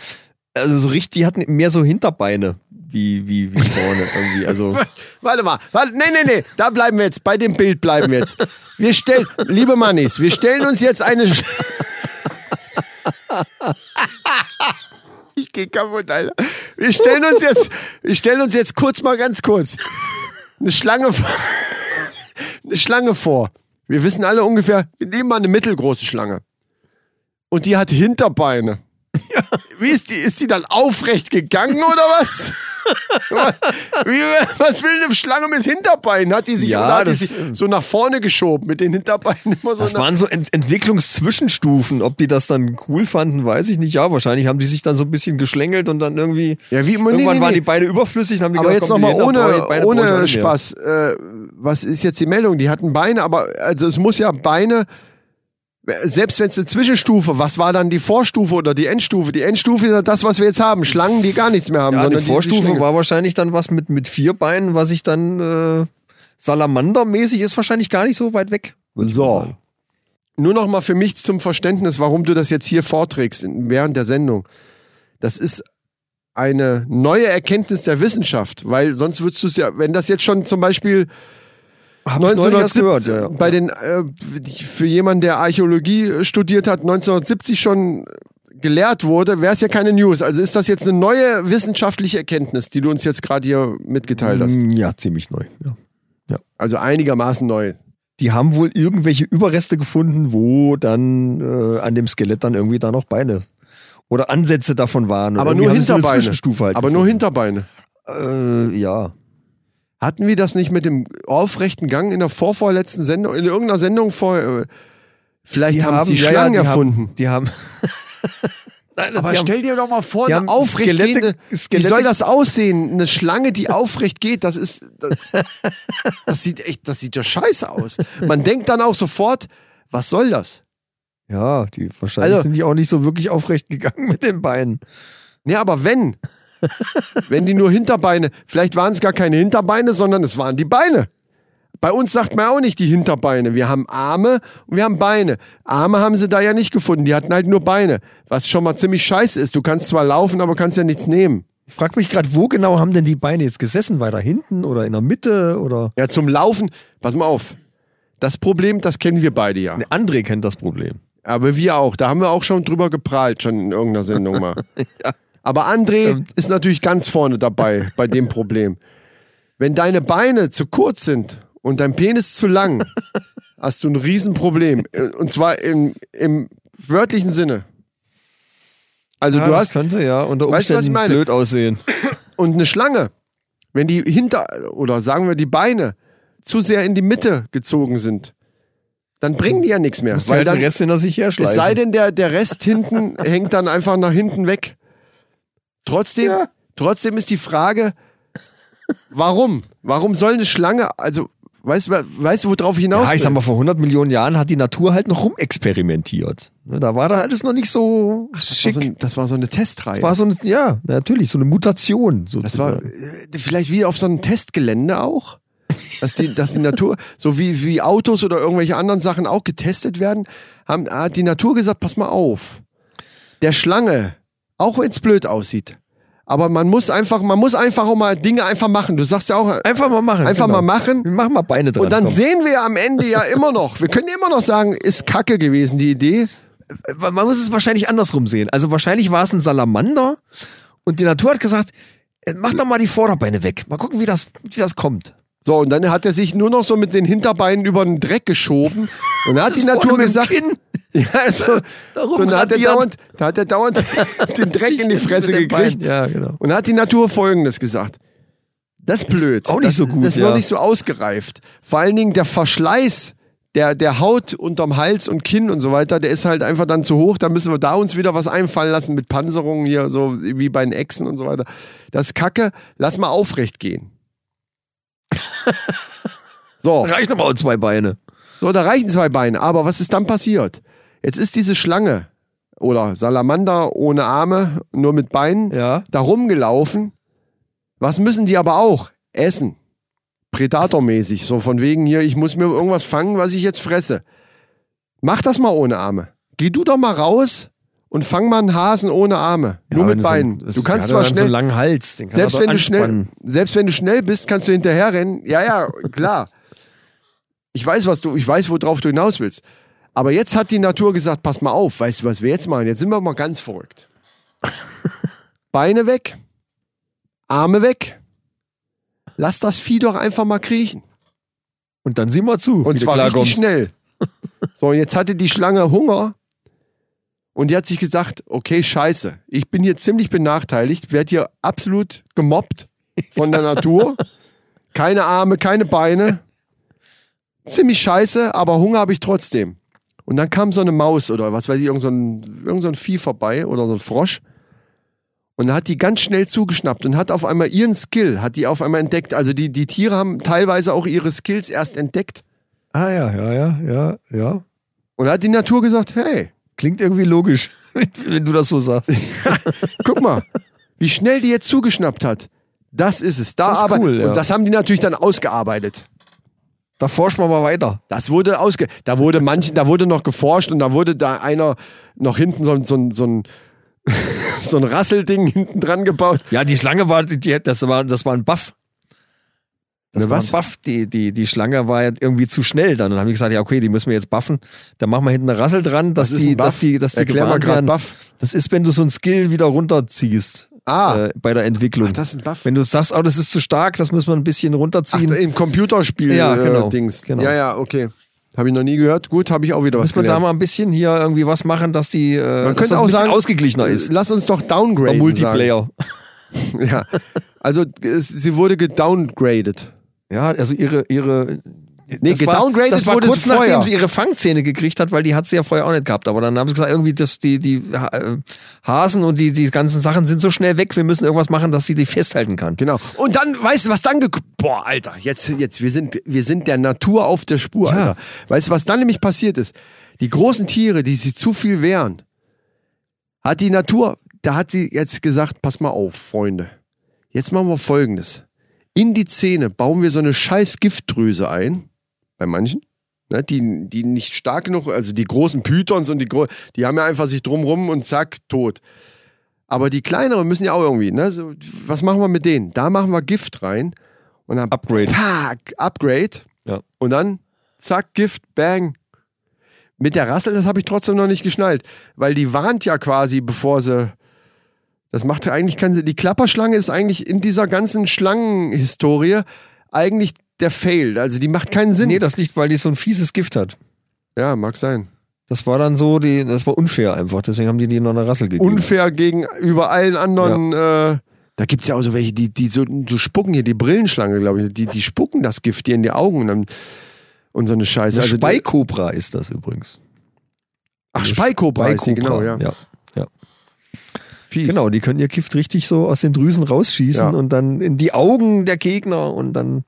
S2: also so richtig, die hatten mehr so Hinterbeine wie, wie, wie vorne irgendwie. Also
S1: Warte mal, warte, nee, nee, nee, da bleiben wir jetzt, bei dem Bild bleiben wir jetzt. Wir stellen, liebe Mannis, wir stellen uns jetzt eine. Sch ich geh kaputt, Alter. Wir stellen uns jetzt, wir stellen uns jetzt kurz mal ganz kurz eine Schlange vor. Eine Schlange vor. Wir wissen alle ungefähr, wir nehmen mal eine mittelgroße Schlange. Und die hat Hinterbeine. Wie ist die, ist die dann aufrecht gegangen oder was? Wie, was will eine Schlange mit Hinterbeinen? Hat die sich
S2: Ja,
S1: oder hat die
S2: das- äh,
S1: sich so nach vorne geschoben mit den Hinterbeinen immer so
S2: das
S1: nach,
S2: waren so Ent Entwicklungszwischenstufen. Ob die das dann cool fanden, weiß ich nicht. Ja, wahrscheinlich haben die sich dann so ein bisschen geschlängelt und dann irgendwie.
S1: Ja, wie- nee,
S2: irgendwann
S1: nee,
S2: waren
S1: nee.
S2: die Beine überflüssig. Dann haben die
S1: Aber
S2: gedacht,
S1: jetzt
S2: komm, die
S1: nochmal
S2: Hinterbeine-
S1: ohne,
S2: Beine brauche ich auch
S1: ohne
S2: nicht mehr.
S1: Spaß. Äh, was ist jetzt die Meldung? Die hatten Beine, aber also es muss ja Beine, selbst wenn es eine Zwischenstufe, was war dann die Vorstufe oder die Endstufe? Die Endstufe ist ja das, was wir jetzt haben. Schlangen, die gar nichts mehr haben.
S2: Ja, die
S1: sondern die- die
S2: Vorstufe
S1: Schlinge.
S2: war wahrscheinlich dann was mit, mit vier Beinen, was ich dann äh, Salamander-mäßig ist wahrscheinlich gar nicht so weit weg. würd ich mal
S1: So.
S2: sagen.
S1: Nur noch mal für mich zum Verständnis, warum du das jetzt hier vorträgst in- während der Sendung. Das ist eine neue Erkenntnis der Wissenschaft, weil sonst würdest du es ja, wenn das jetzt schon zum Beispiel
S2: Hab ich neulich erst
S1: 1970
S2: gehört, ja, ja.
S1: bei äh, den äh, für jemanden, der Archäologie studiert hat, 1970 schon gelehrt wurde, wäre es ja keine News. Also ist das jetzt eine neue wissenschaftliche Erkenntnis, die du uns jetzt gerade hier mitgeteilt hast?
S2: Ja, ziemlich neu. Ja.
S1: Also einigermaßen neu.
S2: Die haben wohl irgendwelche Überreste gefunden, wo dann äh, an dem Skelett dann irgendwie da noch Beine oder Ansätze davon waren. Und
S1: Aber
S2: irgendwie
S1: nur
S2: haben sie so eine
S1: Hinterbeine.
S2: Zwischenstufe halt
S1: Aber nur
S2: gefunden.
S1: Hinterbeine.
S2: Äh, ja.
S1: Hatten wir das nicht mit dem aufrechten Gang in der vorvorletzten Sendung, in irgendeiner Sendung vor? Äh, vielleicht haben es die
S2: ja, ja,
S1: Schlangen
S2: die
S1: erfunden.
S2: Haben, die haben. Nein,
S1: Aber
S2: die haben-
S1: stell dir doch mal vor,
S2: die
S1: eine
S2: haben
S1: aufrecht
S2: Skelette-
S1: gehende, wie
S2: Skelette-
S1: soll das aussehen? Eine Schlange, die aufrecht geht, das ist, das, das sieht echt, das sieht ja scheiße aus. Man denkt dann auch sofort, was soll das?
S2: ja, die wahrscheinlich
S1: Also-
S2: sind die auch nicht so wirklich aufrecht gegangen mit den Beinen.
S1: Ja, aber wenn, wenn die nur Hinterbeine, vielleicht waren es gar keine Hinterbeine, sondern es waren die Beine. Bei uns sagt man auch nicht die Hinterbeine. Wir haben Arme und wir haben Beine. Arme haben sie da ja nicht gefunden. Die hatten halt nur Beine. Was schon mal ziemlich scheiße ist. Du kannst zwar laufen, aber kannst ja nichts nehmen.
S2: Ich frag mich gerade, wo genau haben denn die Beine jetzt gesessen? Weiter hinten oder in der Mitte oder?
S1: Ja, zum Laufen, pass mal auf. Das Problem, das kennen wir beide ja.
S2: Nee, André kennt das Problem.
S1: Aber wir auch. Da haben wir auch schon drüber geprahlt, schon in irgendeiner Sendung mal. Aber André ist natürlich ganz vorne dabei bei dem Problem. Wenn deine Beine zu kurz sind und dein Penis zu lang, hast du ein Riesenproblem. Äh, Und zwar im, im wörtlichen Sinne. Also
S2: Ja,
S1: du
S2: das
S1: hast
S2: könnte ja unter
S1: Weißt du,
S2: Umständen
S1: was ich meine?
S2: blöd aussehen.
S1: und eine Schlange, wenn die hinter oder sagen wir die Beine zu sehr in die Mitte gezogen sind, dann bringen die ja nichts mehr.
S2: Weil
S1: Weil
S2: halt
S1: dann,
S2: den Rest hinter sich herschleifen.
S1: es sei denn, der, der Rest hinten hängt dann einfach nach hinten weg. Trotzdem, trotzdem ist die Frage, warum? Warum soll eine Schlange, also, weißt du, weißt, du, worauf ich hinaus
S2: ja, ich
S1: will?
S2: sag mal, vor 100 Millionen Jahren hat die Natur halt noch rumexperimentiert. Ne, Da war da alles noch nicht so
S1: das, war
S2: schick.
S1: so, ein- das war so eine Testreihe.
S2: Das war so eine, ja, natürlich, so eine Mutation.
S1: Das war
S2: Sozusagen.
S1: äh, vielleicht wie auf so einem Testgelände auch. Dass die, dass die Natur, so wie, wie Autos oder irgendwelche anderen Sachen auch getestet werden, haben, hat die Natur gesagt, pass mal auf. Der Schlange, auch wenn es blöd aussieht. Aber man muss einfach, man muss einfach auch mal Dinge einfach machen. Du sagst ja auch, äh,
S2: Einfach mal machen. genau.
S1: Einfach mal machen.
S2: Wir machen mal Beine dran.
S1: und dann
S2: komm.
S1: sehen wir am Ende ja immer noch, wir können immer noch sagen, ist kacke gewesen, die Idee.
S2: man muss es wahrscheinlich andersrum sehen. Also wahrscheinlich war es ein Salamander und die Natur hat gesagt, äh, mach doch mal die Vorderbeine weg. Mal gucken, wie das, wie das kommt.
S1: So, und dann hat er sich nur noch so mit den Hinterbeinen über den Dreck geschoben. Und da hat die
S2: Vorne
S1: Natur
S2: mit dem
S1: gesagt,
S2: Kinn.
S1: Ja, also,
S2: Darum
S1: so, und da hat er
S2: radiert.
S1: dauernd, da hat er dauernd den Dreck in die Fresse
S2: Mit den Beinen.
S1: gekriegt.
S2: Ja, genau.
S1: Und hat die Natur Folgendes gesagt. Das ist blöd.
S2: auch nicht
S1: das,
S2: so gut,
S1: Das ist
S2: ja.
S1: noch nicht so ausgereift. Vor allen Dingen der Verschleiß der, der Haut unterm Hals und Kinn und so weiter, der ist halt einfach dann zu hoch. Da müssen wir da uns wieder was einfallen lassen mit Panzerungen hier, so wie bei den Echsen und so weiter. Das ist Kacke. Lass mal aufrecht gehen. so.
S2: Reicht doch mal auch zwei Beine.
S1: So, da reichen zwei Beine. Aber was ist dann passiert? Jetzt ist diese Schlange oder Salamander ohne Arme, nur mit Beinen,
S2: Ja.
S1: da rumgelaufen. Was müssen die aber auch? Essen. Predatormäßig. So von wegen hier, ich muss mir irgendwas fangen, was ich jetzt fresse. Mach das mal ohne Arme. Geh du doch mal raus und fang mal einen Hasen ohne Arme. nur mit Beinen. du kannst zwar
S2: so
S1: schnell.
S2: einen langen Hals. Den kann
S1: Selbst
S2: er
S1: wenn,
S2: doch
S1: du schnell,
S2: anspannen.
S1: selbst wenn du schnell bist, kannst du hinterherrennen. Ja, ja, klar. Ich weiß, was du, ich weiß, worauf du hinaus willst. Aber jetzt hat die Natur gesagt, pass mal auf, weißt du, was wir jetzt machen? Jetzt sind wir mal ganz verrückt. Beine weg, Arme weg. Lass das Vieh doch einfach mal kriechen.
S2: Und dann sieh mal zu. wie
S1: Und
S2: du
S1: zwar richtig
S2: klarkommst.
S1: schnell. So, und jetzt hatte die Schlange Hunger und die hat sich gesagt, okay, scheiße, ich bin hier ziemlich benachteiligt, werde hier absolut gemobbt von der Natur. Keine Arme, keine Beine. Ziemlich scheiße, aber Hunger habe ich trotzdem. Und dann kam so eine Maus oder was weiß ich, irgend so ein, irgend so ein Vieh vorbei oder so ein Frosch. Und hat die ganz schnell zugeschnappt und hat auf einmal ihren Skill, hat die auf einmal entdeckt. Also die, die Tiere haben teilweise auch ihre Skills erst entdeckt.
S2: Ah ja, ja, ja, ja, ja.
S1: Und da hat die Natur gesagt, hey,
S2: Klingt irgendwie logisch, wenn du das so sagst.
S1: guck mal, wie schnell die jetzt zugeschnappt hat. Das ist es. Da
S2: Das ist
S1: aber
S2: cool, ja.
S1: und das haben die natürlich dann ausgearbeitet.
S2: Da forschen wir mal weiter.
S1: Das wurde ausge da wurde manchen, da wurde noch geforscht und da wurde da einer noch hinten so ein so ein so ein, so ein Rasselding hinten dran gebaut.
S2: Ja, die Schlange war, die, das, war das war ein Buff. Das
S1: Ne,
S2: war
S1: was?
S2: ein Buff. Die, die, die Schlange war ja irgendwie zu schnell dann. Und dann haben die gesagt, ja, okay, die müssen wir jetzt buffen. Dann machen wir hinten eine Rassel dran, dass
S1: Was ist
S2: die,
S1: ein Buff?
S2: dass die, dass die
S1: Erklär mal
S2: gewarnt
S1: grad
S2: werden.
S1: Buff.
S2: Das ist, wenn du so ein Skill wieder runterziehst.
S1: Ah.
S2: Äh, bei der Entwicklung.
S1: Ach, das ist ein Buff.
S2: Wenn du sagst, oh, das ist zu stark, das müssen wir ein bisschen
S1: Ach,
S2: runterziehen.
S1: im Computerspiel
S2: Ja,
S1: äh,
S2: genau,
S1: Dings.
S2: genau.
S1: Ja, ja, okay. Habe ich noch nie gehört. Gut, habe ich auch wieder was
S2: Müssen wir da
S1: gelernt.
S2: mal ein bisschen hier irgendwie was machen, dass die, äh,
S1: Man
S2: dass
S1: könnte
S2: das
S1: auch
S2: ein bisschen
S1: sagen,
S2: ausgeglichener ist.
S1: Lass uns doch
S2: Beim
S1: downgraden.
S2: Multiplayer.
S1: Sagen. Ja. Also es, sie wurde gedowngradet.
S2: Ja, also ihre, ihre.
S1: Nee,
S2: das war-
S1: gedowngradet
S2: Das war
S1: wurde
S2: kurz
S1: sie
S2: nachdem
S1: vorher.
S2: sie ihre Fangzähne gekriegt hat, weil die hat sie ja vorher auch nicht gehabt. Aber dann haben sie gesagt, irgendwie das, die, die Ha- äh, Hasen und die, die ganzen Sachen sind so schnell weg, wir müssen irgendwas machen, dass sie die festhalten kann.
S1: Genau. Und dann, weißt du, was dann ge Boah, Alter, jetzt, jetzt, wir sind, wir sind der Natur auf der Spur,
S2: Ja.
S1: Alter. Weißt du, was dann nämlich passiert ist? Die großen Tiere, die sich zu viel wehren, hat die Natur, da hat sie jetzt gesagt, pass mal auf, Freunde. Jetzt machen wir folgendes. In die Zähne bauen wir so eine scheiß Giftdrüse ein, bei manchen, ne, die, die nicht stark genug, also die großen Pythons und die, gro- die haben ja einfach sich drumrum und zack, tot. Aber die kleineren müssen ja auch irgendwie, ne? So, was machen wir mit denen? Da machen wir Gift rein und dann
S2: Upgrade.
S1: pack, Upgrade.
S2: Ja.
S1: Und dann zack, Gift, bang. Mit der Rassel, das habe ich trotzdem noch nicht geschnallt, weil die warnt ja quasi, bevor sie. Das macht ja eigentlich keinen Sinn. Die Klapperschlange ist eigentlich in dieser ganzen Schlangenhistorie eigentlich der Fail. Also die macht keinen Sinn.
S2: Nee, das liegt, weil die so ein fieses Gift hat.
S1: ja, mag sein.
S2: Das war dann so, die, das war unfair einfach. Deswegen haben die die noch eine Rassel gegeben.
S1: unfair gegenüber allen anderen. Äh, da gibt es ja auch so welche, die, die so, so spucken hier, die Brillenschlange, glaube ich, die, die spucken das Gift dir in die Augen und, dann, und so eine Scheiße.
S2: Eine
S1: Also die-
S2: Speikobra ist das übrigens.
S1: Ach, Speikobra ist die, genau, ja.
S2: ja. ja.
S1: Fies.
S2: Genau, die können ihr Gift richtig so aus den Drüsen rausschießen
S1: Ja.
S2: und dann in die Augen der Gegner und dann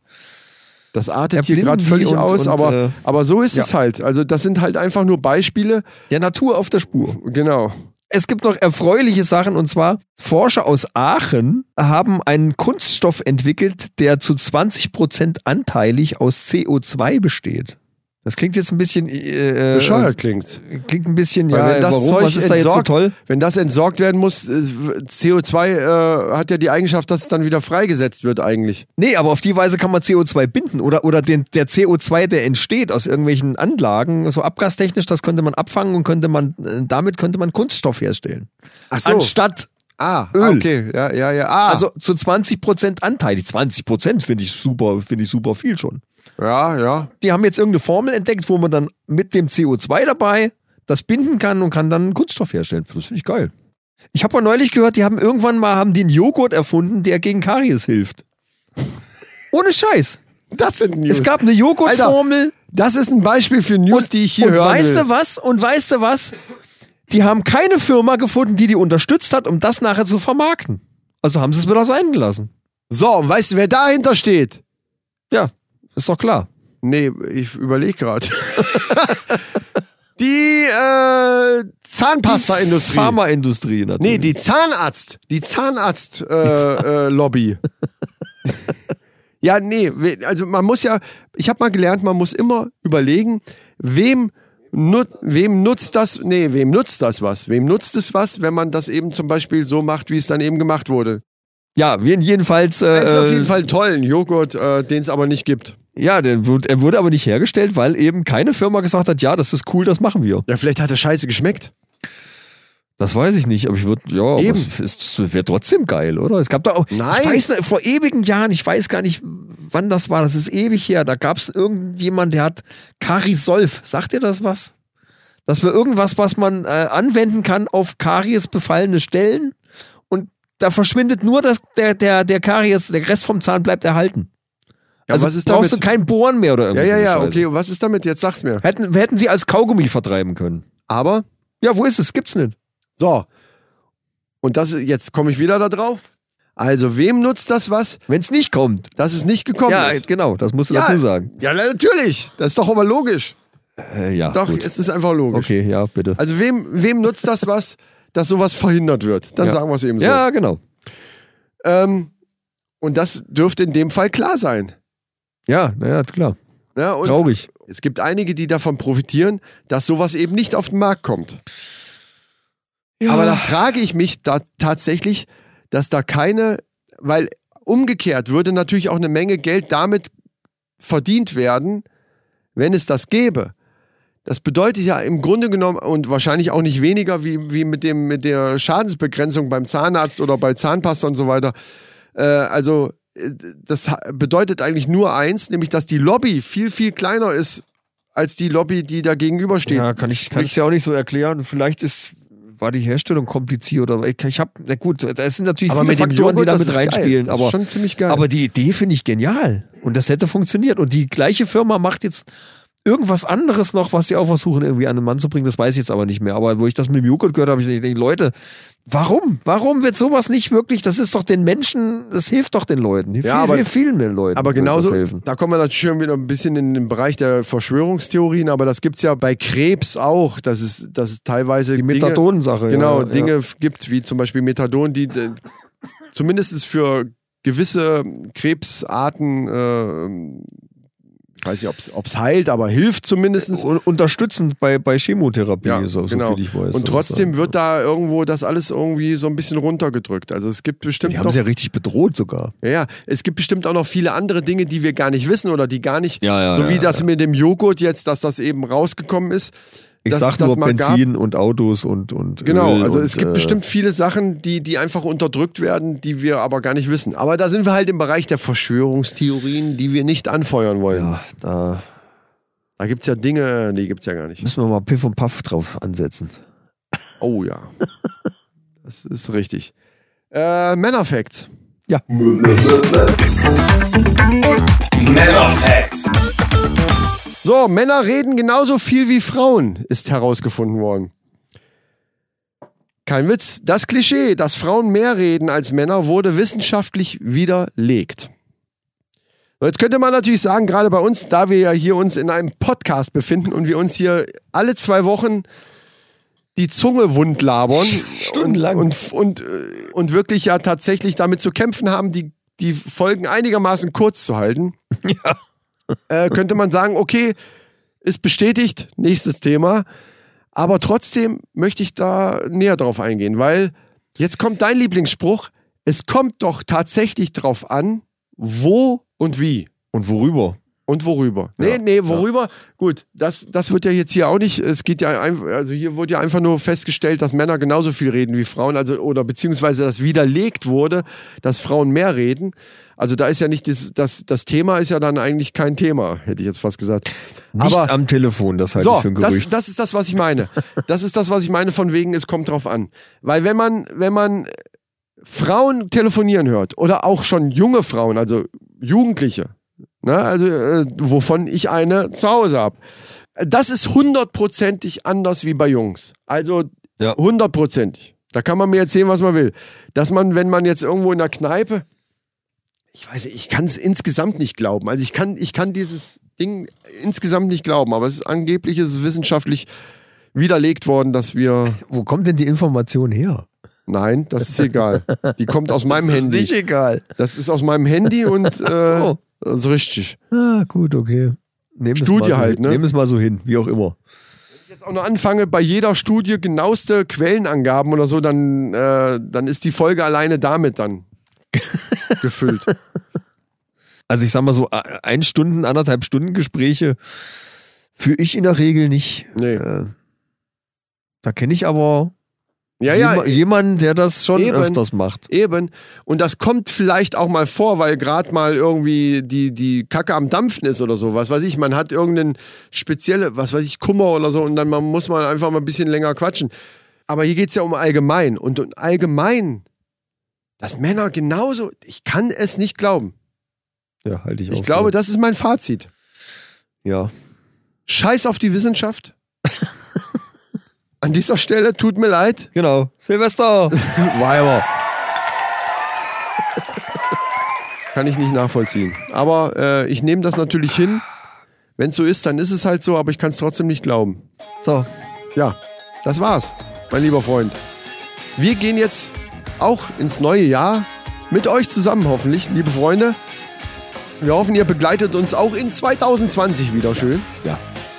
S1: Das artet hier
S2: Erblinden
S1: gerade
S2: die
S1: völlig
S2: und-
S1: aus,
S2: und,
S1: aber,
S2: äh,
S1: aber so ist
S2: ja.
S1: es halt. Also das sind halt einfach nur Beispiele.
S2: der Natur auf der Spur.
S1: Genau.
S2: Es gibt noch erfreuliche Sachen und zwar Forscher aus Aachen haben einen Kunststoff entwickelt, der zu 20% anteilig aus CO2 besteht. Das klingt jetzt ein bisschen äh, äh,
S1: Bescheuert klingt's.
S2: Klingt ein bisschen
S1: Weil
S2: ja, äh,
S1: wenn das
S2: warum
S1: Zeug
S2: was ist da jetzt so
S1: entsorgt-
S2: toll?
S1: Wenn das entsorgt werden muss, äh, CO2 äh, hat ja die Eigenschaft, dass es dann wieder freigesetzt wird eigentlich.
S2: Nee, aber auf die Weise kann man CO2 binden oder, oder den, der CO2, der entsteht aus irgendwelchen Anlagen, so abgastechnisch, das könnte man abfangen und könnte man, äh, damit könnte man Kunststoff herstellen.
S1: Ach so.
S2: Anstatt,
S1: Ah,
S2: Öl.
S1: okay. Ja, ja, ja. Ah,
S2: also zu 20 Prozent Anteil. Die 20 Prozent finde ich super, finde ich super viel schon.
S1: ja, ja.
S2: Die haben jetzt irgendeine Formel entdeckt, wo man dann mit dem CO2 dabei das binden kann und kann dann Kunststoff herstellen. Das finde ich geil. Ich habe mal neulich gehört, die haben irgendwann mal haben den Joghurt erfunden, der gegen Karies hilft. Ohne Scheiß.
S1: Das sind News.
S2: Es gab eine Joghurtformel.
S1: Das ist ein Beispiel für News, die ich hier
S2: und
S1: höre.
S2: weißt du was? Und weißt du was? Die haben keine Firma gefunden, die die unterstützt hat, um das nachher zu vermarkten. Also haben sie es wieder sein gelassen.
S1: So, und weißt du, wer dahinter steht?
S2: Ja, ist doch klar.
S1: Nee, ich überlege gerade. die äh, Zahnpasta-Industrie.
S2: Pharmaindustrie
S1: nee,
S2: natürlich.
S1: die Zahnarzt. Die Zahnarzt-Lobby. Äh, äh, Lobby. ja, nee, we- also man muss ja, ich habe mal gelernt, man muss immer überlegen, wem. Nut, wem nutzt das? Nee, wem nutzt das was? Wem nutzt es was, wenn man das eben zum Beispiel so macht, wie es dann eben gemacht wurde? Ähm,
S2: ja, wir jedenfalls. Äh,
S1: Das ist auf jeden Fall toll, ein Joghurt, äh, den es aber nicht gibt.
S2: Ja, der wurde, er wurde aber nicht hergestellt, weil eben keine Firma gesagt hat, ja, das ist cool, das machen wir.
S1: Ja, vielleicht hat er scheiße geschmeckt.
S2: Das weiß ich nicht, aber ich würde, ja, aber
S1: Eben.
S2: es ist, wäre trotzdem geil, oder? Es gab da auch,
S1: Nein.
S2: ich weiß noch, vor ewigen Jahren, ich weiß gar nicht, wann das war, das ist ewig her, da gab es irgendjemand, der hat Karisolf, sagt ihr das was? Das war irgendwas, was man äh, anwenden kann auf Karies befallene Stellen und da verschwindet nur das, der, der, der Karies, der Rest vom Zahn bleibt erhalten.
S1: Ja,
S2: also
S1: was ist
S2: brauchst
S1: damit?
S2: du kein Bohren mehr oder
S1: Ja,
S2: irgendwas.
S1: ja, ja, okay, was ist damit? Jetzt sag's mir.
S2: Hätten, wir hätten sie als Kaugummi vertreiben können.
S1: Aber,
S2: Ja, wo ist es? Gibt's nicht.
S1: so. Und das, ist- jetzt komme ich wieder da drauf. Also, wem nutzt das was,
S2: Wenn's nicht kommt.
S1: dass es nicht gekommen
S2: ja,
S1: ist?
S2: genau, das musst du dazu sagen.
S1: Ja, na, natürlich. Das ist doch aber logisch.
S2: Äh, ja,
S1: Doch,
S2: gut.
S1: es ist einfach logisch.
S2: Okay, ja, bitte.
S1: Also, wem, wem nutzt das was, dass sowas verhindert wird? Dann
S2: Ja.
S1: sagen wir es eben so.
S2: Ja, genau.
S1: Ähm, und das dürfte in dem Fall klar sein.
S2: Ja, naja, klar.
S1: Ja, und
S2: Traurig.
S1: Es gibt einige, die davon profitieren, dass sowas eben nicht auf den Markt kommt. Aber da frage ich mich da tatsächlich, dass da keine, weil umgekehrt würde natürlich auch eine Menge Geld damit verdient werden, wenn es das gäbe. Das bedeutet ja im Grunde genommen und wahrscheinlich auch nicht weniger wie, wie mit, dem, mit der Schadensbegrenzung beim Zahnarzt oder bei Zahnpasta und so weiter. Äh, also äh, das ha- bedeutet eigentlich nur eins, nämlich dass die Lobby viel, viel kleiner ist als die Lobby, die da gegenübersteht.
S2: Ja, kann ich kann ich ja auch nicht so erklären. Vielleicht ist war die Herstellung kompliziert oder ich, ich habe na gut, das sind natürlich
S1: Aber
S2: viele
S1: mit dem
S2: Faktoren,
S1: Joghurt,
S2: die
S1: das
S2: damit
S1: ist geil.
S2: reinspielen,
S1: Das ist
S2: aber
S1: schon ziemlich geil.
S2: aber die Idee finde ich genial und das hätte funktioniert und die gleiche Firma macht jetzt irgendwas anderes noch, was sie auch versuchen irgendwie an den Mann zu bringen, das weiß ich jetzt aber nicht mehr, aber wo ich das mit dem Joghurt gehört habe, ich denke, Leute, warum? Warum wird sowas nicht wirklich, das ist doch den Menschen, das hilft doch den Leuten. Viel,
S1: aber-
S2: viel, vielen mehr Leuten.
S1: Aber
S2: wird das
S1: genauso,
S2: helfen.
S1: da kommen wir natürlich schon wieder ein bisschen in den Bereich der Verschwörungstheorien, aber das gibt's ja bei Krebs auch, dass es, dass es teilweise
S2: die
S1: Dinge,
S2: Methadonsache.
S1: genau,
S2: ja,
S1: Dinge f- gibt, wie zum Beispiel Methadon, die äh, zumindest für gewisse Krebsarten, äh, ich weiß nicht, ob es heilt, aber hilft zumindest.
S2: Un unterstützend bei, bei Chemotherapie,
S1: Ja,
S2: Oh, so, so halt,
S1: genau.
S2: viel ich weiß. Also
S1: Und trotzdem wird da irgendwo das alles irgendwie so ein bisschen runtergedrückt. Also es gibt bestimmt
S2: Die haben
S1: noch,
S2: sie ja richtig bedroht sogar.
S1: ja, ja, es gibt bestimmt auch noch viele andere Dinge, die wir gar nicht wissen oder die gar nicht,
S2: Ja, ja,
S1: so
S2: ja,
S1: wie
S2: ja.
S1: das mit dem Joghurt jetzt, dass das eben rausgekommen ist.
S2: Ich
S1: dass es
S2: sag
S1: das
S2: nur
S1: mal gab.
S2: Benzin und Autos und. und
S1: Genau,
S2: Öl
S1: also
S2: und,
S1: es gibt
S2: äh,
S1: bestimmt viele Sachen, die, die einfach unterdrückt werden, die wir aber gar nicht wissen. Aber da sind wir halt im Bereich der Verschwörungstheorien, die wir nicht anfeuern wollen.
S2: Ja, da
S1: Da gibt's ja Dinge, die gibt's ja gar nicht.
S2: müssen wir mal Piff und Puff drauf ansetzen.
S1: Oh ja. das ist richtig. Äh, Männerfacts.
S2: Ja.
S1: Männerfacts. So, Männer reden genauso viel wie Frauen, ist herausgefunden worden. Kein Witz. Das Klischee, dass Frauen mehr reden als Männer, wurde wissenschaftlich widerlegt. So, Jetzt könnte man natürlich sagen, gerade bei uns, da wir ja hier uns in einem Podcast befinden und wir uns hier alle zwei Wochen die Zunge wund labern.
S2: Stundenlang.
S1: Und, und, und, äh, und wirklich ja tatsächlich damit zu kämpfen haben, die, die Folgen einigermaßen kurz zu halten. Äh, könnte man sagen, okay, ist bestätigt, nächstes Thema. Aber trotzdem möchte ich da näher drauf eingehen, weil jetzt kommt dein Lieblingsspruch. Es kommt doch tatsächlich drauf an, wo und wie.
S2: Und worüber?
S1: Und worüber? Nee,
S2: Ja,
S1: nee, worüber? Gut, das, das wird ja jetzt hier auch nicht. Es geht ja einfach, also hier wurde ja einfach nur festgestellt, dass Männer genauso viel reden wie Frauen, also oder beziehungsweise das widerlegt wurde, dass Frauen mehr reden. Also da ist ja nicht das, das, das Thema ist ja dann eigentlich kein Thema, hätte ich jetzt fast gesagt.
S2: Nicht
S1: Aber-
S2: am Telefon, das halte ich für ein
S1: das,
S2: Gerücht.
S1: das ist das, was ich meine. Das ist das, was ich meine, von wegen, es kommt drauf an. Weil wenn man, wenn man Frauen telefonieren hört oder auch schon junge Frauen, also Jugendliche, ne, also äh, wovon ich eine zu Hause habe, das ist hundertprozentig anders wie bei Jungs. Also
S2: Ja.
S1: hundertprozentig. Da kann man mir erzählen, was man will. Dass man, wenn man jetzt irgendwo in der Kneipe, ich weiß nicht, ich kann es insgesamt nicht glauben. Also ich kann, ich kann dieses Ding insgesamt nicht glauben, aber es ist angeblich es ist wissenschaftlich widerlegt worden, dass wir.
S2: Wo kommt denn die Information her?
S1: Nein, das ist egal. Die kommt aus meinem
S2: Das ist Nicht
S1: Handy.
S2: egal.
S1: Das ist aus meinem Handy und äh,
S2: so.
S1: das ist richtig.
S2: Ah, gut, okay. Nehmen
S1: Studie
S2: es mal so
S1: halt,
S2: hin.
S1: ne?
S2: Nehmen es mal so hin, wie auch immer.
S1: jetzt auch noch anfange, bei jeder Studie genaueste Quellenangaben oder so, dann, äh, dann ist die Folge alleine damit dann gefüllt.
S2: Also ich sag mal so, a- ein Stunden, anderthalb Stunden Gespräche führe ich in der Regel nicht.
S1: Nee.
S2: Äh, da kenne ich aber
S1: Ja, ja, e-
S2: jema- jemanden, der das schon
S1: Eben.
S2: öfters macht.
S1: Eben. Und das kommt vielleicht auch mal vor, weil gerade mal irgendwie die, die Kacke am Dampfen ist oder so. Was weiß ich, man hat irgendeinen spezielle, was weiß ich, Kummer oder so und dann man muss man einfach mal ein bisschen länger quatschen. Aber hier geht es ja um allgemein. Und, und allgemein, dass Männer genauso, ich kann es nicht glauben.
S2: Ja, halte ich auch.
S1: Ich glaube,
S2: so.
S1: das ist mein Fazit.
S2: ja.
S1: Scheiß auf die Wissenschaft. An dieser Stelle tut mir leid.
S2: Genau. Silvester.
S1: Weiber. Kann ich nicht nachvollziehen. Aber äh, ich nehme das natürlich hin. Wenn es so ist, dann ist es halt so, aber ich kann es trotzdem nicht glauben.
S2: so.
S1: Ja, das war's, mein lieber Freund. Wir gehen jetzt auch ins neue Jahr mit euch zusammen, hoffentlich, liebe Freunde. Wir hoffen, ihr begleitet uns auch in 2020 wieder schön.
S2: Ja.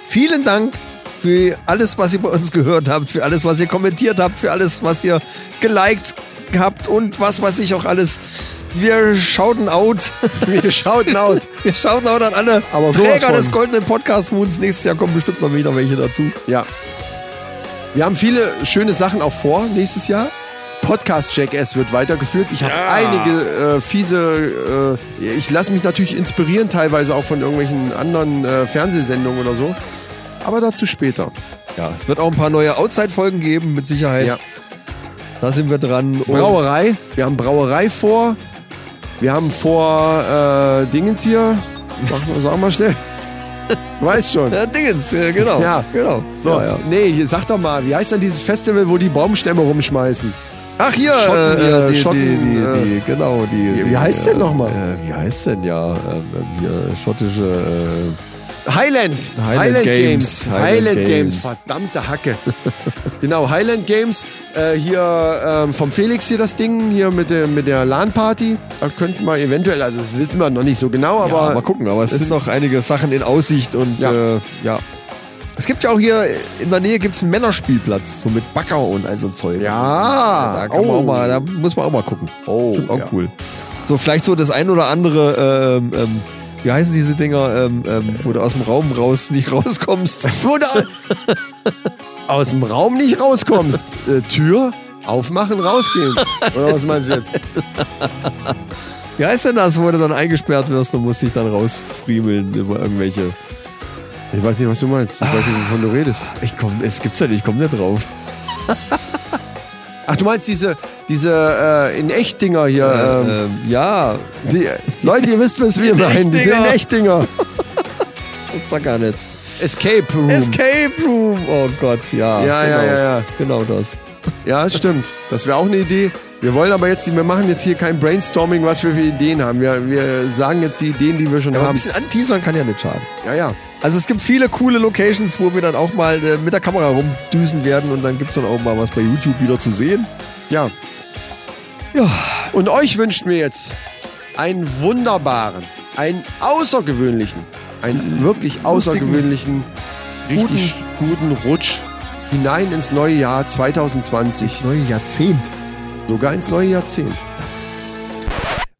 S2: Vielen Dank für alles, was ihr bei uns gehört habt, für alles, was ihr kommentiert habt, für alles, was ihr geliked habt und was weiß ich auch alles. wir schauten out.
S1: Wir schauten out.
S2: Wir schauten out an alle
S1: Aber sowas
S2: Träger
S1: von.
S2: des goldenen Podcast Moons. Nächstes Jahr kommen bestimmt mal wieder welche dazu.
S1: Ja. Wir haben viele schöne Sachen auch vor nächstes Jahr. Podcast Jackass wird weitergeführt. Ich habe einige äh, fiese. Äh, ich lasse mich natürlich inspirieren, teilweise auch von irgendwelchen anderen äh, Fernsehsendungen oder so. Aber dazu später.
S2: Ja, es wird auch ein paar neue Outside-Folgen geben, mit Sicherheit.
S1: Ja.
S2: Da sind wir dran. Und
S1: Brauerei. Wir haben Brauerei vor. Wir haben vor äh, Dingens hier. Sag, sag mal schnell. Du weißt schon.
S2: Ja, Dingens, äh, genau.
S1: Ja.
S2: genau.
S1: So,
S2: Ja, ja.
S1: nee, hier, sag doch mal, wie heißt denn dieses Festival, wo die Baumstämme rumschmeißen?
S2: Ach hier,
S1: Schotten,
S2: äh,
S1: äh,
S2: die,
S1: Schotten,
S2: die, die,
S1: äh,
S2: die, genau, die.
S1: wie
S2: die,
S1: heißt denn noch mal?
S2: Äh, wie heißt denn ja? Ähm, ähm, hier, schottische. äh,
S1: Highland.
S2: Highland Games. Highland
S1: Highland, Games.
S2: Games.
S1: Verdammte Hacke. genau, Highland Games. Äh, hier ähm, vom Felix hier das Ding, hier mit, der mit der LAN-Party. Da könnten wir eventuell, also das wissen wir noch nicht so genau,
S2: Äh, ja,
S1: aber
S2: mal gucken, aber es
S1: es
S2: sind noch einige Sachen in Aussicht und
S1: Ja.
S2: Äh, ja. Es gibt ja auch hier in der Nähe gibt's einen Männerspielplatz, so mit Bagger und all so ein Zeug.
S1: Ja.
S2: Da, kann man
S1: Oh.
S2: auch mal, da muss man auch mal gucken.
S1: Oh,
S2: Bestimmt auch
S1: ja.
S2: cool. So, vielleicht so das ein oder andere, ähm, ähm, wie heißen diese Dinger, ähm, ähm, wo du aus dem Raum raus nicht rauskommst.
S1: wo du aus dem Raum nicht rauskommst. Äh, Tür aufmachen, rausgehen. Oder was meinst du jetzt?
S2: Wie heißt denn das, wo du dann eingesperrt wirst und musst dich dann rausfriemeln über irgendwelche.
S1: Ich weiß nicht, was du meinst. Ich weiß nicht, wovon du redest.
S2: Ich komm, es gibt's ja nicht, ich komm nicht drauf.
S1: Ach, du meinst diese, diese äh, in Echt-Dinger hier. ähm,
S2: Ähm, ja,
S1: die, Leute, ihr wisst, was wir meinen. Die sind in
S2: Echt-Dinger.
S1: Echt-Dinger.
S2: gibt's doch gar nicht.
S1: Escape Room.
S2: Escape Room! Oh Gott, ja.
S1: Ja,
S2: genau,
S1: ja, ja, ja.
S2: Genau das.
S1: Ja, stimmt. Das wäre auch eine Idee. Wir wollen aber jetzt, wir machen jetzt hier kein Brainstorming, was wir für Ideen haben. Wir, wir sagen jetzt die Ideen, die wir schon
S2: Ja, aber ein
S1: haben.
S2: bisschen anteasern kann ja nicht schaden.
S1: Ja, ja.
S2: Also es gibt viele coole Locations, wo wir dann auch mal äh, mit der Kamera rumdüsen werden und dann gibt's dann auch mal was bei YouTube wieder zu sehen.
S1: Ja.
S2: Ja.
S1: Und euch wünscht mir jetzt einen wunderbaren, einen außergewöhnlichen, einen wirklich außergewöhnlichen, richtig guten Rutsch hinein ins neue Jahr 2020,
S2: Neue Jahrzehnt.
S1: sogar ins neue Jahrzehnt.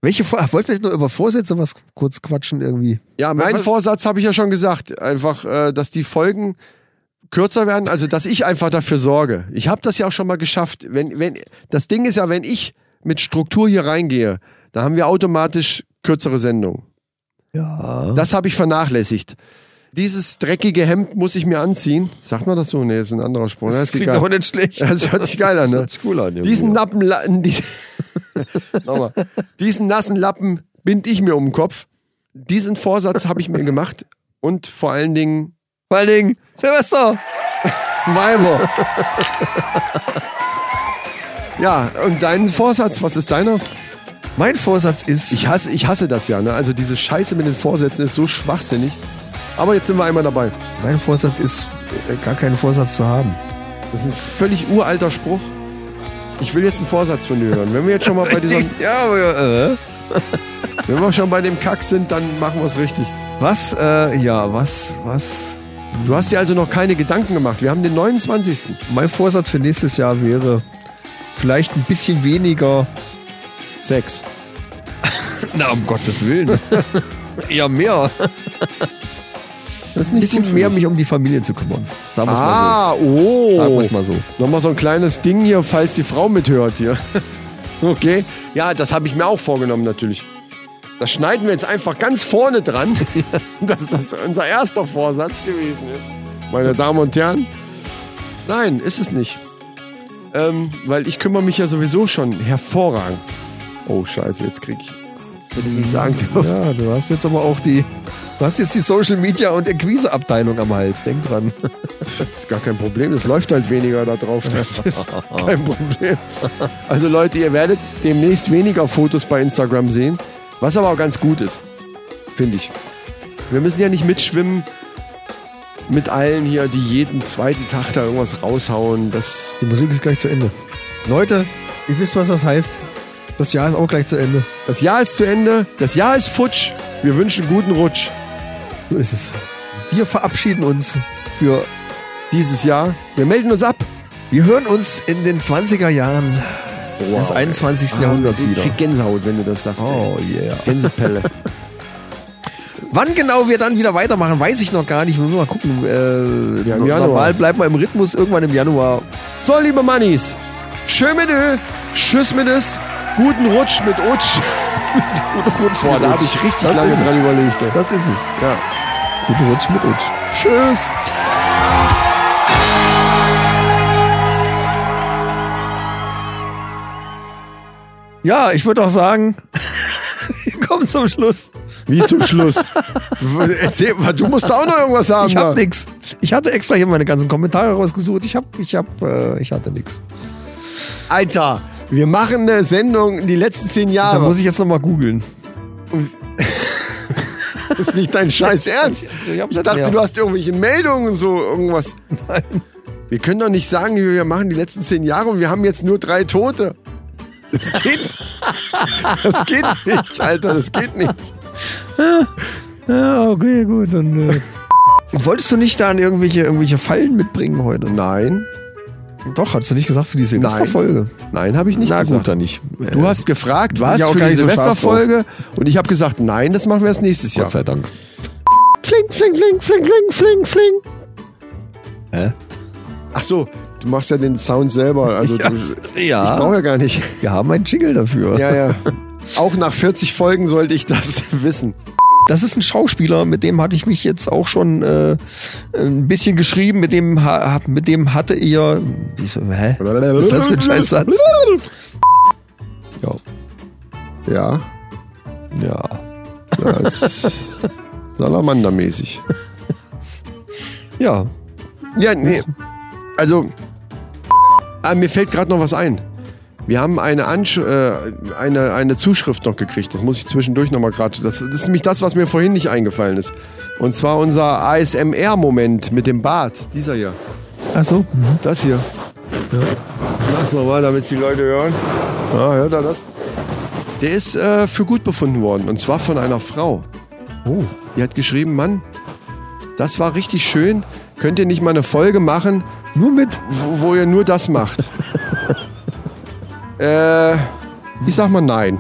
S2: Welche Vor Ach, Wollten wir jetzt nur über Vorsätze was kurz quatschen irgendwie?
S1: Ja, mein Vorsatz habe ich ja schon gesagt. Einfach, äh, dass die Folgen kürzer werden, also dass ich einfach dafür sorge. Ich habe das ja auch schon mal geschafft. Wenn, wenn, das Ding ist ja, wenn ich mit Struktur hier reingehe, dann haben wir automatisch kürzere Sendungen.
S2: Ja.
S1: Das habe ich vernachlässigt. Dieses dreckige Hemd muss ich mir anziehen. Sagt man das so? Nee, ist ein anderer Spruch. ne?
S2: Das
S1: Ist
S2: klingt
S1: egal.
S2: auch nicht schlecht.
S1: Ja, Das hört sich geil an, ne?
S2: hört sich cool an, irgendwie,
S1: Diesen
S2: ja.
S1: Lappen, la- die, Nochmal. diesen nassen Lappen bind ich mir um den Kopf. Diesen Vorsatz habe ich mir gemacht und vor allen Dingen
S2: Vor allen Dingen, Silvester!
S1: Weiber. Ja, und dein Vorsatz, was ist deiner?
S2: Mein Vorsatz ist,
S1: Ich hasse, ich hasse das ja, ne? Also diese Scheiße mit den Vorsätzen ist so schwachsinnig. Aber jetzt sind wir einmal dabei.
S2: mein Vorsatz ist, äh, gar keinen Vorsatz zu haben.
S1: Das ist ein völlig uralter Spruch. Ich will jetzt einen Vorsatz von dir hören. Wenn wir jetzt schon mal bei, diesem,
S2: Ja, aber, äh,
S1: wenn wir schon bei dem Kack sind, dann machen wir es richtig.
S2: was, äh, ja, was, was?
S1: Du hast dir also noch keine Gedanken gemacht. Wir haben den 29.
S2: Mein Vorsatz für nächstes Jahr wäre, vielleicht ein bisschen weniger
S1: Sex.
S2: Na, um Gottes Willen. Eher mehr. Ein
S1: Das ist nicht
S2: bisschen
S1: gut für
S2: mehr
S1: mich.
S2: mich um die Familie zu kümmern. Da muss man
S1: Ah,
S2: so. Sagen
S1: oh.
S2: wir's mal so.
S1: Nochmal so ein kleines Ding hier, falls die Frau mithört hier. Okay. Ja, das habe ich mir auch vorgenommen natürlich. Das schneiden wir jetzt einfach ganz vorne dran, dass das unser erster Vorsatz gewesen ist. Meine Damen und Herren. Nein, ist es nicht. Ähm, weil ich kümmere mich ja sowieso schon hervorragend. Oh, scheiße, jetzt krieg ich... Das hätte ich nicht sagen dürfen.
S2: Ja, du hast jetzt aber auch die. Du hast jetzt die Social Media und Akquise-Abteilung am Hals. Denk dran.
S1: Ist gar kein Problem, es läuft halt weniger da drauf. Das ist kein Problem. Also Leute, ihr werdet demnächst weniger Fotos bei Instagram sehen, was aber auch ganz gut ist, finde ich. Wir müssen ja nicht mitschwimmen mit allen hier, die jeden zweiten Tag da irgendwas raushauen. Das
S2: Die Musik ist gleich zu Ende. Leute, ihr wisst, was das heißt. Das Jahr ist auch gleich zu Ende.
S1: Das Jahr ist zu Ende, das Jahr ist futsch. Wir wünschen guten Rutsch
S2: So ist es. Wir verabschieden uns für.
S1: dieses Jahr. Wir melden uns ab.
S2: Wir hören uns in den 20er Jahren
S1: Wow, Ah,
S2: des 21. Jahrhunderts
S1: ich
S2: wieder.
S1: krieg Gänsehaut, wenn du das sagst.
S2: Oh,
S1: ey.
S2: yeah.
S1: Gänsepelle.
S2: Wann genau wir dann wieder weitermachen, weiß ich noch gar nicht. Wir müssen mal gucken. Äh,
S1: Ja, im
S2: no-
S1: Januar.
S2: Normal bleibt man im Rhythmus. Irgendwann im Januar
S1: so, liebe Mannis, schön mit Ö, tschüss mit es, guten Rutsch mit Utsch. Boah, da habe ich richtig
S2: Das
S1: lange
S2: ist es.
S1: dran überlegt. ey.
S2: Das ist es.
S1: Ja.
S2: Guten Rutsch mit Rutsch.
S1: Tschüss.
S2: Ja, ich würde auch sagen, komm zum Schluss.
S1: Wie zum Schluss. W- Erzähl, mal, du musst da auch noch irgendwas haben.
S2: Ich hab
S1: da.
S2: nix. Ich hatte extra hier meine ganzen Kommentare rausgesucht. Ich hab, ich hab, äh, ich hatte nix.
S1: Alter, wir machen eine Sendung die letzten zehn
S2: Da
S1: Jahre.
S2: muss ich jetzt nochmal googeln.
S1: Das ist nicht dein Scheiß Ernst.
S2: Ich hab
S1: Ich
S2: das
S1: dachte,
S2: mehr.
S1: du hast irgendwelche Meldungen und so irgendwas. Nein. Wir können doch nicht sagen, wir machen die letzten zehn Jahre und wir haben jetzt nur drei Tote. Das geht. Das geht nicht, Alter. Das geht nicht.
S2: Ja, okay, gut. Dann, äh. Wolltest du nicht dann irgendwelche, irgendwelche Fallen mitbringen heute?
S1: Nein,
S2: Doch, hast du nicht gesagt für die Silvesterfolge?
S1: nein, habe ich nicht
S2: Na
S1: gesagt.
S2: gut, dann nicht.
S1: Du hast gefragt, was
S2: ja auch
S1: für
S2: gar
S1: die
S2: nicht so scharf
S1: Silvesterfolge und ich habe gesagt, nein, das machen wir erst nächstes Jahr.
S2: Gott sei Dank.
S1: Fling, fling, fling, fling, fling, fling, fling. Hä? Ach so, du machst ja den Sound selber. Also du, ich brauche ja gar nicht.
S2: wir haben einen Jingle dafür.
S1: Ja, ja. Auch nach 40 Folgen sollte ich das wissen.
S2: Das ist ein Schauspieler, mit dem hatte ich mich jetzt auch schon äh, ein bisschen geschrieben. Mit dem, ha hab- mit dem hatte ihr. Wieso, hä? Was ist das für ein Scheißsatz? Ja.
S1: Ja,
S2: Ja.
S1: das ist Salamandermäßig.
S2: Ja.
S1: Ja, nee. Also, ah, mir fällt gerade noch was ein. Wir haben eine, Ansch äh, eine, eine Zuschrift noch gekriegt. Das muss ich zwischendurch nochmal gerade. Das, das ist nämlich das, was mir vorhin nicht eingefallen ist. Und zwar unser ASMR-Moment mit dem Bart. Dieser hier.
S2: Ach so. Mhm.
S1: Das hier. Mach's nochmal, damit die Leute hören. Ja, hört er das? Der ist äh, für gut befunden worden. Und zwar von einer Frau.
S2: Oh.
S1: Die hat geschrieben: Mann, das war richtig schön. Könnt ihr nicht mal eine Folge machen?
S2: Nur mit.
S1: wo, wo ihr nur das macht. äh, ich sag mal nein.